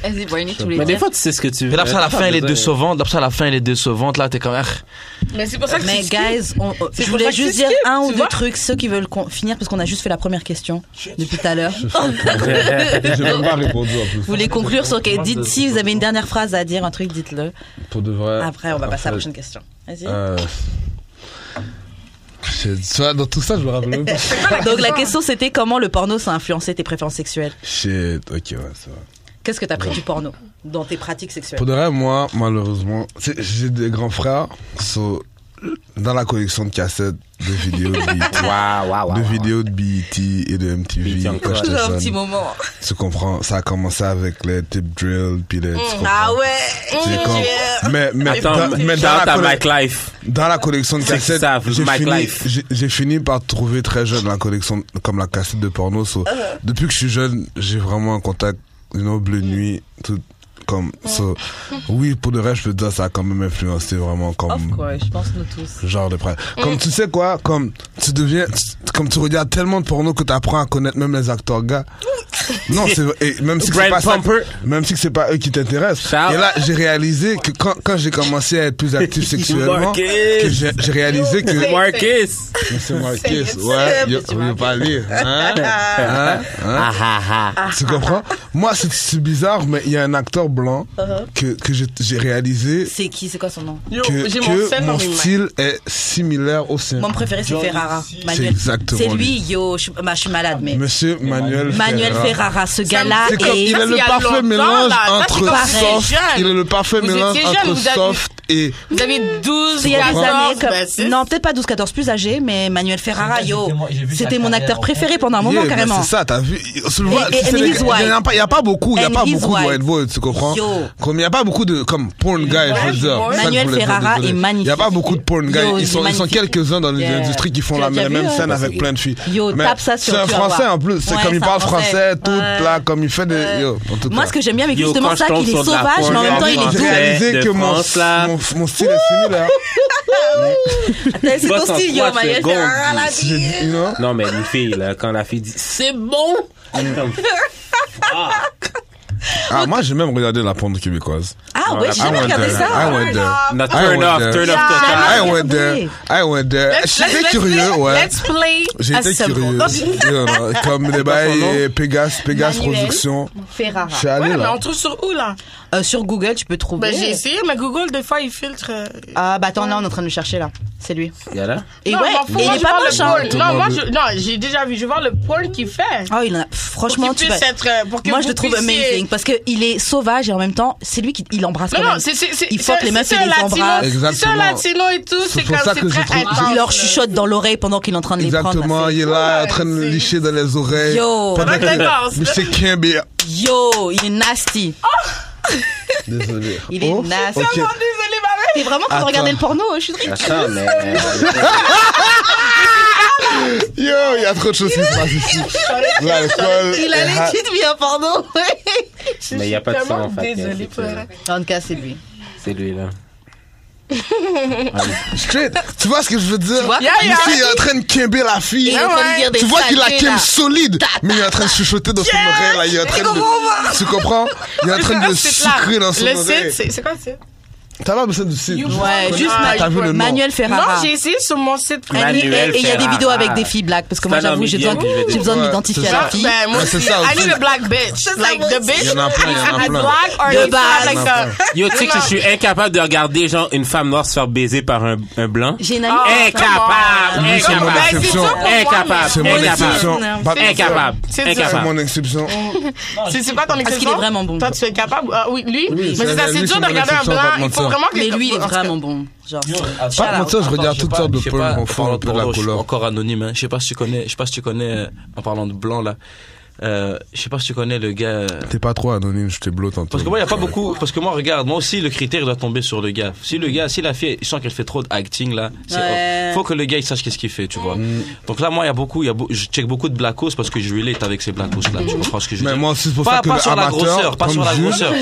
Vas-y, Brownie, tu
Mais
voulais
des
dire.
fois tu sais ce que tu veux.
Et là, ça, à la fin, elle est
deux
décevante. Là, ça, à la fin, elle est décevante. Là, t'es comme, ah.
Mais c'est pour ça que
Mais
tu-
guys, on- je
pour
voulais
ça que
juste
tu
dire
skippes,
un ou
tu
deux
vois.
trucs, ceux qui veulent qu'on- finir, parce qu'on a juste fait la première question depuis tout à l'heure.
J'ai même pas répondu en plus.
Vous voulez conclure sur ok, dites si vous avez une dernière phrase à dire, un truc, dites-le.
Pour de vrai.
Après, on va passer à la prochaine question. Vas-y.
Euh, je- Euh, tu vois, dans tout ça, je me rappelle même pas.
Donc la question c'était comment le porno ça a influencé tes préférences sexuelles.
Shit, ok, ouais, ça va.
Qu'est-ce que t'as pris du porno dans tes pratiques sexuelles
Pour de vrai, moi, malheureusement, tu sais, j'ai des grands frères, so, dans la collection de cassettes, de vidéos de BET,
Waouh, waouh,
de
waouh.
vidéos de BET et de
BET
MTV.
encore.
Quand j'étais
Toujours
jeune,
moment.
tu comprends, ça a commencé avec les tip drill, puis les. tu comprends.
ouais.
Tu sais, comme- mais, mais,
Attends,
dans- mais
shout
dans la
out à
colle-
Mike Life.
dans la collection de
Ceux qui
cassettes,
savent,
j'ai
Mike
fini,
Life.
j'ai- j'ai fini par trouver très jeune la collection, comme la cassette de porno. so,
Euh.
depuis que je suis jeune, j'ai vraiment un contact, une bleu nuit, tout comme so, Oui, pour de vrai, je peux te dire, ça a quand même influencé vraiment
Of
comme
course, je pense nous tous. Mm.
genre de près. Comme tu sais quoi, comme tu deviens, comme tu regardes tellement de porno que tu apprends à connaître même les acteurs gars. Non, c'est vrai. Et même si que c'est
Brad
pas ça-
Pumper.
même si que c'est pas eux qui t'intéressent.
Shout
Et là, j'ai réalisé que quand, quand j'ai commencé à être plus actif sexuellement,
Marcus.
que j'ai j'ai réalisé que
Marcus!
c'est Marcus, ouais, yo, on veut pas lire,
Ah,
hein, hein, hein. Tu comprends? Moi, c'est- c'est bizarre, mais il y a un acteur blanc que que j'ai- j'ai réalisé
C'est qui C'est quoi son nom
Uh-huh. Yo,
que,
j'ai
que
mon sel dans
mon
mes mains.
style est similaire au sien.
Mon préféré, c'est Ferrara.
C'est
Manuel.
exactement
C'est lui, yo. Je, bah, je suis malade, mais.
Monsieur Manuel
Manuel Ferrara, ce gars-là
C'est comme,
est.
il est le
il y a
parfait
longtemps, là.
mélange
Ça, c'est
entre
quand
vous étiez
soft,
jeune.
il est le parfait
Vous
mélange
étiez jeune,
entre
vous avez-
soft et
Vous avez 12,
Il y a des
14,
années comme-
ben, c'est-
Non, peut-être pas 12-14, plus âgé, mais Manuel Ferrara,
J'ai vu
yo.
moi- j'ai vu sa
C'était mon
carrière
acteur
en
préféré pendant un moment,
Yeah, mais
carrément.
C'est ça, t'as vu. Tu le vois,
Et- et-
tu sais,
and
les
he's
gars, Il n'y en a pas- il y a pas beaucoup, il n'y a
And
pas
he's
beaucoup de
white.
white boys, tu comprends?
Yo.
Comme il n'y a pas beaucoup de, comme porn guys, je veux dire.
Manuel
Ça que je voulais dire,
Ferrara
désolé.
est magnifique.
Il n'y a pas beaucoup de porn guys.
Yo, il
Ils
est
sont, ils sont
magnifique.
quelques-uns dans
Yeah.
l'industrie qui font
Tu
la
l'as déjà
la même
vu,
scène
hein,
avec plein de filles.
Yo,
Mais
tape ça sur-
C'est un
tu vas voir.
français en plus. C'est
Ouais,
comme il
c'est un
parle
français.
français, tout,
Ouais.
là, comme il fait des,
Ouais.
yo, en tout
Moi,
cas.
ce que j'aime bien avec lui,
Yo,
justement
quand
ça,
je tombe
qu'il est
sur de la
sauvage, mais en même temps, il
porno,
est
J'ai
je
doux.
sais.
réalisé
de
que mon,
France, là.
mon, mon style est similaire.
Attends, C'est ton style, yo,
63
Manuel
secondes.
Ferrara, la
J'ai dit, you know?
Non, mais une fille, là, quand la fille dit c'est bon, comme,
Ah, moi, j'ai même regardé la porn québécoise.
Ah ouais, j'ai
I
jamais
went
regardé
there. I
ça.
went there.
no,
I
turn
went
off,
there.
turn off total.
I
Ah,
went there. I went there.
Let's- let's-
J'étais
let's
curieux,
play-
ouais.
Let's play.
J'étais
Assemble.
curieux. You know, Comme les bails Pegas, Pegas
Manuel.
Productions. Je
Ferrara.
suis
Ouais,
allé
mais
là.
on trouve sur où, là?
Euh, Sur Google, tu peux trouver.
Ben, j'ai essayé, mais Google, des fois, il filtre. euh,
Ah, bah attends, là, on est en train de le chercher, là. C'est lui.
Il y a là.
Et
non,
ouais,
m'en fous,
et il
moi,
est
je
pas
vois
moche,
le
hein.
porn.
Tout le
Non, moi,
monde
je, non, j'ai déjà vu, je vois le porn qu'il fait.
Oh, il en a. pff,
Pour
Franchement, tu
qu'il
vas.
puisse être, euh, pour que
Moi, je
vous
le trouve
puissiez-
amazing parce qu'il est sauvage et en même temps, c'est lui qui il embrasse
Non,
quand
non,
même.
c'est, c'est, c'est,
Il fuck
c'est-
les meufs,
c'est
il
un
les
latino,
embrasse.
C'est un
Exactement.
latino et tout, c'est,
C'est pour
comme,
ça
c'est
que je
très
trouve-
intense.
Il leur
là.
chuchote dans l'oreille pendant qu'il est en train de les
Exactement,
prendre. là,
il est là en train de me licher dans les oreilles.
Yo.
Pendant que
D'accord.
Monsieur Kimbe.
c'est- Yo, il est nasty.
Désolé.
Il est
Oh,
nasty.
ok.
Désolée, ma mère.
C'est vraiment quand
Attends. Euh,
vous regardez le porno, je suis triste.
Attends, mais. euh,
Yo, il y a trop de choses qui se passent ici. L'alcool.
Il a
est hot.
legit mis un porno.
Mais il n'y a euh. pas de son,
Vraiment
en fait.
désolée pour
C'est-
elle.
en tout cas, c'est lui.
C'est lui, là.
Straight. Tu vois ce que je veux dire?
vois?
Yeah, yeah.
Monsieur, il est en train de kimber la fille.
Il est en train de dire des
Tu vois qu'il a
saletés,
kem
là.
solide, mais il est en train de chuchoter dans son oreille, là. Il est en train de. Tu comprends? Il est en train de le
Le site, là.
sucrer dans son
Le site,
oreille.
c'est, c'est quoi le site?
T'as pas besoin du site.
Ouais,
Non,
juste
Manuel-
Ah, T'as vu le nom.
Manuel Ferrara.
Non, j'ai essayé sur mon site
Et-
privé.
et-
Manuel
et il y a des
Ferrara.
vidéos avec des filles black parce que moi
C'est un
j'avoue j'ai besoin
homme, il y a des
j'ai besoin de
vidéos.
m'identifier
Ouais,
à
c'est
la
ça.
fille.
Ben, moi
Ouais, c'est
aussi,
ça
I
aussi.
need a black bitch. Like, the bitch
Il y en a plein, il y en a
is
plein.
black or
De
is not
base.
like uh, that.
Yo, tu sais que je suis incapable de regarder, genre, une femme noire se faire baiser par un, un blanc.
J'ai une amie.
Ah,
Eh, Incapable,
Lui, c'est mon
incapable,
Ben, c'est ça
exception.
pour moi,
incapable,
C'est mon
incapable,
exception.
Non,
Pas-
incapable,
C'est
C'est
incapable.
mon exception.
Oh. mais C'est, c'est pas ton exception.
qu'il est vraiment bon.
Toi, tu es capable. Ah, oui, lui.
Oui,
mais c'est
c'est-
assez
lui,
dur
c'est
de
mon
regarder un
exception, pas
blanc.
de
Il faut
mentir.
vraiment que
Mais lui il est
en tout cas,
vraiment bon. Genre.
Pas comme ça, je regarde toutes sortes de
Je sais pas,
porn
en
qu'on fait
parlant
un
de
peu de la
blanc, je suis
couleur.
encore anonyme. hein. Je sais pas si tu connais, je sais pas si tu connais, euh, en parlant de blanc là, euh, je sais pas si tu connais le gars. euh,
T'es pas trop anonyme, je t'ai blot tantôt.
Parce que moi, il y a pas beaucoup. Parce que moi, regarde, moi aussi, le critère doit tomber sur le gars. Si le gars, si la fille, je sens qu'elle fait trop d'acting là, c'est
Ouais.
off. faut que le gars il sache qu'est-ce qu'il fait, tu vois.
Mm.
Donc là, moi, il y a beaucoup, il y a beau- je check beaucoup de blackos parce que je relate avec ces blackos là. Tu comprends ce que je veux
Mm-hmm. Mais
dire
moi aussi, c'est pour
Pas,
ça que
pas
le
sur la
amateur,
grosseur, pas
comme
sur la
Jules,
grosseur.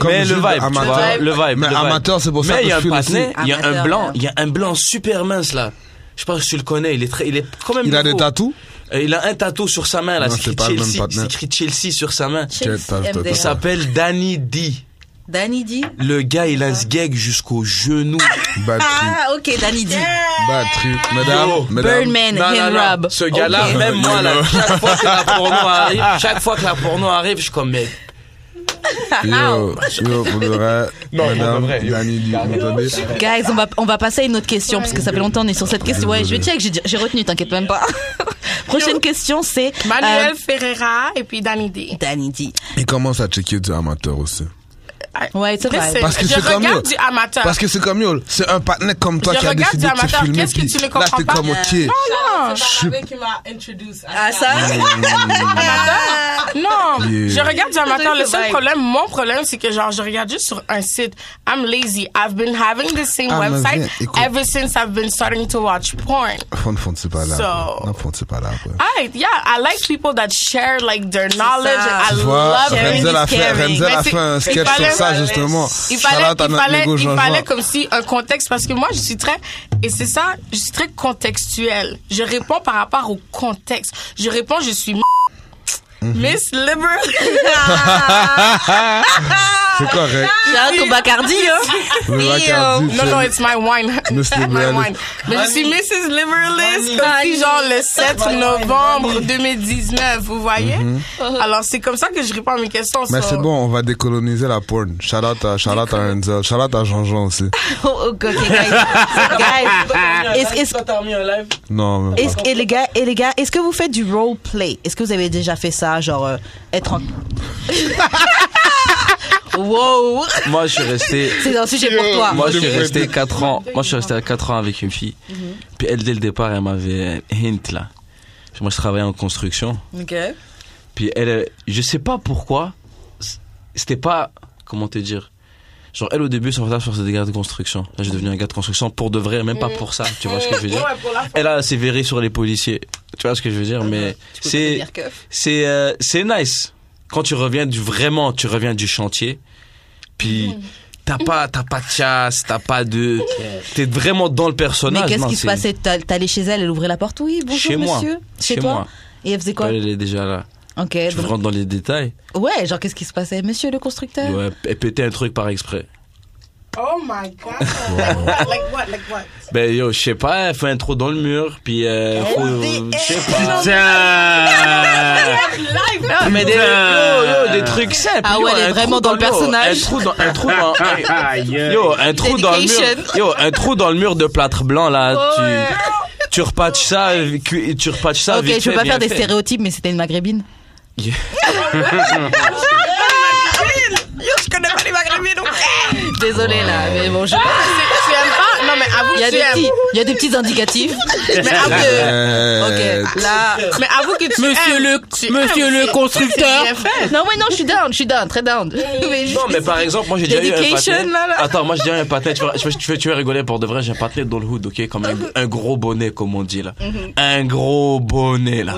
Comme
mais le
Jules,
vibe, tu
amateur.
vois, le vibe.
Mais
le vibe.
amateur, c'est pour ça
Mais
que
il y a
je
un
file aussi.
patinet, il y a
Amateur,
un blanc,
ouais.
il y a un blanc super mince là. Je sais pas si tu le connais, il est très, il est quand même.
Il a
nouveau.
des tatous?
Euh, Il a un tatou sur sa main là,
Non,
c'est
c'est
écrit
pas le même
Chelsea,
patinet.
c'est écrit Chelsea sur sa main.
Chelsea,
Quel tatouage,
MDR.
Il s'appelle Danny D.
Danny D.
Le gars, il a ce gag jusqu'au genou.
Bad trip.
Ah, ok, Danny D.
Bad trip. Mesdames,
Yo,
mesdames.
Birdman,
Non, non,
Hand
non.
Rub.
Ce gars-là,
Ok.
même moi, là,
Yo.
chaque fois que la porno arrive, chaque fois que la porno arrive, je suis comme, mais,
Yo, yo, pour de vrai. Mesdames, Danny, dit, vous entendez?
Guys, on va, on va passer à une autre question, parce que ça fait longtemps on est sur cette question. Ouais, je vais check, j'ai j'ai retenu, t'inquiète même pas. Prochaine question, c'est...
Manuel
euh,
Ferreira et puis Danny D.
Danny D.
Il commence à checker du amateur aussi.
Ouais, c'est
Mais
vrai.
c'est-
Parce que
je
c'est comme
regarde
nous.
du amateur.
Parce que c'est comme yo, c'est un partenaire comme toi
Je
qui a
regarde
décidé
du
de te
amateur,
filmer.
qu'est-ce que
puis
tu ne
Là,
comprends
t'es
pas
comme ok.
Non,
Je suis-
Ah, ça
non.
Yeah.
Je regarde du amateur. Le
Vibe.
seul problème, mon problème, c'est que genre, je regarde juste sur un site. I'm lazy. I've been having the same
Ah, mais
website
viens, écoute.
ever since I've been starting to watch porn.
Fon, fon, c'est pas là.
So-
bro. Non, fon, c'est pas là. bro.
I, yeah, I like people that share like their knowledge.
ça.
I
Tu vois,
love it.
Renzel a fait,
caring.
Renzel a
Mais c'est-
fait un
il
sketch
fallait-
sur ça, justement.
Il
Shout
fallait,
out à
il
notre
fallait,
négo
il
Jean-Jean.
fallait comme si un contexte, parce que moi, je suis très, et c'est ça, je suis très contextuelle. Je réponds par rapport au contexte. Je réponds, je suis m-
Mm-hmm.
Miss Liberty.
C'est correct.
Shout out au Bacardi, hein.
Le
Yo.
Bacardi,
Oh, Non,
c'est-
non, it's my wine.
Miss
my
Liberalist.
wine. Mais je suis Mrs. Liberalist
Money.
depuis genre le 7 novembre 2019, vous voyez? Alors, c'est comme ça que je réponds à mes questions.
Mais
so-
c'est bon, on va décoloniser la porn. Shout out à, shout out à Renzo. Shout out à Jean-Jean aussi.
Oh, ok, guys. Guys, Ah. est-ce- est-ce-
Toi, t'as remis un live
Non, même pas.
est-ce- et les gars, et les gars, est-ce que vous faites du role play Est-ce que vous avez déjà fait ça, genre euh, être en...
Wow.
Moi, je suis resté.
C'est un sujet pour toi.
Moi, je suis resté 4 ans. Moi, je suis resté à 4 ans avec une fille.
Mhm.
Puis elle, dès le départ, elle m'avait hint là. Puis Moi, je travaillais en construction.
Ok.
Puis elle, euh, je sais pas pourquoi. c- C'était pas. Comment te dire Genre, elle, au début, son retard, c'était des gars de construction. Là, j'ai devenu un gars de construction pour de vrai, même pas
Mhm.
pour ça. Tu vois ce que je veux dire
Ouais, pour la
Elle a sévéré sur les policiers. Tu vois ce que je veux dire Mais c'est. c'est euh, c'est nice quand tu reviens du vraiment tu reviens du chantier puis t'as pas t'as pas de chasse t'as pas de t'es vraiment dans le personnage
Mais qu'est-ce
non,
qui se
c'est-
passait T'as- T'allais chez elle, elle ouvrait la porte, oui, bonjour
Chez moi.
monsieur. Chez,
Chez
toi
moi.
Et elle faisait quoi Eh ben.
elle est déjà là
Ok,
tu
donc-
rentres dans les détails
ouais, genre qu'est-ce qui se passait Monsieur le constructeur
ouais, elle pétait un truc par exprès
Oh my god. like what? Like what? Like what?
ben yo je sais pas elle fait un trou dans le mur puis euh, faut- je sais pas Ah, mais des, yo, yo, des trucs simples
Ah ouais,
yo,
elle est
un
vraiment
trou
dans le
yo,
personnage.
un trou dans un trou dans un- Yo, un trou dans le mur.
Dedication.
Yo, un trou dans le mur de plâtre blanc là, tu tu repatches ça, euh, cu- tu repatches ça
Ok,
vite
je
fait,
veux pas
bien
faire des
fait.
stéréotypes, mais c'était une maghrébine.
Yo, je connais pas les Maghrébins, donc.
Désolée là, mais bon, je...
Tu aimes pas? Non, mais avoue,
il y a
que tu
des
aimes.
petits, il y a des petits indicatifs.
Mais avoue, que-
Euh,
ok, là.
mais avoue que tu aimes. Tu aimes, c'est-
constructeur.
c'est bien fait.
Non, mais non, je suis down, je suis down, très down. Mais je-
Non, mais par exemple, moi j'ai déjà eu un
Dedication,
patinet.
là, là.
Attends, moi j'ai déjà eu un patinet. Tu vas, tu vas- tu vas- tu vas rigoler pour de vrai. J'ai un patinet dans le hood, ok, comme un,
Uh-huh.
un gros bonnet, comme on dit là.
Mm-hmm.
Un gros bonnet là.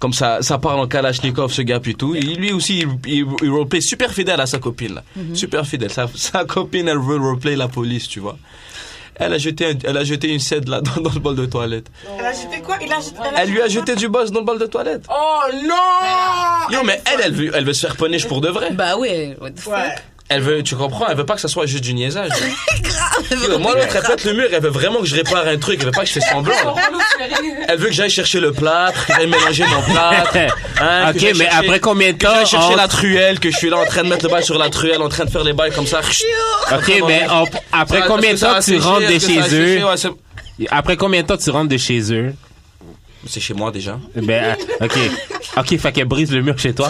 Comme ça, ça parle en Kalachnikov, ce gars, puis tout. Il- lui aussi, il, il, il roleplay super fidèle à sa copine là.
Mm-hmm.
Super fidèle. Sa, sa copine, elle veut roleplay la police, tu vois. Elle a jeté, un- elle a jeté une cède là dans, dans le bol de toilette.
Elle a jeté quoi? Il a jeté. a
Elle lui a jeté du boss dans le bol de toilette.
Oh non!
Yo, mais elle, elle veut, elle veut se faire punish pour de vrai.
Bah ouais. What the fuck.
Ouais.
Elle veut, tu comprends, elle veut pas que ça soit juste du niaisage. Yo, moi, l'autre, elle pète le mur, elle veut vraiment que je répare un truc, elle veut pas que je fais semblant. Elle veut que j'aille chercher le plâtre, que j'aille mélanger mon plâtre. hein, que
ok,
j'aille
mais
chercher-
après combien de
que j'aille
temps
chercher
on-
la truelle, que je suis là en train de mettre le bail sur la truelle, en train de faire les bails comme ça.
Ok, mais on- après combien de temps tu rentres de chez eux Après combien de temps tu rentres de chez eux
C'est chez moi déjà.
Ben, euh, ok. Ok, fait qu'elle brise le mur chez toi.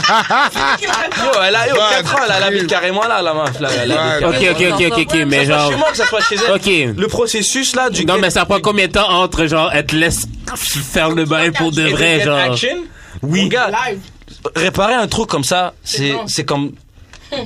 Yo, elle a, yo,
Ouais,
4 ans, elle a la vie carrément là, la meuf. Là, elle habite
Ouais.
Ok,
carrément.
ok, ok, ok, ok, mais
C'est pas
genre.
chez moi que ça soit chez elle.
Ok.
Le processus là du
Non, mais ça prend combien de temps entre, genre, elle te laisse faire le bail pour de
Et
vrai,
get
genre.
action, oui.
Live.
réparer un truc comme ça, c'est
long.
c'est comme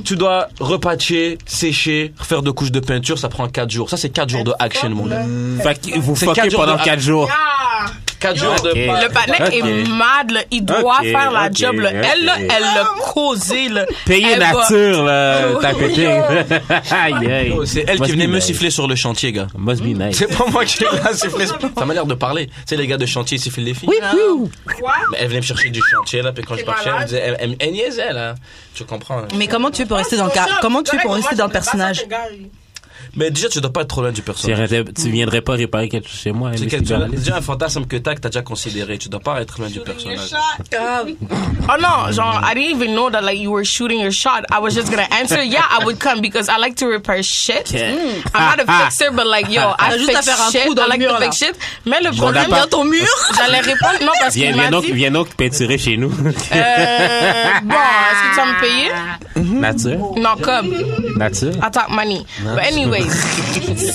tu dois repatcher, sécher, refaire deux couches de peinture, ça prend 4 jours. Ça c'est 4 jours de action mon gars.
Fait que vous
C'est
fuckez
quatre jours
pendant
de-
4 jours.
Ah!
4 jours de
Ok.
Le Panek est
Ok.
mad, là. Il doit
Ok,
faire la
ok,
job, là. Elle, là,
ok.
elle l'a causé, là.
Payer
Elle va-
nature, là,
Yo.
ta pétée. Aïe, aïe.
Oh, C'est elle
Must
qui
be
venait me
nice.
siffler sur le chantier, gars.
Must be nice.
C'est pas moi qui l'ai sifflé. Ça m'a l'air de parler. Tu sais, les gars de chantier, ils sifflent les filles.
Quoi?
Mais elle venait me chercher du chantier, là, puis quand je
T'es
partais, elle me
malade.
disait, elle, elle, elle niaisait, là. Tu comprends. hein.
Mais comment tu fais pour rester dans le car Comment tu fais pour rester dans le personnage
Mais déjà, tu dois pas être trop loin du
Tu,
personnage.
arrêtais- tu viendrais pas réparer quelque chose chez moi,
Mm. C'est
Miss
quel- tu as
Libéraliste?
déjà un fantasme que t'as, que t'as déjà considéré. Tu dois pas être loin du personnage.
Oh no, genre, I didn't even know that like you were shooting your shot. I was just gonna answer, yeah, I would come because I like to repair shit. Mm. I'm not
Ah,
a fixer, but like yo, I
T'as juste à
fix
faire un
shit.
trou dans
I
le
like
mur,
to
là.
fix shit. Mais le
Bon,
problème,
d'accord.
dans ton mur, j'allais répondre non parce
Viens,
qu'il
viens
m'a
donc,
dit.
viens donc peinturer chez nous.
euh, bon, est-ce que tu vas me payer?
Nature.
Non, comme.
Nature.
I talk money. But anyways,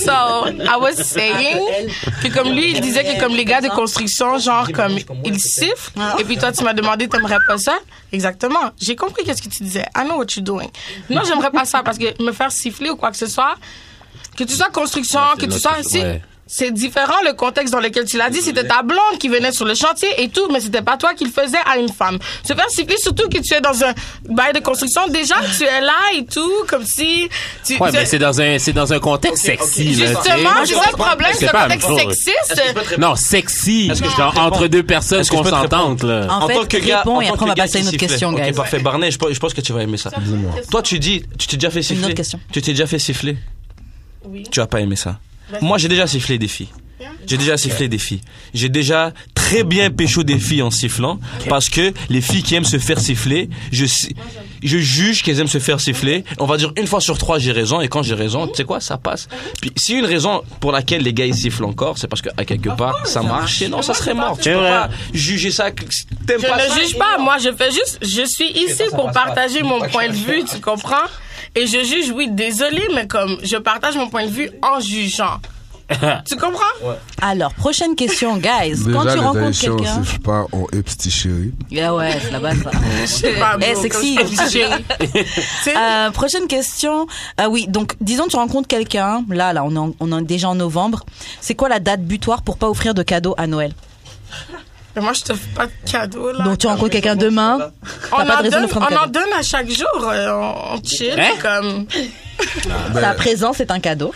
so I was saying que comme lui, il disait que comme les gars de construction, genre comme ils sifflent, et puis toi tu m'as demandé t'aimerais pas ça Exactement. J'ai compris qu'est-ce que tu disais. I know what you're doing. Non, j'aimerais pas ça parce que me faire siffler ou quoi que ce soit, que tu sois construction, que tu sois
Ouais.
si C'est différent le contexte dans lequel tu l'as dit. C'était ta blonde qui venait sur le chantier et tout, mais c'était pas toi qui le faisais à une femme. Se faire siffler, surtout que tu es dans un bail de construction, déjà tu es là et tout, comme si tu.
Ouais,
tu-
mais c'est hein. dans un, c'est dans un contexte sexy, là, tu sais.
Justement, c'est ça le problème,
Est-ce que
c'est
pas
un
la
contexte
même chose?
sexiste.
Non, sexy.
Est-ce que je
genre,
peux te
entre
répondre?
deux personnes
Est-ce que je peux te
consentantes, là.
En, fait, réponds et après on va passer à une autre question,
Ok,
guys.
parfait. Barney, je, pense- je pense que tu vas aimer ça. Toi, tu dis, tu t'es déjà fait siffler.
autre question.
Tu t'es déjà fait siffler.
Oui.
Tu as pas aimé ça. Moi, j'ai déjà sifflé des filles. J'ai déjà sifflé des filles. J'ai déjà très bien pécho des filles en sifflant parce que les filles qui aiment se faire siffler, je, si- je juge qu'elles aiment se faire siffler. On va dire une fois sur trois j'ai raison et quand j'ai raison, tu sais quoi, ça passe. Puis si une raison pour laquelle les gars ils sifflent encore, c'est parce que à quelque part ça marche. Et non, ça serait mort. Tu
C'est
peux
vrai.
pas juger ça. que- T'aimes
Je
pas ça.
ne juge pas, moi je fais juste, je suis ici pour partager mon point de vue, tu comprends Et je juge, oui, désolé, mais comme je partage mon point de vue en jugeant. tu comprends
Alors, prochaine question, guys. Quand
Déjà,
tu
les
rencontres
Haïtiens,
quelqu'un.
on siffle pas, on est petit chéri.
Ah ouais, c'est la base. ça.
pas,
Eh,
bro, comme
sexy.
je suis chérie. Tu sais,
Euh, prochaine question. Ah oui, donc disons tu rencontres quelqu'un. Là, là, on est, en- on est déjà en novembre. C'est quoi la date butoir pour pas offrir de cadeau à Noël
mais moi je te fais pas de cadeau là.
Donc tu rencontres quelqu'un demain.
Ah
on
pas de
en
raison de
donne,
prendre
on
cadeau.
en donne à chaque jour, euh, on on chill
Hein
comme.
bah,
Sa présence est un cadeau.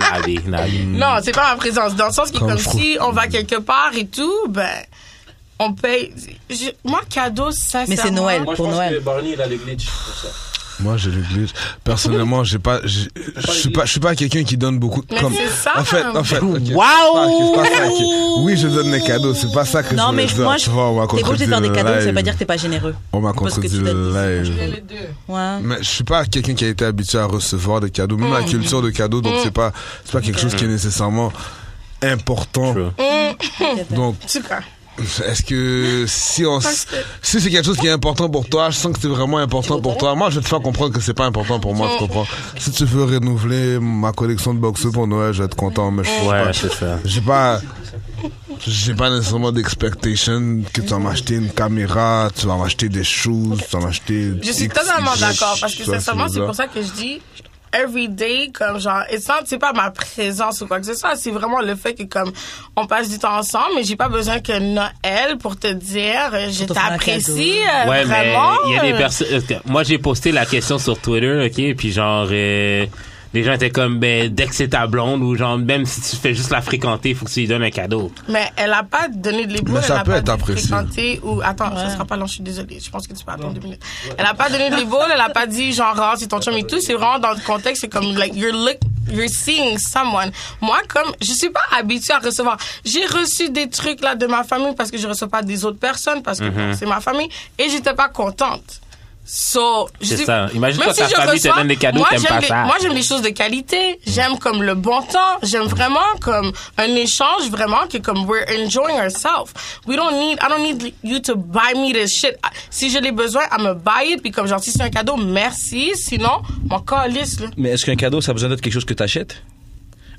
Ah, Nabi, Nabi.
Non, c'est pas ma présence. Dans le sens que
Comme
comme,
je trouve-
si on va quelque part et tout, ben on paye. Je- moi cadeau ça.
Mais c'est Noël
Moi, je
pour
pense que
Noël.
Barney, il a le glitch pour ça.
Moi, j'ai le glitch. Personnellement, j'ai pas, j'ai- je suis pas, je suis pas quelqu'un qui donne beaucoup.
Mais
Comme,
c'est ça.
en fait, en fait. ok.
Waouh!
C'est pas ça que- Oui, je donne des cadeaux, c'est pas ça que je
Non
voulais
mais
dire.
moi
Tu vois, on m'a
je t'es obligé de faire des
contredit le
cadeaux. Ça veut
live.
pas dire que t'es pas généreux.
On m'a
Parce que tu
contredit le
donnes
live.
Ouais.
Mais je suis pas quelqu'un qui a été habitué à recevoir des cadeaux, même la
Mm.
culture de cadeaux, donc c'est pas, c'est pas quelque
Mm.
chose qui est nécessairement important.
True.
Donc,
En tout cas.
est-ce que si on, s- si c'est quelque chose qui est important pour toi, je sens que c'est vraiment important pour toi. Moi, je vais te faire comprendre que c'est pas important pour moi, tu
Mm.
comprends. Si tu veux renouveler ma collection de boxe pour Noël, je vais être content, mais je suis pas-
Ouais, c'est
Euh,
ça.
j'ai pas. J'ai pas nécessairement d'expectation que tu vas m'acheter une caméra, tu vas m'acheter des choses, tu vas m'acheter.
Je suis totalement d'accord parce que sincèrement, c'est pour ça que je dis everyday comme genre et ça c'est pas ma présence ou quoi que ce soit, c'est vraiment le fait que comme on passe du temps ensemble mais j'ai pas besoin que Noël pour te dire euh, je
Pour te faire un
t'apprécie euh,
Ouais, mais
vraiment.
il y a des
euh,
personnes. parce que Moi, j'ai posté la question sur Twitter, ok, puis genre. euh, les gens étaient comme, ben, dès que c'est ta blonde, ou genre, même si tu fais juste la fréquenter, il faut que tu lui donnes un cadeau.
Mais elle a pas donné de l'épaule.
Mais ça
elle a
peut
pas
être apprécié.
fréquenté ou attends, ça sera pas long. Je suis désolée. Je pense que tu peux attendre deux minutes. Elle a pas donné de l'épaule. Elle a pas dit genre Ah, c'est ton chum et tout. C'est vraiment dans le contexte. C'est comme like you're look, you're seeing someone. Moi comme je suis pas habituée à recevoir. J'ai reçu des trucs là de ma famille parce que je reçois pas des autres personnes parce que
Mm-hmm.
bon, c'est ma famille et j'étais pas contente. So, je
C'est
suis-
ça. Imagine
même
quand ta
je
famille te
reçois,
donne des cadeaux,
moi,
t'aimes
j'aime
pas
les-
ça.
Moi, j'aime les choses de qualité. J'aime comme le bon temps. J'aime vraiment comme un échange vraiment que comme we're enjoying ourselves. We don't need, I don't need you to buy me this shit. Ah, Si je l'ai besoin, à me buy it. Puis comme genre, si c'est un cadeau, merci. Sinon, mon calice, là.
Mais est-ce qu'un cadeau, ça a besoin d'être quelque chose que t'achètes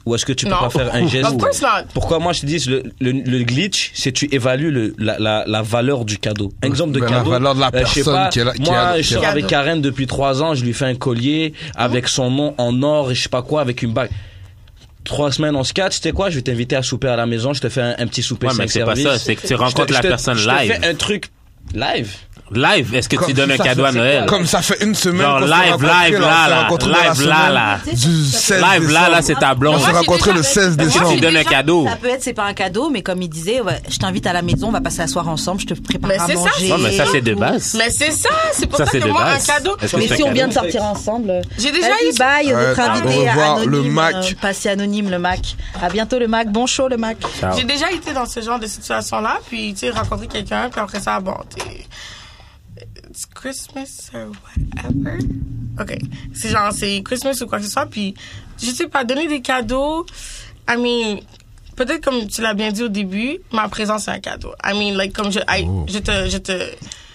Ou est-ce que tu peux
Non.
pas faire un geste
Of course not.
Pourquoi moi je te dis, le, le, le glitch, c'est tu évalues le, la, la, la valeur du cadeau. Un exemple de
Ben, la
cadeau.
valeur de la
euh, je sais
personne
pas,
qui est là- qui
moi,
a-
je
qui a-
sors avec Karen depuis trois ans, je lui fais un collier avec son nom en or et je sais pas quoi, avec une bague. Trois semaines, on se catch, tu sais quoi, je vais t'inviter à souper à la maison, je te fais un, un petit souper
Ouais, mais
cinq
c'est pas
services.
ça, c'est que tu
Je te-
rencontres
je
la
te-
personne
je te
live.
fais un truc live.
Live, est-ce que tu donnes un cadeau à Noël?
Comme ça fait une semaine.
Genre
qu'on s'est
live,
rencontrés,
live,
là, on
là,
s'est
là,
rencontrés dans la
live, là,
semaine
là.
Du 16
Live, là, là,
décembre.
c'est ta
On
blonde.
s'est
j'ai
rencontrés
déjà
le
fait-
16
Moi, j'ai
Tu lui
décembre.
donnes un
déjà-
cadeau.
Ça peut être c'est pas un cadeau, mais comme il disait, ouais, je t'invite à la maison, on va passer la soirée ensemble, je te prépare
Mais
à
c'est ça,
manger.
Ouais, mais ça, c'est de base.
Mais c'est ça. C'est pour
Ça,
ça,
c'est
que
de
moi,
base.
un cadeau.
Est-ce que
Mais
c'est
si
un
on vient de
cadeau?
sortir ensemble.
J'ai déjà
Vas-y,
eu ça.
bye, votre
Ouais,
invité
au revoir,
anonyme,
le Mac.
euh, passé anonyme, le Mac. À bientôt, le Mac. Bon show, le Mac.
Ciao.
J'ai déjà été dans ce genre de situation-là, puis tu sais, rencontrer quelqu'un, puis après ça, bon, t'es. It's Christmas or whatever. OK. C'est genre, c'est Christmas ou quoi que ce soit, puis je sais pas, donner des cadeaux. I mean, peut-être comme tu l'as bien dit au début, ma présence est un cadeau. I mean, like, comme je. I- je te. Je te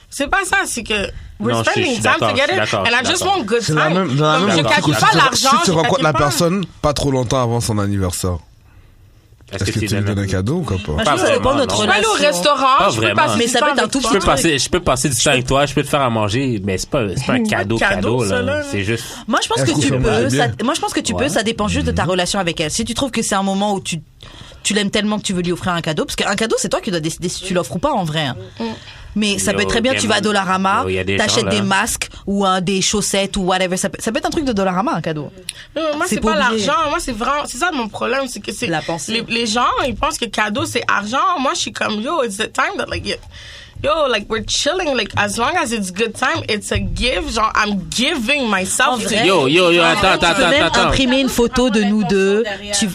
c'est pas ça, c'est que.
Oh.
We're
Non, je suis- je
spending
suis
time
d'accord, je suis
together,
d'accord, je
and I
suis
just
d'accord.
want good
C'est
time.
la même, dans la
Comme
même
je
optique
calcule
où
pas
tu-
l'argent.
Si tu
je
rencontres
calcule
la
pas-
personne pas trop longtemps avant son anniversaire.
Est-ce
Est-ce que
tu
tu lui
donnes
donnes un cadeau ou quoi pas?
Je pense que ça dépend de notre
non.
Je peux aller au
relation.
restaurant,
Pas
je peux
vraiment.
passer
Mais
du
ça
temps
peut être un
avec
tout
toi.
Je peux passer, je peux passer du temps avec toi, je peux te faire à manger, mais c'est pas, c'est pas un cadeau, cadeau,
cadeau,
là.
ça, là.
C'est juste,
Moi, je pense
Est-ce
que
qu'on
tu
fait
peux.
manger
ça-
bien
moi, je pense que tu peux.
Ouais. Mhm.
Ça dépend juste de ta relation avec elle. Si tu trouves que c'est un moment où tu tu l'aimes tellement que tu veux lui offrir un cadeau, parce qu'un cadeau, c'est toi qui dois décider si tu l'offres ou pas en vrai. hein. Mais ça
Yo,
peut être très bien, tu vas à
Damon.
Dollarama,
Yo, y a des gens,
t'achètes
là.
des masques ou un des chaussettes ou whatever. Ça peut, ça peut être un truc de Dollarama, un cadeau.
Non, mais moi,
C'est
c'est pas
pas obligé.
l'argent. Moi, c'est vraiment. C'est ça mon problème. C'est que c'est.
La pensée.
Les, les gens, ils pensent que cadeau, c'est argent. Moi, je suis comme, yo, it's the time that, like, you- yo, like, we're chilling. Like, as long as it's good time, it's a give. Genre, I'm giving myself.
En
to
vrai,
you.
yo, yo, yo, attends, attends,
tu peux
attends,
même
attends.
imprimer une photo de nous deux. Tu...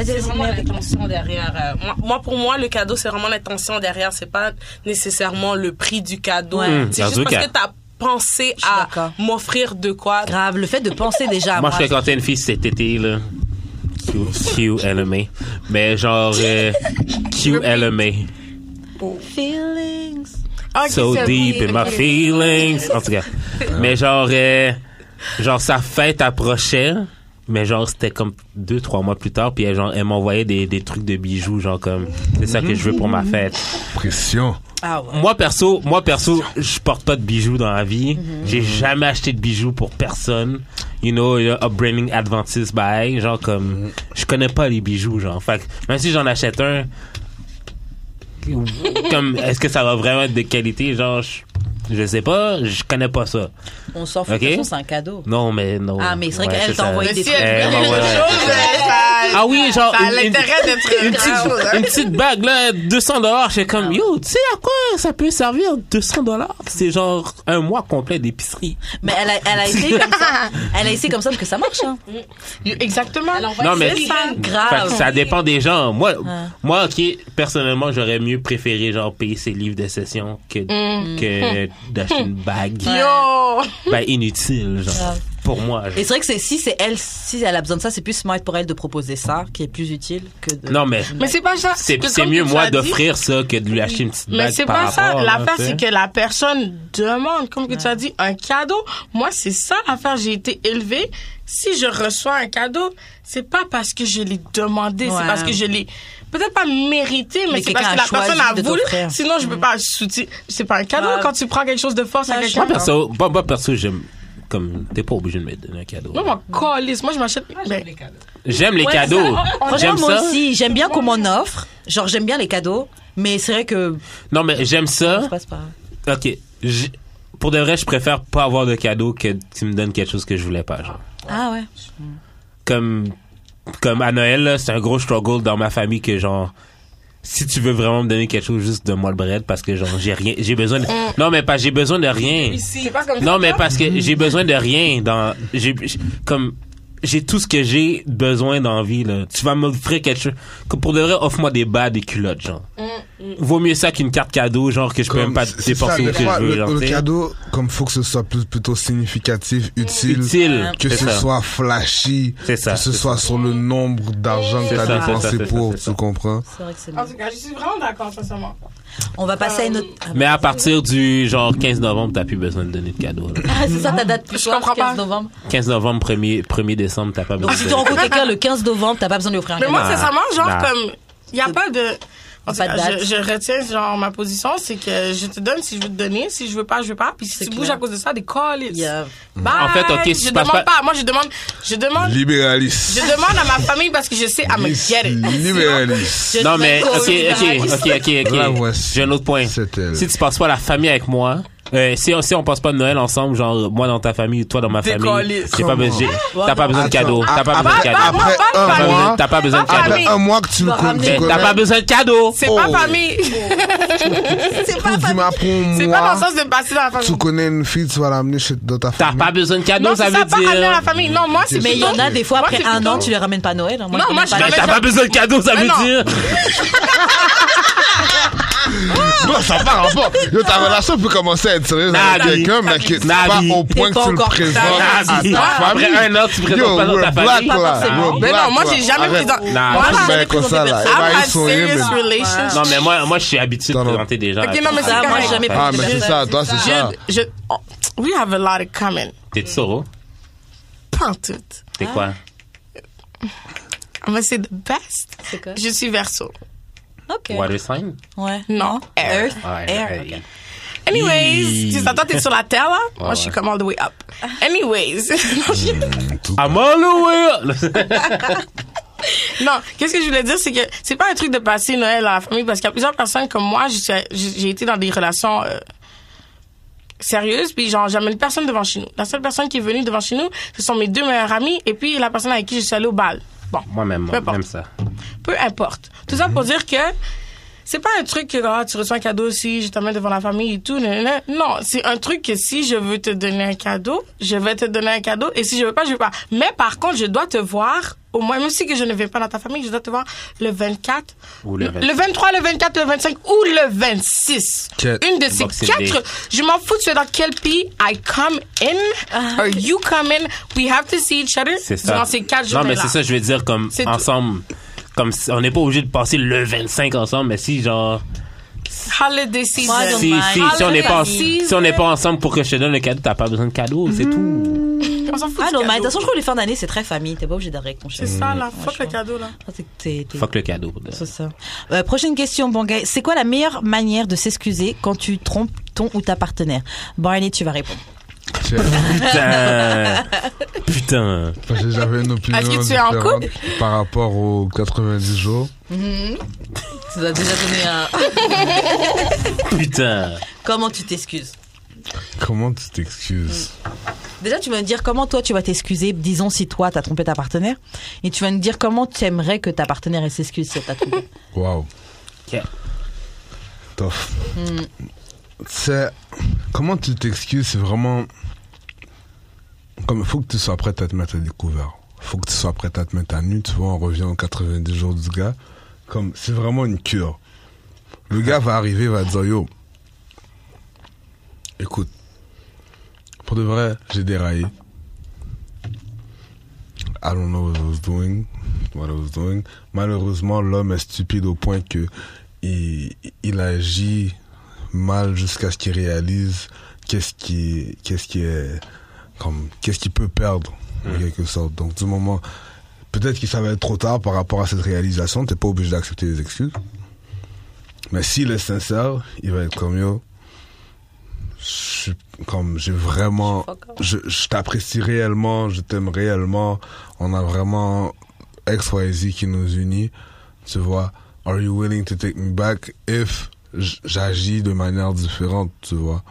Hein
C'est vraiment l'intention derrière. euh, moi, moi, pour moi, le cadeau, c'est vraiment l'intention derrière. C'est pas nécessairement le prix du cadeau.
Ouais.
Mmh,
C'est
dans
juste
un
parce
cas.
que t'as pensé
suis d'accord.
à m'offrir de quoi.
Grave, le fait de penser déjà à
moi,
moi.
je fréquentais une fille cet été, là. Q, Q, LMA. Mais genre, euh, Q, LMA.
Feelings.
Ah, Ok,
so
c'est-
deep in my feelings. En tout cas. Mais genre, euh, genre, sa fête approchait. Mais genre, c'était comme deux, trois mois plus tard. Puis elle, genre, elle m'envoyait des, des trucs de bijoux, genre comme, c'est ça que je veux pour ma fête.
Pression.
Ah
Moi, perso, moi, perso, je porte pas de bijoux dans la vie. J'ai jamais acheté de bijoux pour personne. You know, il y a upbringing Adventist by, genre comme, je connais pas les bijoux, genre. Fait que, même si j'en achète un, comme, est-ce que ça va vraiment être de qualité, genre, je, je sais pas, je connais pas ça.
On s'en fout,
Ok.
de toute façon, c'est un cadeau.
Non, mais non.
Ah, mais c'est vrai qu'elle
ça.
t'a envoyé
Mais
des
si
trucs.
Eh,
elle veut
ouais,
quelque
ouais,
chose,
c'est ça.
euh, ça-
Ah oui, genre,
Ça a
une- une-
l'intérêt d'être hein.
une petite, une petite bague là, 200 dollars, j'étais
Ah
comme yo, tu sais à quoi ça peut servir 200 dollars C'est genre un mois complet d'épicerie.
Mais elle a, elle a essayé comme ça. Elle a essayé comme ça parce que ça marche. Hein.
Exactement.
Non mais Fait que
Grave.
ça dépend des gens. Moi,
Ah.
moi, ok, personnellement, j'aurais mieux préféré genre payer ses livres de session que que d'acheter une bague,
Mm. Yo.
ben inutile genre
Grave.
pour moi. genre.
Et c'est vrai que c'est- si c'est elle, si elle a besoin de ça, c'est plus smart pour elle de proposer ça, qui est plus utile que de.
Non mais
Mais c'est pas ça.
c'est
Parce que
c'est
comme
mieux
tu
moi
l'as dit,
d'offrir ça que de lui acheter une petite bague.
Mais c'est
par
pas ça.
rapport, là,
L'affaire,
tu sais.
c'est que la personne demande, comme que tu as dit, un cadeau. Moi, c'est ça l'affaire. J'ai été élevée. Si je reçois un cadeau, c'est pas parce que je l'ai demandé,
Ouais.
c'est parce que je l'ai peut-être pas mérité, mais,
Mais
c'est parce
quelqu'un
que
a
la personne
choisi
a
de
voulu.
t'offrir.
Sinon, je
Mm.
peux pas soutenir. C'est pas un cadeau
Ouais.
quand tu prends quelque chose de force à quelqu'un.
Moi perso, moi, moi, perso, j'aime comme t'es pas obligé de me donner un cadeau.
Moi, mon colis, moi, je m'achète. ben,
J'aime les
Ouais,
cadeaux.
Franchement,
J'aime
moi
ça.
aussi, j'aime bien qu'on m'en offre. Genre, j'aime bien les cadeaux, mais c'est vrai que
Non, mais j'aime
ça
ça.
se passe pas.
OK. J- Pour de vrai, je préfère pas avoir de cadeau que tu me donnes quelque chose que je voulais pas. Genre.
Ah ouais.
Comme, comme à Noël, là, c'est un gros struggle dans ma famille que genre, si tu veux vraiment me donner quelque chose, juste donne-moi le bread parce que genre, j'ai rien, j'ai besoin de,
Euh.
non, mais pas, j'ai besoin de rien.
c'est pas comme ça.
Non, mais parce que j'ai besoin de rien dans, j'ai, j'ai- comme, j'ai tout ce que j'ai besoin dans la vie, là. Tu vas m'offrir quelque chose. que Pour de vrai, offre-moi des bas, des culottes, genre. Vaut mieux ça qu'une carte cadeau, genre, que je peux même pas
c'est- c'est ça,
dépenser où
des
que
fois,
je veux,
le,
genre,
le
tu sais.
cadeau, comme faut que ce soit plus- plutôt significatif, utile.
Utile.
Que
C'est
ce
ça.
soit flashy.
C'est ça,
Que ce
c'est
soit sur le nombre d'argent que
C'est ça,
t'as
c'est ça,
dépensé
c'est ça,
pour,
c'est ça.
tu comprends?
C'est vrai que c'est
En tout cas, je suis vraiment d'accord, sincèrement.
On va passer à une autre.
Euh,
Mais à partir du genre 15 novembre, t'as plus besoin de donner de cadeaux. là.
Ah, c'est ça ta date plus
Je
tard,
comprends pas.
15 novembre.
15 novembre, 1er, 1er décembre, t'as pas
Donc
besoin
si
de
tu
donner.
rencontres quelqu'un le 15 novembre, t'as pas besoin de lui offrir un
Mais
cadeau.
moi,
Nah.
sincèrement, genre,
Nah.
comme, il n'y a pas de. En tout
Pas de
cas,
date.
je, je retiens, genre, ma position, c'est que je te donne si je veux te donner, si je veux pas, je veux pas. Puis si
C'est
tu
clair.
bouges à cause de ça, des calls.
Yeah.
Bye.
En fait, ok, si
je
tu passes
demande pas...
pas-
Moi, je demande. Je demande.
Libéraliste.
Je demande à ma famille parce que je sais, I'm gonna get it.
Libéraliste.
Non, mais, ok, ok, ok,
La
ok, ok.
voici.
J'ai un autre point.
C'est elle.
Si tu passes pas la famille avec moi, euh, si, si on passe pas de Noël ensemble, genre, moi dans ta famille, toi dans ma famille,
Décoller.
j'ai pas besoin, j'ai- t'as pas besoin de
Attends,
cadeaux. T'as pas
après-
besoin de cadeaux.
Après
Pas de
un
famille.
mois,
T'as pas besoin de
Pas de
cadeaux.
après
famille.
un mois que tu me
vas
connais.
ramener-
tu
T'as pas
connais,
besoin de cadeaux.
C'est
Oh.
pas famille.
tu dis, mais après un
C'est pas
mois,
dans le sens de passer dans la famille.
tu connais une fille, tu vas l'amener chez dans ta
T'as
famille.
pas besoin de
Non,
cadeaux, ça
c'est
veut
ça, pas amener à la
dire.
famille. Non, moi, c'est
Mais il y
plutôt-
en a des fois
Moi,
après
c'est
un
plutôt-
an, tu les ramènes pas à Noël. Moi,
Non,
connais
moi,
pas
je
les-
T'as pas besoin de cadeaux, ça
Mais
veut
non.
dire.
Non, ça n'a pas rapport. Yo, ta relation peut commencer à être sérieuse avec
Nabi.
quelqu'un, mais que c'est pas
Nabi.
au point
T'es
que
pas
tu le
encore
présentes à ta
Nabi.
famille.
Après un an, tu
Yo,
présentes pas dans
we're
ta
black
famille.
là.
forcément.
we're
Mais non,
black,
moi,
là.
j'ai jamais pris
Arrête.
dans.
Nah,
Moi,
tu
j'ai
fais
jamais
comme
pris
ça,
dans-
là.
I've had
Ils sont
serious
aimés.
relationship.
Non, mais moi, moi, je suis habitué de
Non, non.
présenter des gens.
Ok,
à-
non, mais
à-
c'est
Ah, moi,
correct.
jamais
Ah, mais c'est ça, toi, c'est ça.
Je, je, oh, we have a lot of common.
oh? T'es de Soro?
Ah. Pas en tout.
T'es quoi?
Ah, Moi, c'est the best.
C'est quoi
Je suis verso.
Ok.
Water sign?
Ouais.
Non, Earth.
Ouais,
Air,
hey.
Anyways, tu t'entends, t'es sur la terre, là? Moi,
ouais. Hmm.
je suis comme all the way up. Anyways. Non, je-
I'm all the way up.
Non, qu'est-ce que je voulais dire, c'est que c'est pas un truc de passer Noël à la famille parce qu'il y a plusieurs personnes comme moi, je suis- j'ai j'ai été dans des relations euh, sérieuses, puis genre j'amène personne devant chez nous. La seule personne qui est venue devant chez nous, ce sont mes deux meilleurs amis et puis la personne avec qui je suis allée au bal. Bon,
Moi-même,
Peu importe.
même ça.
peu importe. Tout ça
Mhm.
pour dire que c'est pas un truc que ah, tu reçois un cadeau si je t'amène devant la famille et tout. nan, nan, nan. Non, c'est un truc que si je veux te donner un cadeau, je vais te donner un cadeau et si je veux pas, je veux pas. Mais par contre, je dois te voir au moins même si que je ne vais pas dans ta famille, je dois te voir le 24,
Ou le 25.
23, le 24, le 25 ou le 26.
Que-
Une de ces
Boxing Day.
quatre, je m'en fous, tu es dans quel pays I come in or you come in, we have to see each other
C'est ça.
durant ces quatre
Non,
journées
mais c'est ça, je veux dire, comme
C'est tout.
ensemble. Comme si- on n'est pas obligé de passer le 25 ensemble, mais si, genre.
Holiday season.
I don't
Si,
mind.
si, si on n'est pas,
Holiday
si on n'est pas ensemble pour que je te donne le cadeau, t'as pas besoin de cadeau, c'est
Mm-hmm.
tout.
On s'en fout
Ah
du
non, mais de toute
cadeau.
façon, je trouve les fins d'année, c'est très famille. T'es pas obligé d'arrêter avec ton chef.
C'est ça, là.
Ouais,
Fuck
je
le cadeau, là.
crois. T'es- t'es- t'es-
Fuck le cadeau.
C'est ça. Euh, prochaine question, Bangay. C'est quoi la meilleure manière de s'excuser quand tu trompes ton ou ta partenaire Barney, tu vas répondre.
Tiens,
Putain. Putain.
parce que j'avais une opinion
Est-ce que tu es en
différente par rapport aux 90 jours.
Tu as déjà donné un.
Putain.
Comment tu t'excuses
Comment tu t'excuses
Déjà, tu vas me dire comment toi tu vas t'excuser, disons si toi t'as trompé ta partenaire, et tu vas nous dire comment tu aimerais que ta partenaire elle s'excuse si elle t'a trompé.
Waouh.
Ok.
Tough. C'est comment tu t'excuses, c'est vraiment comme faut que tu sois prête à te mettre à découvert. Faut que tu sois prête à te mettre à nu, tu vois, on revient aux 90 jours du gars. Comme c'est vraiment une cure. Le gars va arriver, va dire yo. Écoute. Pour de vrai, j'ai déraillé. I don't know what I was doing, what I was doing. Malheureusement, l'homme est stupide au point que il, il agit mal jusqu'à ce qu'il réalise qu'est-ce qui, qu'est-ce qui est, comme, qu'est-ce qu'il peut perdre, en quelque sorte. Donc, du moment, peut-être qu'il savait être trop tard par rapport à cette réalisation, t'es pas obligé d'accepter les excuses. Mais s'il est sincère, il va être comme yo. Je suis- comme j'ai vraiment, je, je t'apprécie réellement, je t'aime réellement. On a vraiment X, Y, Z qui nous unit. Tu vois, are you willing to take me back if j- j'agis de manière différente, tu vois.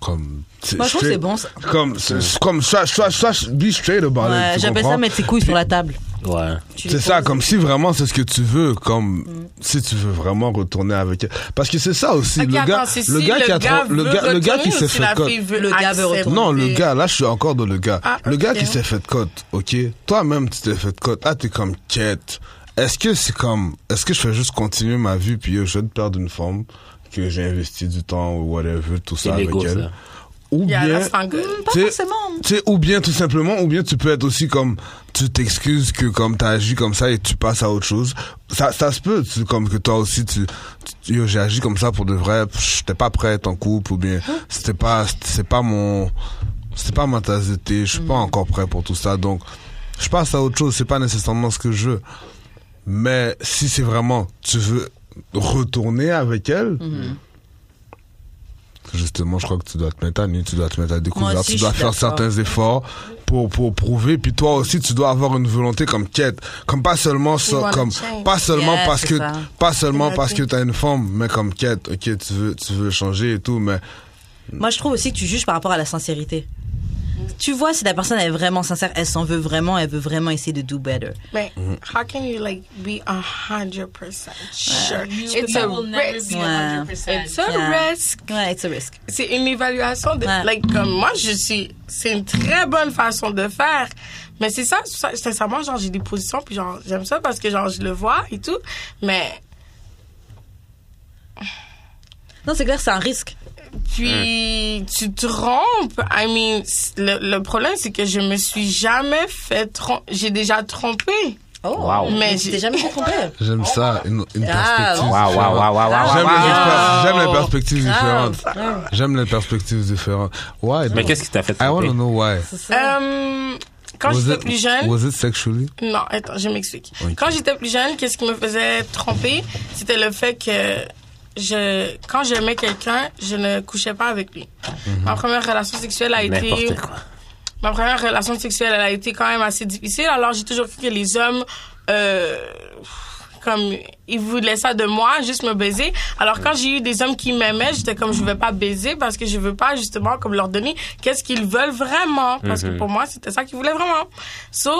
Comme,
Moi, je trouve que c'est bon. ça.
Comme, c'est- c'est comme, soit, soit, soit, be straight about it,
Ouais,
tu
J'appelle ça
comprends?
mettre ses couilles sur la table.
Ouais.
Tu
C'est
les
ça,
poses.
comme si vraiment c'est ce que tu veux, comme si tu veux vraiment retourner avec elle. Parce que c'est ça aussi,
Mm. Ok,
le gars,
attends, c'est si
le gars qui a
gars
tra- le
veut
gars, le gars qui
retourner
s'est
ou si
fait
la
cote.
fille veut
Le gars veut
accepter?
retourner.
Non, le gars, là, je suis encore dans le gars.
Ah,
Le
ok.
gars qui s'est fait cote, ok? Toi, même, tu t'es fait cote. Ah, t'es comme quête. Est-ce que c'est comme, est-ce que je fais juste continuer ma vie puis euh, je vais te perdre une forme que j'ai investi du temps ou whatever, tout
C'est
ça avec
l'égo,
elle?
ça.
Ou
Yeah,
bien,
that's not good.
Pas
tu sais,
forcément.
tu sais, ou bien tout simplement, ou bien tu peux être aussi comme, tu t'excuses que comme t'as agi comme ça et tu passes à autre chose. Ça, ça se peut, tu- comme que toi aussi, tu, tu- yo, j'ai agi comme ça pour de vrai, pff, j'étais pas prête en couple, ou bien
Hein?
c'était pas, c'est pas mon, c'était pas ma tasse de thé, je suis
Hmm.
pas encore prêt pour tout ça, donc je passe à autre chose, c'est pas nécessairement ce que je veux. Mais si c'est vraiment, tu veux retourner avec elle,
Mhm.
justement, je crois que tu dois te mettre à nu, tu dois te mettre à découvert,
Moi aussi,
tu dois
je suis
faire
d'accord.
certains efforts pour, pour prouver. Puis toi aussi, tu dois avoir une volonté comme quête, comme pas seulement, ça-
wanna
comme,
change.
pas seulement
Yeah,
parce
c'est
que,
ça.
pas seulement parce que
Imagine.
t'as une forme, mais comme quête, ok, tu veux, tu veux changer et tout, mais
Moi, je trouve aussi que tu juges par rapport à la sincérité. Tu vois si la personne elle est vraiment sincère, elle s'en veut vraiment, elle veut vraiment essayer de do better.
Mais
Mm.
how can you like be 100% sure? It's
I
a
will never
risk.
be
Ouais.
100%.
It's a
Yeah.
risk.
Ouais, it's a risk.
C'est une évaluation de
Ouais.
like comme moi je suis c'est une très bonne façon de faire. Mais c'est ça, ça sincèrement genre j'ai des positions puis genre j'aime ça parce que genre je le vois et tout, mais
Non, c'est clair, c'est un risque.
Hmm.
Puis tu trompes. I mean, c- le, le problème, c'est que je me suis jamais fait tromper. J'ai déjà trompé.
Oh,
Wow.
mais
Mais
tu
j'ai-
t'es jamais fait tromper.
j'aime ça, une, une
Ah,
perspective.
Wow, wow,
différente.
wow, wow, wow,
J'aime
wow,
les,
wow.
pers- j'aime les perspectives
Ah,
différentes. J'aime les perspectives différentes. Why?
Mais
though?
qu'est-ce qui t'a fait
I want
tromper?
know why.
Euh, Quand
Was
j'étais
it-
plus jeune.
Was it sexually?
Non, attends, je m'explique. Quand j'étais plus jeune, qu'est-ce qui me faisait tromper C'était le fait que je, quand j'aimais quelqu'un, je ne couchais pas avec lui. Ma première relation sexuelle a été.
Mhm. N'importe quoi.
Ma première relation sexuelle, elle a été quand même assez difficile. Alors j'ai toujours cru que les hommes. euh, comme ils voulaient ça de moi, juste me baiser. Alors quand j'ai eu des hommes qui m'aimaient, j'étais comme je veux pas baiser parce que je veux pas justement comme leur donner qu'est-ce qu'ils veulent vraiment parce que pour moi c'était ça qu'ils voulaient vraiment. So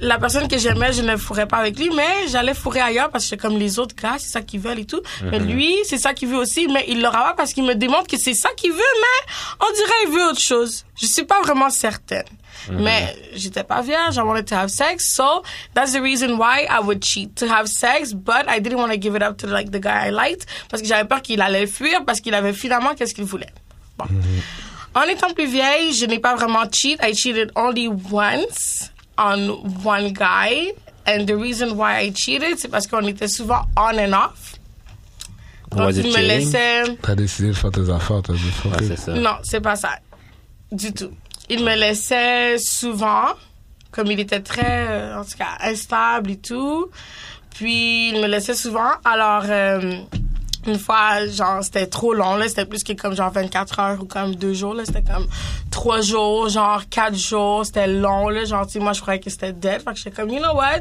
la personne que j'aimais, je ne fourrais pas avec lui, mais j'allais fourrer ailleurs parce que comme les autres gars, c'est ça qu'ils veulent et tout. Mais lui, c'est ça qu'il veut aussi, mais il l'aura pas parce qu'il me démontre que c'est ça qu'il veut, mais on dirait qu'il veut autre chose. Je suis pas vraiment certaine. Mais j'étais pas vierge, I wanted to have sex, so that's the reason why I would cheat to have sex, but I didn't want to give it up to like the guy I liked parce que j'avais peur qu'il allait fuir parce qu'il avait finalement qu'est-ce qu'il voulait. Bon. En étant plus vieille, je n'ai pas vraiment cheat. I cheated only once on one guy. And the reason why I cheated, c'est parce qu'on était souvent on and off. Donc,
Was it
il me
cheating?
laissait...
T'as décidé de faire tes affaires, t'as dit fuck
Ouais,
it.
c'est ça.
Non, c'est pas ça. Du tout. Il me laissait souvent, comme il était très, euh, en tout cas, instable et tout. Puis, il me laissait souvent. Alors, euh, une fois, genre, c'était trop long, là. C'était plus que comme, genre, 24 heures ou comme deux jours, là. C'était comme trois jours, genre, quatre jours. C'était long, là. Genre, tu sais, moi, je croyais que c'était dead. Fait que j'étais comme, you know what?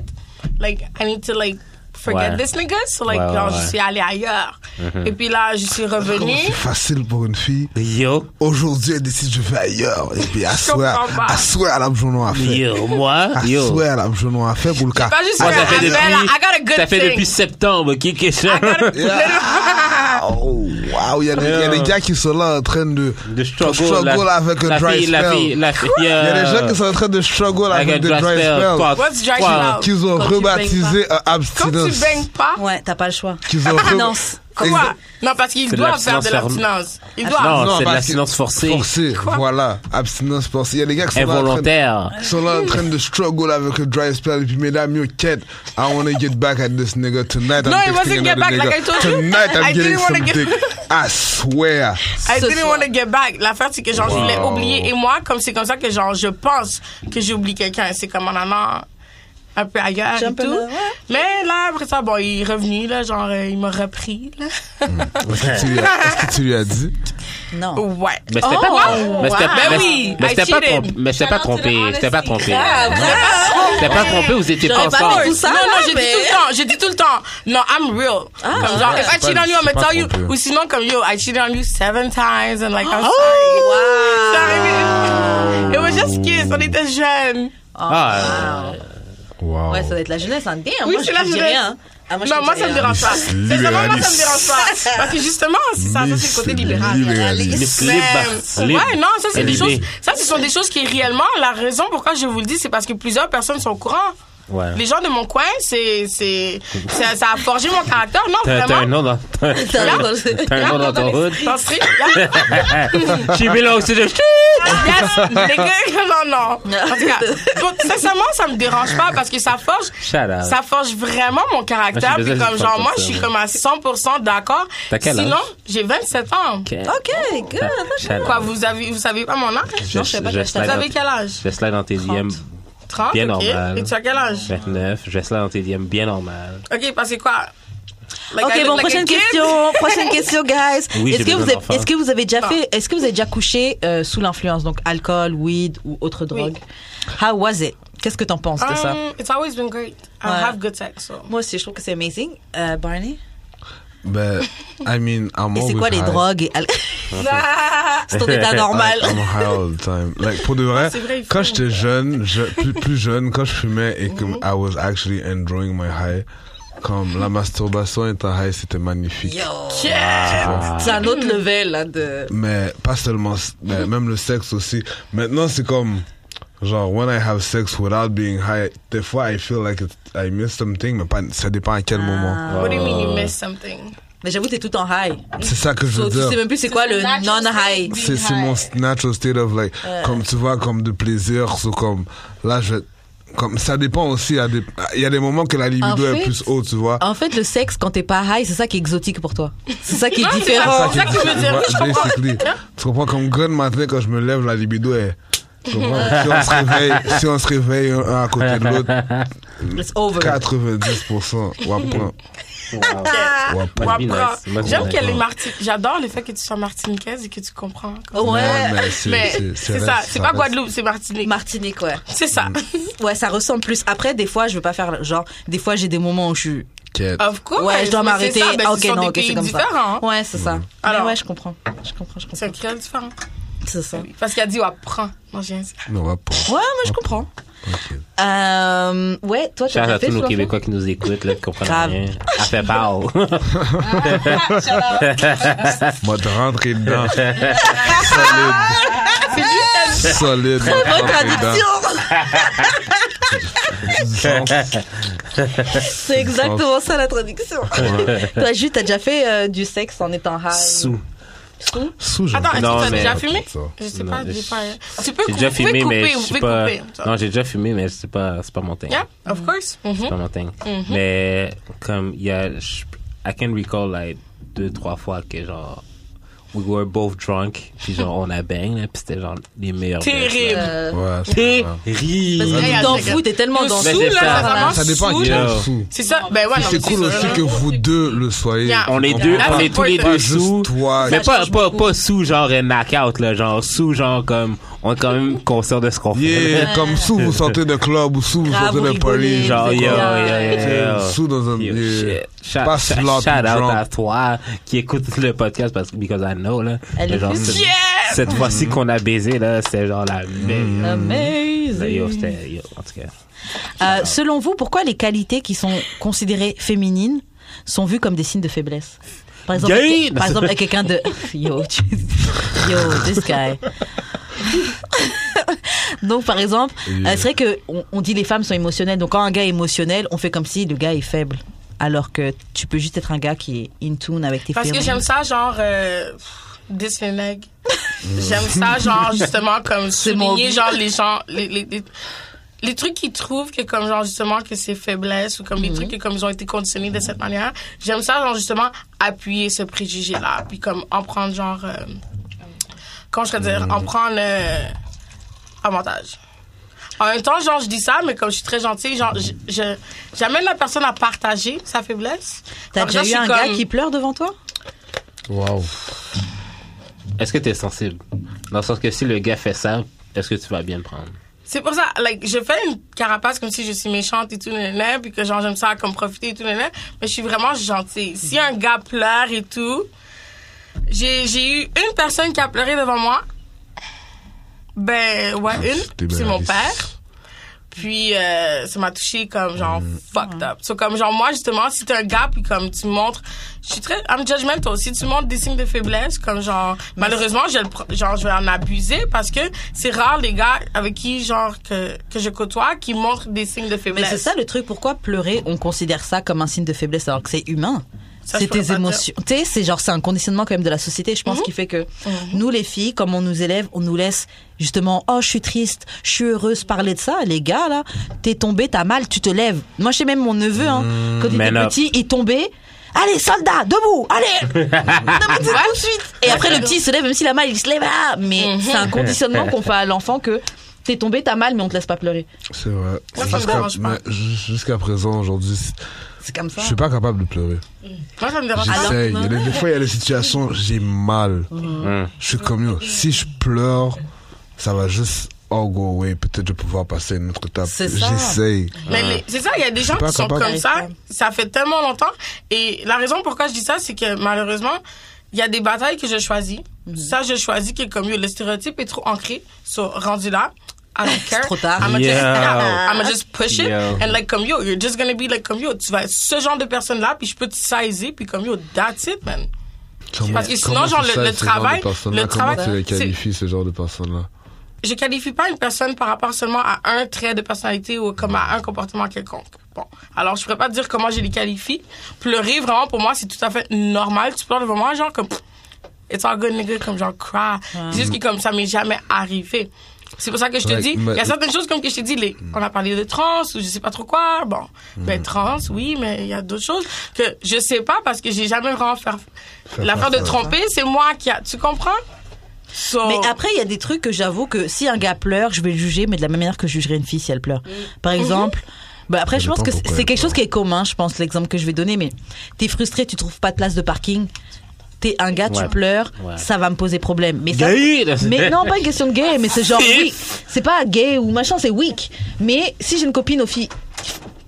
Like, I need to, like, forget
Ouais.
this nigga. So, like,
Ouais, ouais,
genre,
ouais. Mm-hmm.
je suis allée ailleurs. Et puis là, je suis
Comment
revenue.
c'est facile pour une fille.
Yo,
Aujourd'hui, elle décide je vais ailleurs. Et puis, à soi,
comprends pas.
à soi, elle a besoin à faire.
yo, moi,
À
yo.
soi, elle a besoin à faire pour le cas.
Pas juste
Moi,
que
ça fait
I fell,
depuis-
I got a good
Ça fait
thing.
depuis septembre, ok, que ça.
Yeah. Ah, Oh, wow. Il y, a des- il y a des gars qui sont là en train de
De struggle, la-
avec un
la
dry
fille,
spell.
La fille, la fille,
Il y a des
euh,
gens qui sont en train de struggle
avec un
avec des
dry
dry
spell.
spells.
Quoi,
What's dry
quoi,
spell?
Qu'ils ont
Quand tu
rebaptisé un
Quand tu
abstinence.
baignes pas,
Ouais, t'as pas le choix.
Qu'ils ont
Abstinence.
quoi
Exact-
Non, parce qu'ils
C'est de
doivent faire de
l'abstinence
l'abstinence. Ils
Non,
doivent.
Ah, c'est de
parce
l'abstinence
que-
forcée.
Forcée, voilà. Abstinence forcée. Il y a des gars qui sont là en train de
Involontaire.
Ils sont là en train de struggle avec a dry spell. Et puis, mesdames, you can't. I want to get back at this nigga tonight.
No,
I'm
it wasn't
texting
get
another
back, like
nigga.
I told you.
Tonight, I'm
I
getting
didn't wanna
some
get-
dick. I swear.
I
Ce
didn't
soir.
want to get back. L'affaire, c'est que genre, je voulais
Wow.
oublier. Et moi, comme c'est comme ça que genre, je pense que j'oublie quelqu'un. C'est comme en allant un peu ailleurs
J'ai un
et
peu
tout.
mal, ouais.
Mais là, après ça, bon, il est revenu, là, genre, euh, il m'a repris, là.
Est-ce que tu lui as- est-ce que tu lui as dit?
Non.
Ouais.
Mais c'était
Oh,
pas, mais c'était
wow.
mais-
Ben oui,
mais c'était pas
I cheated.
trompé, mais c'était pas trompé, c'était pas trompé. C'était pas trompé, vous étiez pas
J'aurais pas
ensemble.
fait tout ça,
non,
là,
non, j'ai
Ah, mais- Ah.
dit tout le temps, j'ai dit tout le temps. Non, I'm real. comme genre, if I cheat on
pas-
you, I'm gonna
c'est pas
tell you.
trompé.
Ou sinon, comme yo, I cheated on you seven times, and like, I'm
Oh. Wow.
sorry. Sorry, mais- It was just kiss, on était jeunes.
Ah, euh,
Wow.
Ouais, ça doit être la jeunesse, hein. Damn,
Oui,
moi,
c'est
je
la
te dis
jeunesse.
rien. Ah, moi, je
non,
te
moi,
dis
ça me
rien.
dérange pas.
Miss
C'est seulement moi, ça me
libéraliste.
dérange pas. Parce que justement, c'est ça, ça, c'est le côté libéral.
Miss
Mais,
Libre. Libre.
ouais, non, ça, c'est
Elle
des
est
choses,
libre.
ça, ce sont des choses qui, réellement, la raison pourquoi je vous le dis, c'est parce que plusieurs personnes sont au courant.
Ouais.
Les gens de mon coin, c'est, c'est, ça, ça a forgé mon caractère. Non,
T'as t'as un hein?
vraiment.
nom dans, t'as
T'as raison, dans le-
un nom dans ton hood.
Dans ce tri- Yes,
She belongs to the shit.
les gars, non, non. En tout cas, bon, sincèrement, ça me dérange pas parce que ça forge,
Shout out.
ça forge vraiment mon
Moi,
caractère.
je suis
Puis
désolé,
comme
je
genre,
parle
moi,
pas
je
de
suis
ça,
comme à 100% d'accord.
T'as quel âge?
Sinon, j'ai 27 ans.
Ok.
Ok, good.
Shout out.
Quoi, vous avez, vous savez pas mon âge?
Je-
je savais pas
je
que
slide
Vous
dans-
avez quel âge?
Je slide dans tes DM
30?
Bien
ok.
normal.
Et tu as quel âge?
29. Je slide dans tes DM bien normal.
Ok, parce que quoi? Like, I
Ok,
look
bon,
like a
prochaine
kid?
question. Prochaine question, guys.
Oui,
est-ce
j'ai
que,
besoin
vous avez-
d'enfants.
est-ce que vous avez déjà
Ah.
fait, est-ce que vous avez déjà couché euh, sous l'influence, donc alcool, weed ou autre drogue How was it Qu'est-ce que t'en penses de ça
Um, it's always been great. I
Ouais.
have good sex, so.
Moi aussi, je trouve que c'est amazing. Euh, Barney
Ben, I mean, I'm
Et c'est
always
quoi les
high.
drogues et al- C'est ton état normal.
Like, I'm high all the time. Like, pour de vrai,
c'est vrai, il faut.
quand j'étais jeune, je- plus, plus jeune, quand je fumais et que
Mm-hmm.
I was actually enjoying my high, comme la masturbation étant high, c'était magnifique.
C'est un autre level là de.
Mais pas seulement, s- mais même le sexe aussi. Maintenant, c'est comme, genre, when I have sex without being high, des fois, I feel like it- I miss something, mais pas, ça dépend à quel
Ah.
moment.
What do you mean
Oh.
you missed something?
Mais j'avoue, t'es tout en high.
C'est ça que je veux
So, tu sais
dire.
même plus c'est quoi le non-high.
C'est c'est mon natural state of like, comme tu vois, comme de plaisir, ou comme, là, je comme, ça dépend aussi, il y a des- il y a des moments que la libido
En fait,
est plus haute, tu vois.
En fait, le sexe quand t'es pas high, c'est ça qui est exotique pour toi. C'est ça qui est
c'est
différent.
ça que je veux dire. Oui, je comprends.
Basically, tu comprends, comme grand matin, quand je me lève, la libido est, Tu comprends? si, on se réveille, si on se réveille un à côté de l'autre,
It's over.
90% ou apprend.
Ah.
Ou apprend.
Moi, bras.
nice. Moi,
J'aime
c'est
qu'elle est
d'accord.
martinique. J'adore le fait que tu sois martiniquaise et que tu comprends.
Ouais.
mais c'est-
Mais
c'est-
c'est
reste-
ça, c'est pas
reste-
Guadeloupe, c'est Martinique.
Martinique, ouais.
C'est ça.
Mm.
Ouais, ça ressemble plus. Après, des fois, je veux pas faire genre. Des fois, j'ai des moments où je suis.
Quête.
Of course.
Ouais, je dois
mais c'est
m'arrêter.
ça, ben,
Ah,
ce
ok,
sont
non,
des
ok, c'est
pays
comme ça.
différents. hein.
Ouais, c'est ça.
Alors-
Alors, ouais, je comprends. Je comprends, je
C'est
comprends.
un créole différent.
C'est ça. Ouais,
Parce qu'elle dit, ouais, prends. Non, j'ai rien dit.
Non, on apprend.
moi, je comprends.
Ok.
Euh, ouais, toi, tu
Charles
as
à
fait
tous nos
toi,
Québécois qui nous écoutent, là, qui comprennent
Grave.
rien. Elle fait bao.
Moi, de rentrer dedans. Solide. Solide. moi, de
Bonne
rentrer
traduction
dedans.
C'est exactement ça la traduction. Toi, Jules, t'as déjà fait euh, du sexe en étant high
Sous.
Sous
Sous, j'aime
Attends,
pas
est-ce
Non,
que tu as
mais-
déjà fumé
ça.
Je sais
Non,
pas,
je-
j'ai pas. euh, Tu peux
J'ai
cou-
déjà
vous pouvez
fumé, mais
couper,
je
vous
suis
pouvez
pas.
couper.
Non, j'ai déjà fumé, mais c'est pas, c'est pas mon thing.
Yeah, of course. Mhm.
C'est
Mm-hmm.
pas mon thing. Mais comme il y a, je- I can recall like deux trois fois que genre we were both drunk, puis genre on a bang, là, puis c'était genre les meilleurs.
Terrible.
euh,
Ouais, c'est-
Terrible.
Parce que
Ouais,
tu t'en
c'est-
fous, t'es tellement
Le
dans
Mais
sous,
c'est
là,
ça.
ça vraiment
Ça dépend
sous,
qui
là.
est
Yo.
sous.
C'est ça, ben ouais, non,
C'est cool
ça,
aussi
là.
que vous deux le soyez.
Yeah.
On est
On
deux,
comprend.
on est tous les
Pas
deux
juste
sous.
toi.
Mais pas,
change
pas,
beaucoup.
pas sous genre un knockout, là, genre sous genre comme on est quand même conscient de ce qu'on fait.
Yeah, comme sous vous sortez d'un club ou sous vous
Grave,
sortez
vous
d'un
rigolez.
party.
Genre, yo, yo,
Yeah.
yo, yo.
Sous dans un.
Yo,
yeah.
shit. Shout,
Pas
shout-
slot
shout out
drunk.
à toi qui écoute le podcast parce que because I know là.
Elle
Mais
est
genre,
plus-
cette, cette fois-ci qu'on a baisé là, c'était genre la
Mm-hmm.
meilleure. Yo,
Amazing.
c'était yo, en tout cas.
Euh, selon vous, pourquoi les qualités qui sont considérées féminines sont vues comme des signes de faiblesse par exemple,
Gay.
par exemple, quelqu'un de yo, tu- yo, this guy. donc, par exemple, euh, c'est vrai que on, on dit les femmes sont émotionnelles. Donc, quand un gars est émotionnel, on fait comme si le gars est faible, alors que tu peux juste être un gars qui est in tune avec tes
Parce que
feelings.
j'aime ça, genre, euh, this neg. J'aime ça, genre, justement, comme
mon
souligner,
but.
genre, les gens, les, les, les, les trucs qu'ils trouvent que, comme, genre, justement, que c'est faiblesse ou comme
Mhm.
les trucs que, comme, ils ont été conditionnés de cette manière. J'aime ça, genre, justement, appuyer ce préjugé-là, puis comme, en prendre, genre, euh, comment je peux dire,
Mhm.
en prendre euh, avantage. En même temps, genre, je dis ça, mais comme je suis très gentille, genre, je- je- j'amène la personne à partager sa faiblesse.
T'as
En même
déjà
temps,
eu
je
un
suis
gars
comme-
qui pleure devant toi
Wow.
Est-ce que t'es sensible? Dans le sens que si le gars fait ça, est-ce que tu vas bien le prendre?
C'est pour ça, like, je fais une carapace comme si je suis méchante et tout, nanana, puis que genre j'aime ça comme profiter et tout, nanana, mais je suis vraiment gentille. Si un gars pleure et tout, j'ai, j'ai eu une personne qui a pleuré devant moi. Ben, ouais,
c'était
une,
bien
c'est mon
réaliste.
père. Puis euh, ça m'a touché comme genre
Mm.
fucked up. So, comme genre moi justement, si t'es un gars puis comme tu montres, je suis très I'm judgmental. Si tu montres des signes de faiblesse, comme genre malheureusement je le pr- genre je vais en abuser parce que c'est rare les gars avec qui genre que que je côtoie qui montrent des signes de
Mais
faiblesse.
c'est ça le truc, pourquoi pleurer, on considère ça comme un signe de faiblesse alors que c'est humain
Ça, je
c'est
pourrais
tes
pas Mhm.
émotions. Tu sais, c'est genre, c'est un conditionnement quand même de la société, je pense, qui fait que nous, les filles, comme on nous élève, on nous laisse justement, oh, je suis triste, je suis heureuse, parler de ça. Les gars, là, t'es tombé, t'as mal, tu te lèves. Moi, je sais même mon neveu, hein, quand il
Mmh, man
était
up.
petit, il tombait. Allez, soldat, debout, allez! Debout tout de suite! Et après, le petit, il se lève, même s'il a mal, il se lève, ah! Mais
Mhm.
c'est un conditionnement qu'on fait à l'enfant que t'es tombé, t'as mal, mais on te laisse pas pleurer.
C'est vrai.
Moi, ça me
Jusqu'à
dérange pas.
mais jus- jusqu'à présent, aujourd'hui, c-
C'est comme ça.
je suis pas capable de pleurer.
Moi ça me dérange
Ah,
pas.
J'essaye. Il
Alors,
y a des, des fois, il y a des situations, j'ai mal.
Mm.
Je suis comme yo. Si je pleure, ça va juste all go away. Peut-être je vais pouvoir passer à une autre étape.
C'est ça.
J'essaye.
Mais les- c'est ça, il y a des gens
pas
qui sont
capable.
comme ça. Ça fait tellement longtemps. Et la raison pourquoi je dis ça, c'est que malheureusement, il y a des batailles que je choisis.
Mhm.
Ça, je choisis que comme yo, le stéréotype est trop ancré. So, rendu là. I don't care.
trop tard.
I'm just,
Yo.
I'ma just push it.
Yo.
And like, comme yo, you're just gonna be like, comme yo, tu vas être ce genre de personne-là, puis je peux te saisir, puis comme yo, that's it, man. Parce que sinon, genre, le- le travail- le
Comment tu
travail-
les qualifies, ce genre de personnes-là
Ah,
je qualifie pas une personne par rapport seulement à un trait de personnalité ou comme à un comportement quelconque. Bon, alors je pourrais pas dire comment je les qualifie. Pleurer vraiment pour moi c'est tout à fait normal. Tu pleures devant moi genre comme pff, it's all good nigga comme genre cry. C'est Juste que comme ça m'est jamais arrivé. C'est pour ça que je te
Ouais,
dis, il
mais-
y a certaines choses comme que je t'ai dit, les, on a parlé de trans ou je sais pas trop quoi. Bon,
Mm.
ben trans, oui, mais il y a d'autres choses que je sais pas parce que j'ai jamais vraiment fait. L'affaire de
face à-
tromper, c'est moi qui a. Tu comprends?
So-
Mais après, il y a des trucs que j'avoue que si un gars pleure, je vais le juger, mais de la même manière que je jugerais une fille si elle pleure. Par exemple, bah après,
Ça
je pense
dépend
que c'est-
pourquoi
c'est
elle
quelque chose
pleure.
qui est commun, je pense, l'exemple que je vais donner, mais t'es frustré, tu trouves pas de place de parking, t'es un gars, tu
Ouais.
pleures,
Ouais.
ça va me poser problème. Mais ça,
Gay, là, c'est-
mais non, pas une question de gay, mais c'est genre oui. C'est pas gay ou machin, c'est weak. Mais si j'ai une copine aux filles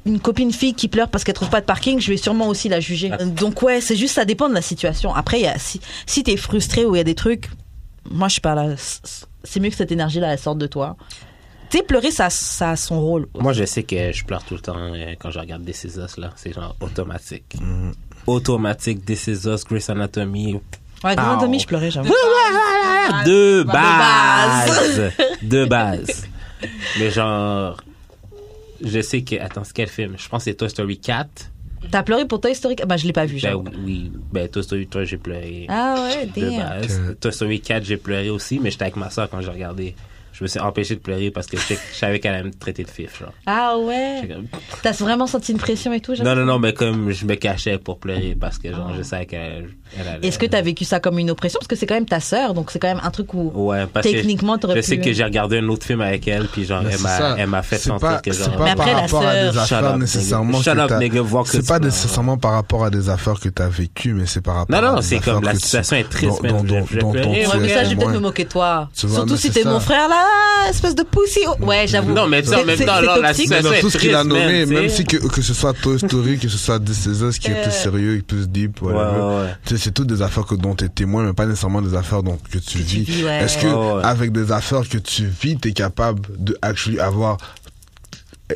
une copine fille qui pleure parce qu'elle trouve pas de parking, je vais sûrement aussi la juger. Donc ouais, c'est juste ça dépend de la situation. Après, il y a, si si t'es frustré ou il y a des trucs, moi je parle. à- C'est mieux que cette énergie-là elle sorte de toi. Tu sais, pleurer ça ça a son rôle.
Moi, je sais que je pleure tout le temps euh, quand je regarde This Is Us, là. C'est genre automatique. Automatique, This Is Us, Grey's Anatomy. Ah,
Ouais, Ah, oh. Grey's
Ow.
Anatomy, je pleurais jamais.
De base. De base. Mais genre, je sais que... Attends, c'est quel film? Je pense que c'est Toy Story 4.
T'as pleuré pour Toy historique Bah je l'ai pas vu.
Ben
j'avoue.
oui, ben Toy Story 3, j'ai pleuré.
Ah ouais,
de
damn.
base. Toy Story 4, j'ai pleuré aussi, mais j'étais avec ma soeur quand j'ai regardé. Je me suis empêché de pleurer parce que je sais- je savais qu'elle allait me traiter de fif, genre.
Ah
J'étais
ouais.
comme-
T'as vraiment senti une pression et tout. genre
Non, non, non, mais comme je me cachais pour pleurer parce que genre, je savais qu'elle elle allait.
Ah. Est-ce que t'as vécu ça comme une oppression parce que c'est quand même ta sœur, donc c'est quand même un truc où
Ouais, parce
Techniquement,
que
t'aurais
je
pu-
sais que j'ai regardé un autre film avec elle, puis genre,
Mais
elle
c'est
m'a,
ça.
elle m'a fait
C'est
sentir
pas-
que
C'est
genre.
pas
Mais après,
par
la
rapport à
sœur-
des
Shut
affaires
up,
nécessairement.
nigga. Shut
que
up,
t'as-
nigga, voir que
C'est
tu
pas
pleures.
nécessairement par rapport à des affaires que t'as vécues, mais c'est par rapport.
Non, non,
à des
c'est
affaires
comme la
que tu-
situation est triste,
dont-
man.
dont-
Je vais
dont-
pleurer.
dont tu
Ouais, mais
es
ça, je vais peut-être
témoin.
me moquer de toi.
Tu vois,
Surtout
mais
si
c'est
t'es
ça.
mon frère là, espèce de pussy. Oh, Ouais, j'avoue.
Non, mais tu sais, en
C'est-
même
c'est-
temps,
c'est
genre, la
toxique.
situation-
Mais dans
c'est
tout ce qu'il a
triste, man,
nommé,
tu sais.
même si que, que ce soit Toy Story, que ce soit This Is Us, qui est
Euh.
plus sérieux et plus deep,
Ouais,
whatever,
ouais, ouais.
tu sais, c'est toutes des affaires que, dont tu es témoin, mais pas nécessairement des affaires dont, que tu vis.
vis, ouais.
Est-ce que,
Ouais, ouais.
avec des affaires que tu vis, tu es capable de actually avoir,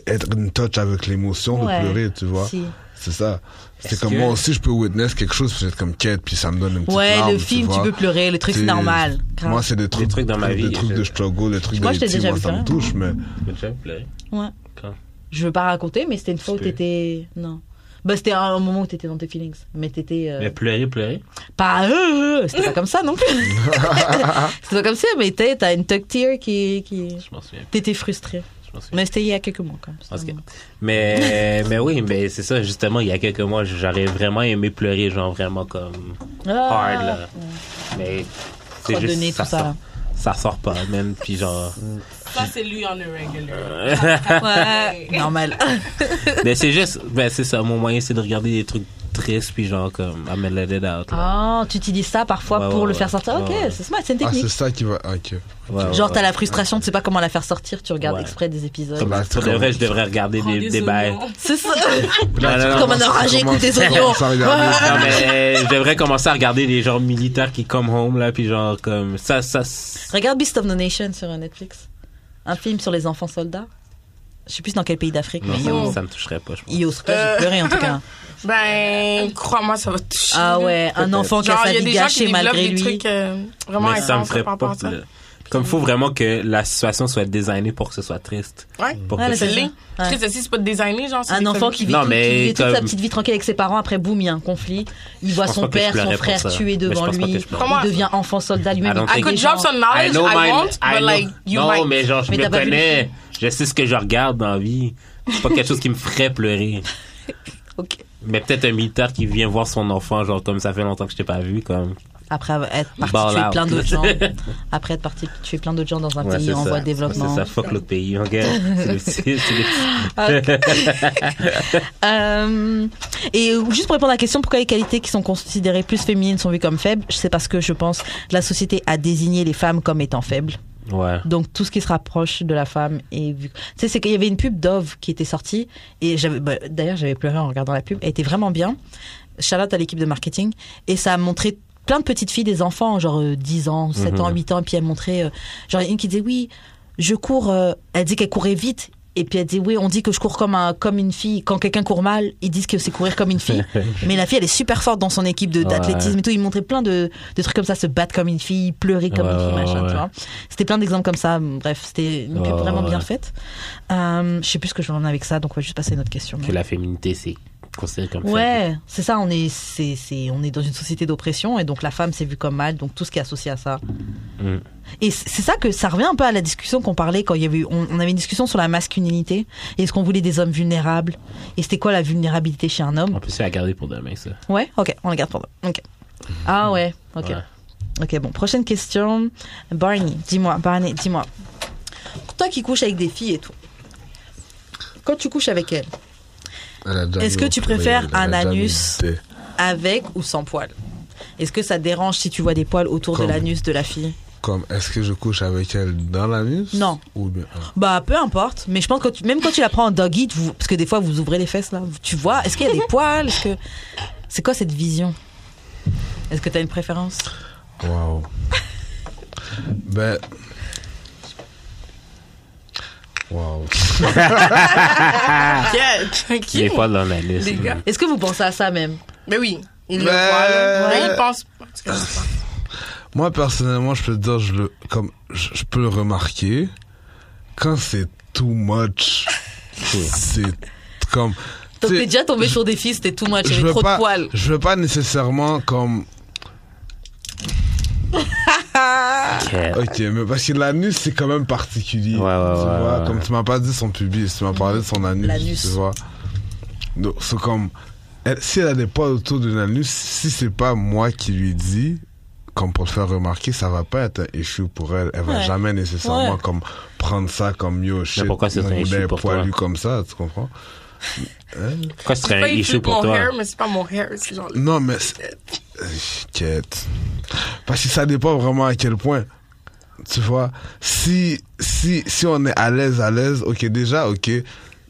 être in touch avec l'émotion,
Ouais.
de pleurer, tu vois?
Si.
C'est ça. C'est
Est-ce
comme
que-
moi aussi, je peux witness quelque chose, puis être comme quête, puis ça me donne une petite
Ouais,
larme,
le film, tu
vois.
peux pleurer, le truc, c'est
C'est-
normal. Grave.
Moi, c'est des trucs,
trucs dans ma vie,
Des trucs
je-
de struggle, des trucs
Moi, je
de
t'ai
petits,
déjà
moi,
vu
ça
faire.
me touche, mais. ah,
Mais tu vas pleurer.
Ouais.
Quand?
Je veux pas raconter, mais c'était une fois où
Tu peux.
t'étais. Non. Bah, c'était un, un moment où t'étais dans tes feelings. Mais t'étais. euh,
Mais pleurer, pleurer.
Pas. euh, euh, c'était pas comme ça non plus. c'était pas comme ça, mais t'es- t'as une tuck tear qui. qui...
Je m'en souviens.
T'étais frustré.
Je m'en souviens.
Mais c'était il y a quelques mois, quand même. C'était
Parce que-
un moment.
Mais, mais oui, mais c'est ça, justement, il y a quelques mois, j'aurais vraiment aimé pleurer, genre vraiment comme
Ah.
hard, là. Mais c'est
Redonner
juste,
tout
ça,
ça.
Sort, ça sort pas, même, puis genre...
Ça, c'est lui en irregular.
Ouais, normal.
mais c'est juste, ben c'est ça, mon moyen, c'est de regarder des trucs tristes, puis genre comme, I'm gonna let it out, là.
Ah, tu utilises ça parfois
Ouais,
pour
ouais,
le
ouais.
faire sortir.
Ouais,
ok,
ouais.
c'est smart, c'est une
Ah,
technique.
c'est ça qui va. ah, Ok.
Ouais, ouais,
Genre,
ouais.
t'as la frustration, tu sais pas comment la faire sortir, tu regardes
Ouais.
exprès des épisodes.
Comme la-
Pour de vrai, je devrais regarder
Prends
des, des bails.
oignons.
C'est ça.
Non, non, non.
Comme un enragé, écoute tes oignons.
Ça regarde.
Non, mais je devrais commencer à regarder les genres militaires qui come home, là, puis genre comme, ça, ça... c'est-
Regarde Beast of the Nation sur euh, Netflix. Un film sur les enfants soldats. Je sais plus dans quel pays d'Afrique, mais
Non, ça, me-
yo.
ça me toucherait pas, je pense.
Yo, sur toi,
Euh.
j'ai pleuré en tout cas.
Ben, crois-moi, ça va te toucher.
Ah ouais, un enfant qui a
Genre,
sa
il y a
vie
des gens
gâchée
qui développent
malgré
des
lui.
trucs euh, vraiment
Mais ça me
intenses
ferait
par rapport
pas.
à ça.
le- Comme il faut vraiment que la situation soit designée pour que ce soit triste.
Ouais.
Pour
Ouais,
que
Ah, là,
ça-
C'est
ça.
lié.
Ouais.
Triste aussi, c'est pas designé, genre. c'est
Un
des
enfant
familles
qui vit,
Non,
tout- qui
mais
vit toute sa
comme-
petite vie tranquille avec ses parents, après boum, il y a un conflit. Il voit
pense
son
pas que je
père, son
pleurais pour
frère
ça.
tué
Mais je
devant
pense pas
lui.
que je pleurais.
Il devient enfant soldat
I
lui-même. Ah,
don't
Il
think-
pique
I could
des
drop
gens.
some knowledge, I, won't, but like, you
non,
might.
mais genre, je
Mais
me
t'as pas vu le
connais.
film.
Je sais ce que je regarde dans la vie. C'est pas quelque chose qui me ferait pleurer.
Ok.
Mais peut-être un militaire qui vient voir son enfant, genre, comme ça fait longtemps que je t'ai pas vu, comme.
Après être parti
Ball
tuer
out.
plein d'autres gens. Après être parti tuer plein d'autres gens dans un
Ouais,
pays
c'est
en
ça.
voie de développement.
C'est ça, fuck l'autre pays, ok? C'est le petit- c'est le petit-
Euh, et juste pour répondre à la question, pourquoi les qualités qui sont considérées plus féminines sont vues comme faibles C'est parce que je pense que la société a désigné les femmes comme étant faibles.
Ouais.
Donc tout ce qui se rapproche de la femme est vu. Tu sais, c'est qu'il y avait une pub Dove qui était sortie et j'avais, bah, d'ailleurs, j'avais pleuré en regardant la pub. Elle était vraiment bien. Charlotte à l'équipe de marketing et ça a montré plein de petites filles, des enfants, genre euh, 10
Mhm.
ans, 7 ans, 8 ans, et puis elle montrait, euh, genre une qui disait oui, je cours. euh, elle dit qu'elle courait vite. Et puis elle dit oui, on dit que je cours comme un comme une fille. Quand quelqu'un court mal, ils disent que c'est courir comme une fille. Mais la fille, elle est super forte dans son équipe de,
Ouais.
d'athlétisme et tout. Ils montraient plein de, de trucs comme ça, se battre comme une fille, pleurer comme
Ouais,
une fille,
ouais,
machin,
ouais.
tu vois. C'était plein d'exemples comme ça. Bref, c'était une pub
Ouais,
vraiment
Ah, ouais.
bien faite. Euh, je sais plus ce que je vais en venir avec ça, donc on va juste passer à une autre question.
Que la féminité, c'est considéré comme faible.
Ouais, c'est ça. On est, c'est, c'est, on est dans une société d'oppression et donc la femme c'est vue comme mal, donc tout ce qui est associé à ça.
Mm.
Et c- c'est ça que ça revient un peu à la discussion qu'on parlait quand il y avait, eu- on, on avait une discussion sur la masculinité. Et Est-ce qu'on voulait des hommes vulnérables Et c'était quoi la vulnérabilité chez un homme
On peut se la garder pour demain, ça.
Ouais, ok, on la garde pour nous. Ok. Ah ouais, ok.
Ouais.
Ok, bon, prochaine question. Barney, dis-moi, Barney, dis-moi. Toi qui couches avec des filles et tout, quand tu couches avec elles, Est-ce que tu préfères un anus avec ou sans poils Est-ce que ça te dérange si tu vois des poils autour
Comme-
de l'anus de la fille
Comme, est-ce que je couche avec elle dans l'anus
Non.
Ou bien. ah.
Bah, peu importe. Mais je pense que tu- même quand tu la prends en doggy, vous, parce que des fois vous ouvrez les fesses là, tu vois, est-ce qu'il y a des poils Est-ce que c'est quoi cette vision Est-ce que t'as une préférence
Waouh. ben. Waouh.
Les poils dans l'anus.
Les gars.
Est-ce que vous pensez à ça même
Mais oui, il le
Mais-
voit. là. Mais il pense pas. parce que je sais pas.
Moi, personnellement, je peux te dire, je, le, comme, je, je peux le remarquer. Quand c'est too much, c'est comme.
Donc
tu sais,
t'es déjà tombé sur des filles, c'était tout moi,
je
j'avais
veux
trop
pas,
de poils.
Je veux pas nécessairement comme.
Ok.
Ok, mais parce que l'anus, c'est quand même particulier.
Ouais, ouais,
tu
ouais,
vois,
ouais,
comme
ouais.
tu m'as pas dit son pubis, tu m'as parlé de son anus.
L'anus.
Tu vois. Donc, c'est comme. elle- si elle a des poils autour de l'anus, si c'est pas moi qui lui dis, comme pour le faire remarquer, ça va pas être un issue pour elle. Elle va
Ouais.
jamais nécessairement
Ouais.
comme prendre ça comme yo shit.
pourquoi c'est
mon
un issue
goulet est
pour toi?
poilu comme ça, tu comprends?
Quoi, ce
C'est
serait
pas
un
il
issue
coupe mon
pour toi?
hair, mais c'est pas mon hair. C'est genre.
Non, mais. c'est- Quête. Parce que ça dépend vraiment à quel point. Tu vois, si, si, si on est à l'aise, à l'aise, ok, déjà, ok,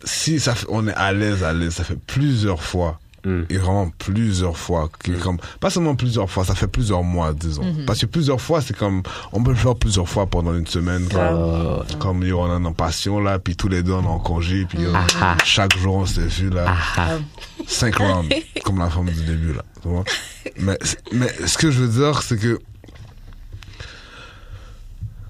si ça fait- on est à l'aise, à l'aise, ça fait plusieurs fois,
Mm.
et vraiment plusieurs fois, que comme, pas seulement plusieurs fois, ça fait plusieurs mois, disons. Parce que plusieurs fois, c'est comme, on peut le faire plusieurs fois pendant une semaine,
Ouais,
comme,
ouais, ouais.
comme yo, on est en passion, là, puis tous les deux, on est en congé, puis yo, chaque jour, on s'est vu, là.
Ah.
Cinq rounds, comme la femme du début, là. Tu vois? Mais, mais ce que je veux dire, c'est que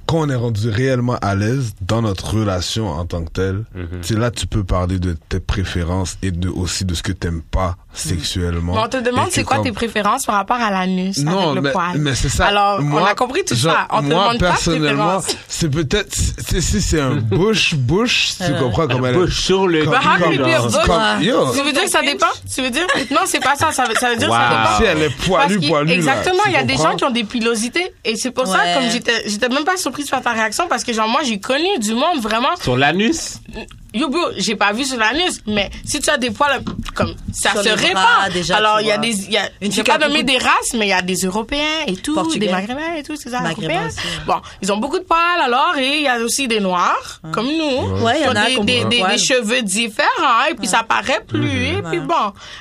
quand on est rendu réellement à l'aise dans notre relation en tant que telle,
Mhm.
c'est là tu peux parler de tes préférences et de, aussi de ce que t'aimes pas sexuellement.
Mais on te demande
Et
c'est
que
quoi
comme-
tes préférences par rapport à l'anus
non,
avec le
mais,
poil.
mais c'est ça.
Alors, on
Moi,
a compris tout
genre,
ça. On te
moi,
demande pas tes
personnellement,
préférences.
c'est peut-être, si- si c'est un bush-bush, tu
Euh.
comprends comme elle
Bouche sur le
comme-
Bah, how
comme-
can you be a bush?
comme- yo,
Tu veux dire que ça dépend Tu veux dire Non, c'est pas ça. Ça veut, ça veut dire que ça
Wow.
dépend.
si elle est
Parce
poilue,
qu'il-
poilue, là,
Exactement,
tu
il y a des
comprends?
gens qui ont des pilosités. Et c'est pour
Ouais.
ça, comme j'étais, j'étais même pas surprise par ta réaction parce que, genre, moi, j'ai connu du monde vraiment.
Sur l'anus?
Yo, bro, j'ai pas vu sur l'anus, mais si tu as des poils, comme, ça
Sur
se
les
répand.
bras, déjà,
Alors,
tu
il y a
vois.
des, il y a,
Une
je
fille
vais
qui a
pas nommer
beaucoup
des races, mais il y a des Européens et tout,
Portugais.
des Maghrébins et tout, c'est ça,
Maghrébins
Européens.
aussi, ouais.
Bon, ils ont beaucoup de poils, alors, et il y a aussi des Noirs,
Ah.
comme nous.
Ouais, il y
qui
en
ont
a qui
des,
ont
des,
beaucoup de
des-
poils.
des cheveux différents, et puis ça paraît plus, et puis
Mhm. Ouais.
bon.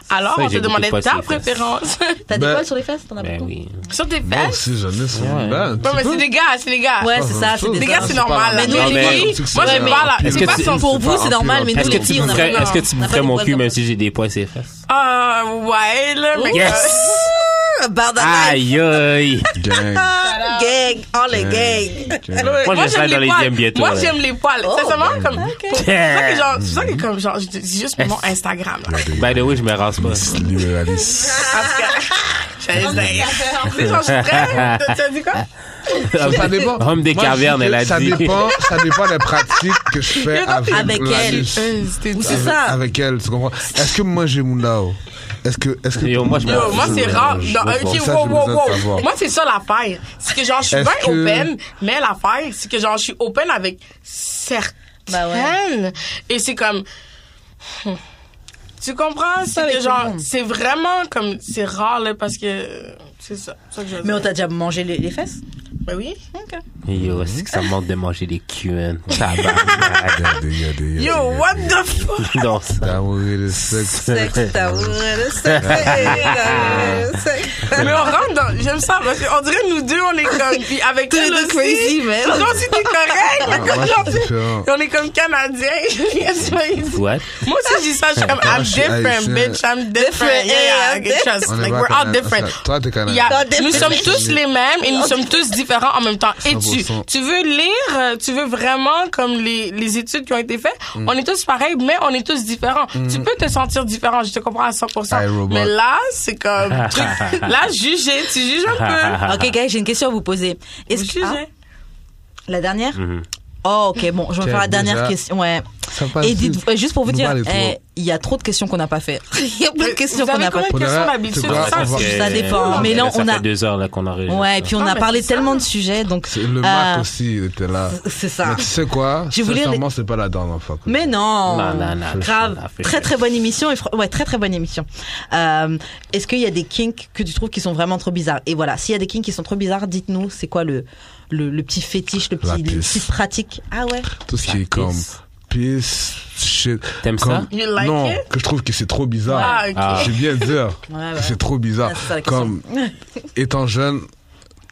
Alors,
Ça, j'ai
on te
beaucoup
demandait
de poils sur
ta
les fesses.
préférence.
T'as des
Ben-
poils sur les fesses T'en as
Ben
beaucoup
oui.
Sur tes
Moi
fesses?
aussi, j'en ai sur
Ouais.
ben, un
Non,
petit
mais
peu.
c'est des gars, c'est des gars.
Ouais, c'est
Ah,
ça,
c'est
c'est des
Les
ça.
gars, c'est normal.
Mais
Mais
nous,
nous,
les
les
filles,
filles, moi,
moi, j'aime
j'aime
pas
pas
la-
là.
Est-ce
C'est
que
pas
tu-
sans
Pour
faux.
vous, c'est normal, mais nous,
Est-ce que
les
tu
filles, on
me
a
ferais-
pas-
est-ce que tu
on
me
a pas
ferais
des
mon
poils
cul
comme
même
ça.
si j'ai des poils sur les fesses?
Ah, ouais, là, mais.
Yes!
Bardana,
Aïe aïe!
Gang.
Ah, gang, Oh, all the gang.
Gang.
Moi, je serai
j'aime
dans les
poils.
DM bientôt,
Moi,
là.
j'aime les poils.
Oh.
Sincèrement, comme. pour- C'est ça que genre, c'est ça que comme genre, je- c'est juste pour mon Instagram. là.
By the way, je me rase pas.
Libéraliste.
Parce que. J'allais dire. Les gens, je suis prête. Tu as dit quoi?
Ça dépend.
Homme des
Moi, je
cavernes,
dis que
elle a
ça
dit.
Dépend, ça dépend des pratiques que je fais avec,
Avec elle.
l'anus.
Ou c'est
Avec,
ça
avec elle, tu comprends? Est-ce que moi j'ai mon dao? Est-ce que, est-ce que,
Yo, moi, je me
Yo, moi,
je
c'est
me-
rare.
je
Non,
me-
ok,
ça,
wow,
je
wow,
voulais
wow.
savoir.
Moi, c'est ça l'affaire. C'est que genre, je suis
Est-ce
bien
que-
open, mais l'affaire, c'est que genre, je suis open avec certaines.
Bah ouais.
Et c'est comme. hmm. Tu comprends? C'est
avec
que
tout le
genre,
monde.
c'est vraiment comme. C'est rare, là, parce que. C'est ça. c'est ça que je veux
Mais on
dire.
t'a déjà mangé les, les fesses
Ben oui.
Yo, c'est que ça me manque de manger des QN. Tabarnak.
Y'a des- y'a des- y'a
Yo,
des-
what the fuck?
Non, ça.
D'amour et de sexe.
Sexe, t'as- sexe, sexe.
Mais on rentre dans. J'aime ça, parce qu'on dirait nous deux, on est comme. Puis avec
Tous les
elle
deux
aussi.
crazy, man.
Nous aussi, t'es correct. mais
Ah,
comme
moi,
genre,
c'est différent.
on est comme Canadiens. Qu'est-ce que tu veux dire?
What?
Moi aussi, je dis ça, je suis comme,
Ah,
I'm
je suis
different,
haïtien.
bitch, I'm different.
Different, yeah,
Yeah, yeah, trust.
On est
Like,
pas
we're all
Canadiens.
different.
Toi, t'es
Il
canadien.
y a-
Pas different.
nous sommes tous les mêmes et nous sommes tous différents en même temps. Et tu,
100%.
tu veux lire, euh, tu veux vraiment comme les, les études qui ont été faites.
Mm.
On est tous pareils, mais on est tous différents. Tu peux te sentir différent, je te comprends à 100%.
I, Mm. Robot.
Mais là, c'est comme, tu- là, juger, tu juges un peu.
Ok, guys, j'ai une question à vous poser. Est-ce
Vous
que
jugez.
Ah, la dernière Oh, ok, bon, je vais faire la
Mhm. Déjà.
dernière question. Ouais.
Ça passe
Et dites,
vite.
euh, juste pour vous
Nous
dire,
parlez trop.
eh, il y a trop de questions qu'on n'a pas fait. Il y a plein de questions
Vous
qu'on
avez
n'a pas fait.
combien de questions d'habitude
C'est quoi,
Ça,
on va-
c'est-
Ça dépend. Mais là,
ça
on
fait
a.
deux heures là, qu'on enregistre.
Ouais, et puis on
Ah,
a
mais
parlé
c'est ça.
tellement de sujets, donc.
C'est le Mac aussi, il était là.
Euh, C'est ça.
Mais tu sais quoi
Je voulais-
Sincèrement, c'est pas la dernière fois. que-
Mais non,
Non, non, non.
grave,
Non, fais
très
chier.
très bonne émission et fr- ouais très très bonne émission. Euh, Est-ce qu'il y a des kinks que tu trouves qui sont vraiment trop bizarres Et voilà, s'il y a des kinks qui sont trop bizarres, dites-nous c'est quoi le, le le petit fétiche, le
La
petit
puce.
petite pratique. Ah ouais.
Tout ce qui est comme peace, shit.
T'aimes
Comme-
ça?
You like
non,
it?
que je trouve que c'est trop bizarre.
Ah, ok.
Ah.
Je vais bien dire
Ouais,
que
ouais.
c'est trop bizarre.
Ah, c'est ça la question.
Comme étant jeune,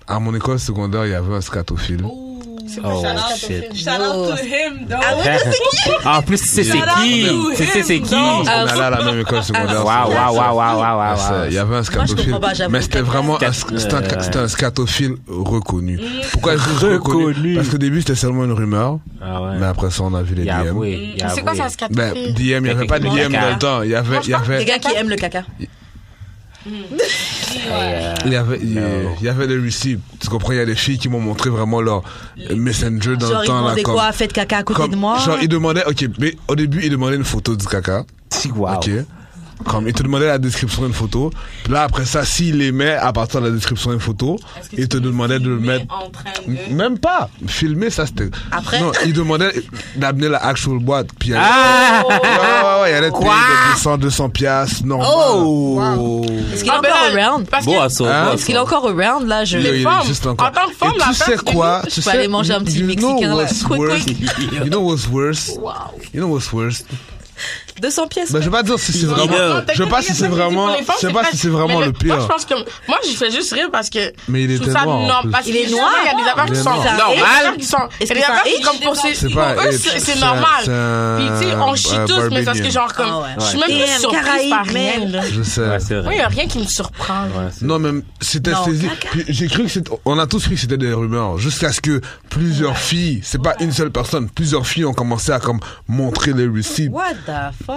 à mon école secondaire, il y avait un scatophile.
Oh shit.
Shout out to him, though.
Ah, En plus, tu sais c'est
Shout out
qui?
to
Tu sais c'est
him,
qui?
though.
On
Ah,
allait à la même école secondaire.
Waouh, waouh,
c'est-
waouh, waouh, waouh, waouh,
Ça, Il y avait un
ah, Moi, je
scatophile.
comprends pas, j'avoue.
mais c'était vraiment un, c'était un,
Euh,
c'était un scatophile reconnu.
Mm.
Pourquoi je dis reconnu,
Reconnu.
Parce qu'au début, c'était seulement une rumeur.
Ah
Mais
ouais.
après ça, on a vu les
Il a
DM.
avoué.
Mm,
Euh, il a
C'est quoi
avoué.
ça, ce
Ben,
catégorie
DM, il n'y avait pas de DM dans le temps. Il y avait, il y avait,
Quelqu'un qui aime le caca.
il y avait, il y avait- il y avait des receipts. Tu comprends? Il y a des filles qui m'ont montré vraiment leur messenger dans
Genre
le
il
temps, là,
demandait
comme.
quoi Faites caca à côté
comme-
de moi.
Genre, il demandait, ok, mais au début, il demandait une photo du caca.
Wow.
Ok. Comme il te demandait la description d'une photo. Puis Là, après ça, s'il aimait à partir de la description d'une photo,
Est-ce que
il
tu
te
peux
demandait de le
filmer
mettre.
en train de-
M- Même pas. Filmer, ça, c'était.
Après-
Non, il demandait d'amener la actual boîte. Puis il allait-
Ah!
Ouais, ouais, ouais, il allait te payer des 200, 200 piastres, normal.
Oh!
Est-ce qu'il est
Ah, ben
encore
là,
around
Parce que
Bon, à son-
Hein?
bon à
Est-ce qu'il est
son-
encore around là Je.
euh, Il- il- il-
femmes,
juste
en
encore.
tant que femme,
Et
la
tu
fête
sais
du
quoi
monde,
Tu
je peux
sais-
aller manger un petit
you know
Mexicain, là.
what's
Quick,
worse? You know what's worse You know what's worse
200 pièces.
Ben, je vais pas dire si c'est
Non,
vraiment.
non,
Je sais pas si c'est
techniquement,
vraiment.
pour les femmes,
Je sais pas
pas-
si c'est vraiment
mais Moi,
le
je
pire.
pense que moi, je fais juste rire parce que.
Mais il
je trouve
était
ça
noir, en
norme,
plus.
parce que
Il est
justement,
noir.
Il y a des affaires qui
Il est
sont
noir.
normales. Il y a des
Normal.
affaires qui sont. il y a
Est-ce
des
que
affaires
c'est
qui,
un
comme pour ces-
C'est
pour
pas
eux,
H,
c'est c'est
c'est
normal.
un-
Puis tu sais, on chie
un
tous, mais parce que
Barbadian.
genre comme,
Ah ouais.
je suis même
Et
plus
un
surprise
Caraïbe,
par
man.
rien. là.
Je sais.
Ouais, c'est
Moi, il
vrai.
n'y a rien qui me surprend. là.
Ouais, c'est-
Non, mais c'était
Non,
saisi.
caca.
Puis J'ai cru que c'était. On a tous cru que c'était des rumeurs. Jusqu'à ce que plusieurs filles, c'est pas une seule personne, plusieurs filles ont commencé à comme montrer les receipts.
What the fuck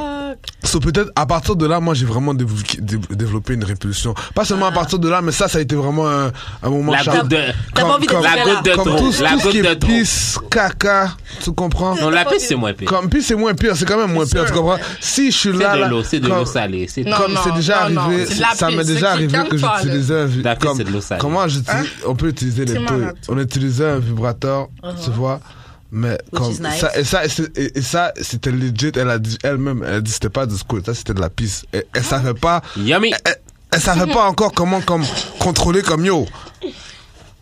So, peut-être à partir de là, moi j'ai vraiment dévo- dé- développé une répulsion. Pas seulement
Ah.
à partir de là, mais ça, ça a été vraiment un, un moment
La
charme.
goutte de-
T'as pas envie de
la goutte de
comme
trop,
tout,
la
tout ce
goutte
qui
de
est
trop.
pisse, caca, tu comprends
Non, la piste, c'est moins pire.
Comme pisse, c'est moins pire, c'est quand même moins pire, tu comprends Si je suis
C'est
là,
de
là,
l'eau, c'est de
comme-
l'eau salée. C'est
Non,
comme c'est déjà
non,
arrivé,
non, c'est de la
ça m'est
pisse,
déjà
c'est
arrivé
quelqu'un Hein?
que
de toi,
j'utilisais un vi-
La pisse,
comme-
c'est de l'eau salée.
comment j'utilise- on peut utiliser les
C'est
deux.
malade.
On utilisait un vibrateur,
Uh-huh.
tu vois. Mais
Which
comme
is nice.
ça et ça et c'est- et- et ça c'était legit, elle a dit elle-même, elle a dit c'était pas du squirt, ça c'était de la pisse. Elle, elle savait pas,
Yummy!
elle, elle savait pas encore comment comme contrôler comme yo.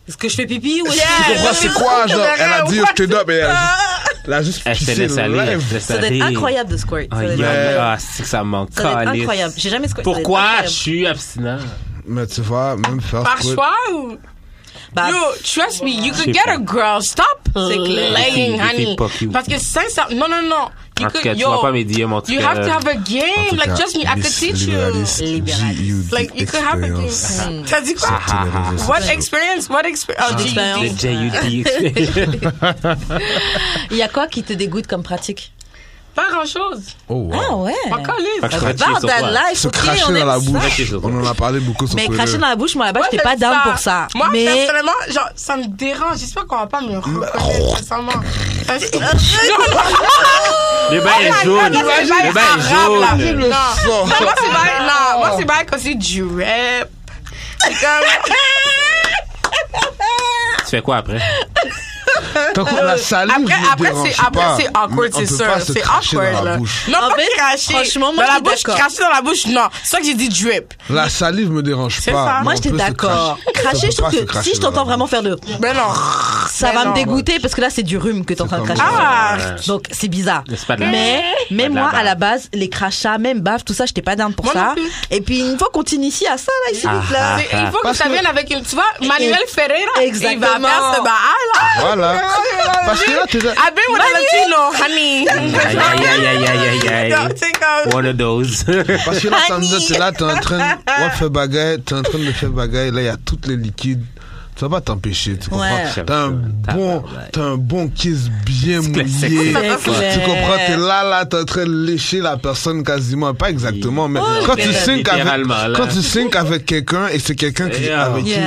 Est-ce que je fais pipi ou est-ce
Tu
que-
comprends c'est quoi genre Elle a dit je te donne, mais elle a juste- elle a juste
Elle se
pissé
Eh, laisse
le
aller. Elle
live.
se laisse
Ça doit
aller.
être incroyable de squirt. Ça
Ah,
doit être
yummy.
Mais-
Ah, c'est que ça me manque.
Ça doit être
Caliste.
incroyable. J'ai jamais squatté.
Pourquoi je suis abstinent?
Mais tu vois, même faire
Par
squirt-
choix ou.
Bah,
Yo, trust me, you
sais
could get
pas.
a girl. Stop
C'est clair.
Les filles-
playing,
les filles
honey.
pas cute.
Parce que sincèrement, non, non, non. You
En tout cas,
could,
tu vas
yo,
pas me dire, mon
you have to have a game. Like, trust me, I could teach you.
you.
Like, you could have a game. T'as dit quoi? What experience? What Oh, experience?
euh,
Ah, d'expérience.
Le JUD.
il y a quoi qui te dégoûte comme pratique
Pas grand chose.
Oh, wow.
Ah ouais.
Fait
Encore
que je
lisse.
serais
About
chier sur
that
toi.
life,
Se
ok, on
cracher dans
aime
la
ça.
bouche. euh. On en a parlé beaucoup sur
Mais
Twitter.
cracher dans la bouche, moi là-bas, j'étais pas
Moi,
down
j'aime
pour ça.
Moi,
mais
personnellement, genre, ça me dérange. J'espère qu'on va pas me le
oh.
reconnaître récemment. Parce que. Non, non,
Le
Oh
bain est jaune. Le bain est jaune.
non. Non,
sang.
moi, c'est pas, non, moi, c'est pas comme si du rap. C'est comme,
Tu fais quoi après?
Tant qu'on la salive,
euh, après, après,
je me dérange
c'est, après,
pas.
c'est awkward,
On
c'est
peut pas
sûr.
se
C'est
cracher
awkward,
dans la
là.
bouche.
Non,
En
pas
fait,
cracher.
franchement, moi,
dans
je
la
suis
bouche,
d'accord.
cracher dans la bouche, non. C'est ça que j'ai dit drip.
La salive me dérange
C'est
pas.
ça.
mais
moi
on
j'étais
peut se
d'accord.
On
Cracher,
peut
je trouve
pas se
que
cracher
si je t'entends
dans la
vraiment faire le
Mais Ben non. Ben
ça va
non.
me dégoûter parce que là c'est du rhume que t'es en train de
comme-
cracher.
Ah.
Donc c'est bizarre.
C'est pas de la-
Mais mais
de la
moi à
bave.
la base les crachats, même bave, tout ça, j'étais pas down pour
Moi non
ça.
plus.
Et puis une fois qu'on t'initie à ça là, ici
Ah,
là.
C'est- Il faut que Eh,
Parce
ça
que-
vienne avec une, tu vois, Manuel Ferreira. Il va
Exactement.
faire ce baal, là.
Voilà. Parce que là, t'es là.
I've been with a Latino, honey.
Aïe, aïe, aïe, aïe, aïe, aïe,
Non,
aïe.
c'est comme.
One of those.
Parce que là, ça me dit, t'es là, t'es en train de ouais, faire bagaille, t'es en train de faire bagaille. Là, il y a toutes les liquides. ça va t'empêcher, tu comprends
Oh,
Ouais.
T'as un bon, t'as un bon kiss bien
classique.
mouillé. Tu
clair.
comprends T'es là, là, t'es en train de lécher la personne quasiment, pas exactement, mais quand tu syncs avec,
littéralement, là.
quand tu syncs avec quelqu'un et c'est quelqu'un qui,
Yeah.
avec
Yeah.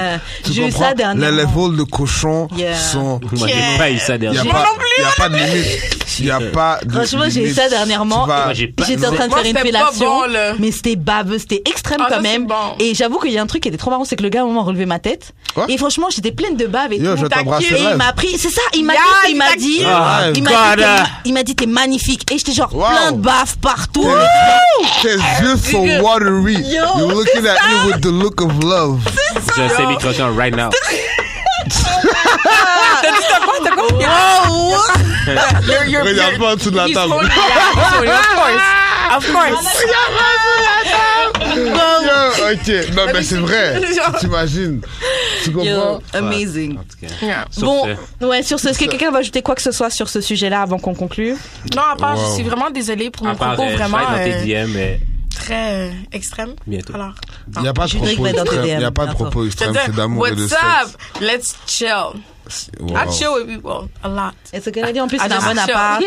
qui, tu
J'ai eu ça
comprends Les
dernièrement.
levels de cochon
Yeah.
sont
Moi, j'ai pas eu ça
il n'y a,
dernièrement.
pas- y a pas de limite. Il n'y a pas de
Franchement, j'ai eu
limite.
ça
Tu
dernièrement.
vas-
Moi, j'ai pas-
J'étais en train de
Moi,
faire une
c'était pas
fellation,
bon, là.
mais c'était baveux, c'était extrême
Ah, ça,
quand même.
c'est bon.
Et j'avoue qu'il y a un truc qui était trop marrant, c'est que le gars, à un moment, relevait ma tête.
Quoi
Et franchement, j'étais pleine de bave et
Yo,
tout.
je t'embrasse,
Et
rêve.
il m'a pris, c'est ça, il m'a
Yeah,
dit, il m'a
t'as
dit,
Ah,
il m'a dit,
God.
t'es- il m'a dit, t'es magnifique. Et j'étais genre
Wow.
plein de bave partout.
Tes yeux sont watery. You're looking at me with the look of love.
J'ai un semi-croquant right now.
Regarde pas en dessous de la table.
Ah!
Of course.
Yo, ok, non mais c'est vrai. T'imagines Tu comprends
Yo, amazing.
Ah,
Bon,
Sur
ouais, sur ce, est-ce que quelqu'un va ajouter quoi que ce soit sur ce sujet-là avant qu'on conclue
Non, à part,
Wow.
je suis vraiment désolée pour
À
mon
part,
propos
euh, je vais
vraiment
dans tes
euh,
DM, mais
très euh, extrême.
bientôt.
Alors,
Il n'y a pas de
Je dirais que
propos
va dans tes
extrêmes. Il
DM,
n'y a pas de
d'accord.
propos extrêmes. C'est d'amour et de
What's
sexe.
up? Let's chill.
Wow.
I chill with people a lot.
Et ce qu'elle a dit en plus, c'est un
Ah,
bon
ah,
appart.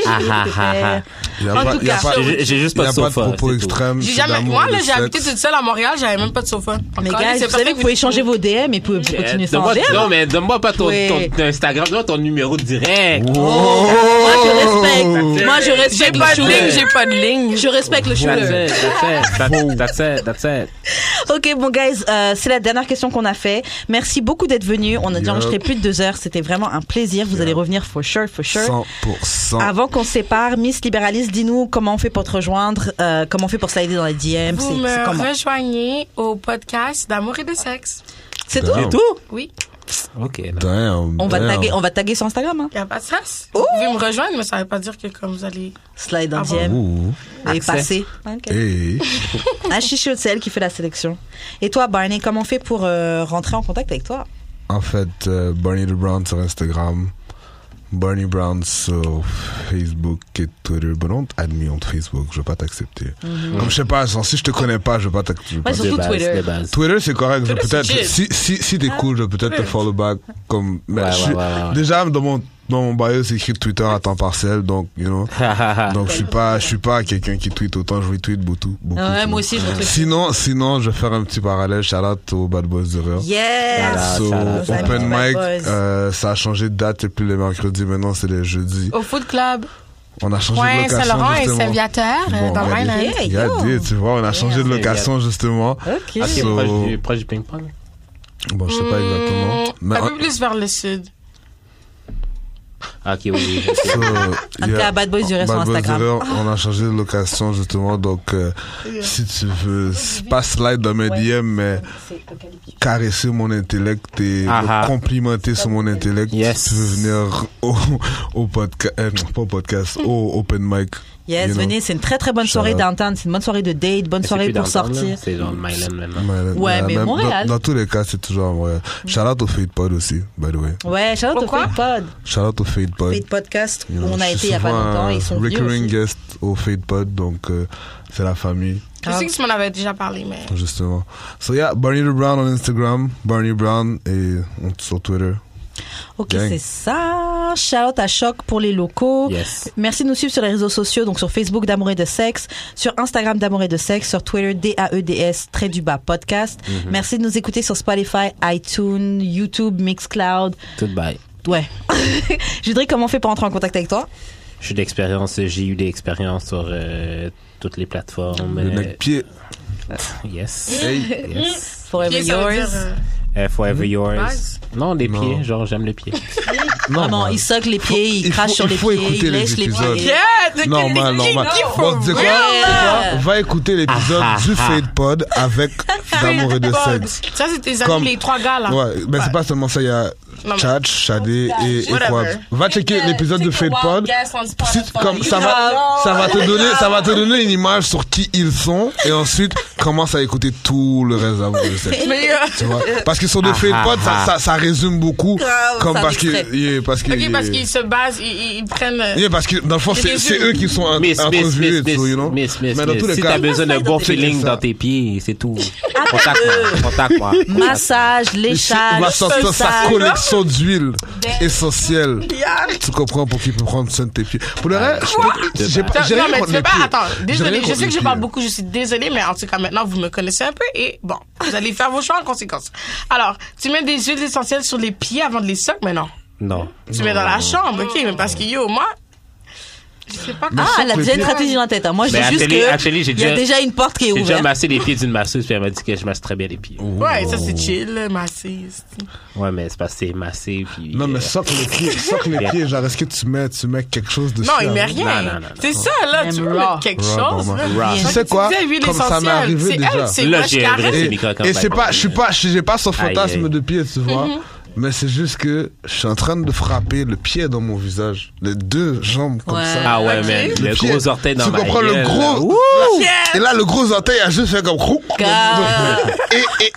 ah,
Il n'y a
En
pas-
tout
il y a
cas,
pas-
sur-
J'ai j'ai juste
il y
pas
a
de
pas de
sofa.
propos
c'est tout.
extrêmes.
J'ai
c'est
jamais,
d'amour
moi,
et
là,
de
j'ai habité
sexe.
toute seule à Montréal, j'avais même pas de sofa.
Mais
Encore,
gars,
c'est
vous
pas
savez,
fait
vous pouvez changer vos DM et vous pouvez
Euh,
continuer sans
donne-moi-
DM.
non, mais donne-moi pas ton,
Oui.
ton, ton Instagram, donne ton numéro direct.
Moi,
Oh.
je respecte. Moi, je
euh,
J'ai
respecte
pas de
le
ligne,
shooter.
j'ai pas de ligne.
Je respecte euh, le
That's
shooter.
it, that's it, that's it, that's it.
Ok, bon, guys, euh, c'est la dernière question qu'on a fait. Merci beaucoup d'être venus. On a déjà
Yup.
enregistré plus de deux heures. C'était vraiment un plaisir. Vous allez revenir for sure, for sure.
100%.
Avant qu'on se sépare, Miss Libéraliste, dis-nous comment on fait pour te rejoindre, euh, comment on fait pour slider dans les DM,
vous
c'est c'est
me
comment
rejoignez au podcast d'amour et de sexe.
C'est tout
Damn.
Oui,
OK, là.
Damn,
on va,
damn.
taguer, on va taguer sur Instagram. Hein.
il a pas de sens. Vous pouvez me rejoindre, mais ça veut pas dire que comme vous allez.
Slide dans
Ah bon.
DM
Ouh. Eh.
et passer.
Hey.
Ah, Chichou, c'est elle qui fait la sélection. Et toi, Barney, comment on fait pour euh, rentrer en contact avec toi
En fait, euh, Barney the Brown sur Instagram, Barney Brown sur Facebook et Twitter. Bon, on admis on Facebook, je vais pas t'accepter. Comme je sais pas, genre, si je te connais pas, je vais pas t'accepter. je vais pas
Ouais, surtout
De base,
Twitter.
de base.
Twitter, c'est correct. Je peut-être,
c'est chill.
si, si, si t'es cool, je vais peut-être te follow back. Comme, mais
Ouais,
je
ouais,
suis-
ouais, ouais.
déjà, dans mon, dans mon bio, c'est écrit Twitter à temps partiel, donc, you know.
Ah.
donc, je suis pas, je suis pas quelqu'un qui tweet autant, je tweet beaucoup, beaucoup. tu vois.
aussi, je
Sinon, sinon, je vais faire un petit parallèle. Shout out aux Bad Boys du Rire.
Yes
Voilà.
So,
shout out, shout out.
open
Bad
mic,
Boys.
euh, ça a changé de date, c'est plus les mercredis, maintenant c'est les jeudis.
Au Food Club,
On a changé
Point
de location
Saint-Laurent et
justement.
Saint-Viateur, euh,
Bon,
dans
regardez.
Rhineland.
Yeah,
Regardez,
yo.
tu vois, on a changé de location justement.
Ok.
Ok,
So-
proche du, proche du ping-pong.
Bon, je sais pas exactement.
Mmh,
Mais ah.
un peu plus vers le sud.
Ok, oui, oui. ok.
So,
En tout
yeah.
cas, Bad Boys du Rire sur
Bad Boys
Instagram. Ah.
du Rire, on a changé de location justement, donc euh, si tu veux, c'est pas slide dans mes DM, mais caresser mon intellect et
Ah
me
ah.
complimenter sur mon intellect,
Yes.
si tu veux venir au, au podcast, pas au podcast,
Mm.
au open mic.
Yes,
you know.
venez, c'est une très très bonne
Shout
soirée
out.
downtown, c'est une bonne soirée de date, bonne
C'est
soirée
plus
pour
downtown, là.
sortir.
C'est genre Myland maintenant.
Mais-
Ouais, mais
dans-
Montréal. Mm.
Dans, tous les cas, c'est toujours à Montréal. Shout out au Fade Pod aussi, by the way.
Ouais, shout out au
Pourquoi
Fade Pod,
Shout out au Fade Pod.
Fade Podcast où
Bah, You know,
on a
je
été
suis
il y a pas
souvent
longtemps,
un
ils sont venus
Recurring
aussi.
guest au Fade Pod, donc euh, c'est la famille.
Je
Ah.
sais que tu m'en avais déjà parlé, mais.
Justement. So yeah, Barney the Brown on Instagram, Barney Brown et on- sur Twitter.
Ok,
gang.
c'est ça. Shout out à Choc pour les locaux.
Yes.
Merci de nous suivre sur les réseaux sociaux, donc sur Facebook d'Amour et de Sexe, sur Instagram d'Amour et de Sexe, sur Twitter DAEDS, très du bas podcast.
Mm-hmm.
Merci de nous écouter sur Spotify, iTunes, YouTube, Mixcloud.
Tout bye.
Ouais. Je voudrais comment on fait pour entrer en contact avec toi
Je suis d'expérience, j'ai eu des expériences sur euh, toutes les plateformes.
Le
euh,
mec pied.
yes.
Hey.
yes.
Forever
Ça veut
yours.
dire, euh,
Euh, forever yours.
Nice.
Non, les
Mm-hmm. Non.
pieds, genre j'aime les pieds.
Vraiment,
man.
il socle les pieds, il,
il
crache
faut-
sur
il
les
faut
pieds,
écouter
il
les
lèche les
épisodes.
pieds.
Yeah,
Normal, normal. Bon, tu
real?
sais quoi? Tu sais quoi? Va écouter l'épisode du Fade Pod avec d'amour et de sexe.
Ça, c'est tes amis,
Comme-
les trois gars, là.
Ouais, mais c'est pas seulement ça, il y a
Non, mais-
Chad, Shadé et
Whatever.
Equab. Va checker l'épisode de Fade Pod. Si- comme ça
Grave.
va, ça va te donner, ça va te donner une image sur qui ils sont et ensuite commence à écouter tout le reste d'amour et de sexe.
Mais, euh,
Tu vois? Parce que sur le Fade Pod, ça, ça, ça résume beaucoup.
Grave,
comme
ça
parce que,
m'extrait.
yeah, que. Parce que
Ok, parce qu'ils se basent, ils, ils prennent. euh,
Yeah, parce que dans le fond,
J'ai
c'est
des
c'est
yeux.
eux qui sont in-
Miss, miss,
introduits,
miss, miss,
so, you know.
miss, miss,
Mais dans tous
miss.
les
Si
cas.
t'as besoin d'un bon
checker
feeling
ça. euh,
dans tes pieds, c'est tout. Contacte-moi, contacte-moi.
Massage, léchage,
va sortir sa
solsage.
collection d'huile essentielle. Tu comprends pour qu'il peut prendre soin de tes pieds. Pour le reste, je- j'ai pas-
Non,
j'ai rien
non, mais
contre
tu veux
les
pas.
pieds.
Attends,
J'ai rien
désolé, je
contre
sais
les
que je parle
pieds.
beaucoup, je suis désolée, mais en tout cas, maintenant, vous me connaissez un peu et bon, vous allez faire vos choix en conséquence. Alors, tu mets des huiles essentielles sur les pieds avant de les socs, mais non.
Non.
Tu mets dans la chambre, ok, mais parce que yo, moi, je sais pas comment.
Ah, elle a
que
déjà
le
une
pire-
stratégie dans la tête. hein. Moi, je
Mais
dis juste
actually-
que
actually, j'ai
il y a
déjà-
déjà une porte qui est
J'ai déjà
ouverte.
massé les pieds d'une masseuse, puis elle m'a dit que je masse très bien les pieds.
Ouais, ça
Oh.
c'est chill, massiste.
Ouais, mais c'est parce que c'est massé, puis...
Non, mais
euh,
socle les pieds, socle les
Yeah.
pieds, genre, est-ce que tu mets, tu mets quelque chose dessus?
Non, il met
avant?
rien.
Non, non, non, non.
C'est ça, là,
Même
tu veux
raw.
mettre quelque
Raw,
chose.
bon,
là.
raw.
Parce
Tu
que
sais quoi?
disais huile
Comme ça m'est
essentielle.
arrivé
C'est
déjà.
elle, c'est
Là,
moi, je
j'ai
caresse.
adressé.
Et,
C'est micro-campagne,
et c'est
par
pas,
contre.
je suis pas, je- j'ai pas son
Aïe,
fantasme
aïe.
de pied, tu vois.
Mhm.
Mais c'est juste que je suis en train de frapper le pied dans mon visage. Les deux jambes comme
Ouais.
ça.
Ah ouais, man. Le
pied.
gros orteil dans
Tu
ma
comprends le
gueule, là.
gros.
Ouh!
Et là, le gros orteil a juste fait comme. crou.
Ah.
Et, et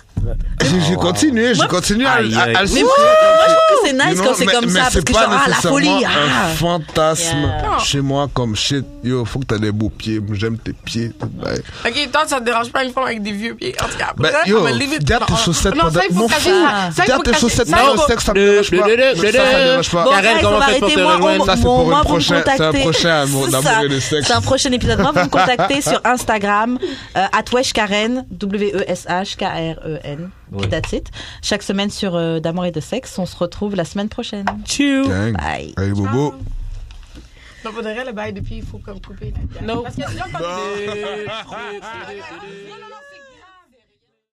j'ai j'ai continué, j'ai continué à, à, à le
Oh. Aïe, aïe.
sentir.
Moi, je trouve que c'est nice
You know,
quand c'est
mais-
comme
mais
ça, parce
c'est
que
pas
genre, ah, la
nécessairement
folie.
Un
ah.
fantasme
Yeah.
chez moi comme shit. Yo, faut que t'aies des beaux pieds. J'aime tes pieds. tout bye.
Ok, toi, ça te dérange pas une femme avec des vieux pieds. En tout cas,
Ben,
après,
yo,
on va lever-
garde tes
Non,
chaussettes
non,
pendant-
ça, il faut
m'en
cacher
fous.
ça. Ça, il faut
Garde tes
cacher-
chaussettes
ça, il
dans le
faut-
sexe, ça me
Le-
dérange
le-
pas.
le- le-
Ça, ça me
le-
dérange pas.
Bon,
Karel,
guys,
comment
on va
fait-on
arrêter.
te
Moi,
rejoindre?
on-
Ça, c'est
moi, moi,
pour une
vous me
prochaine- c'est un
contactez.
prochain amour,
C'est
d'amour
ça.
et de sexe.
C'est un prochain épisode. Moi, vous me contactez sur Instagram, euh, atweshkaren, E W-E-S-H-K-R-E-N.
Ouais.
E That's it. Chaque semaine sur euh, D'amour et de sexe. On se retrouve la semaine prochaine. Tchou.
Gang.
Bye.
Allez, bobo.
Non, pour de vrai, le bail de pied, il faut comme couper. la tête. Parce que sinon, comme-
Non, non, non.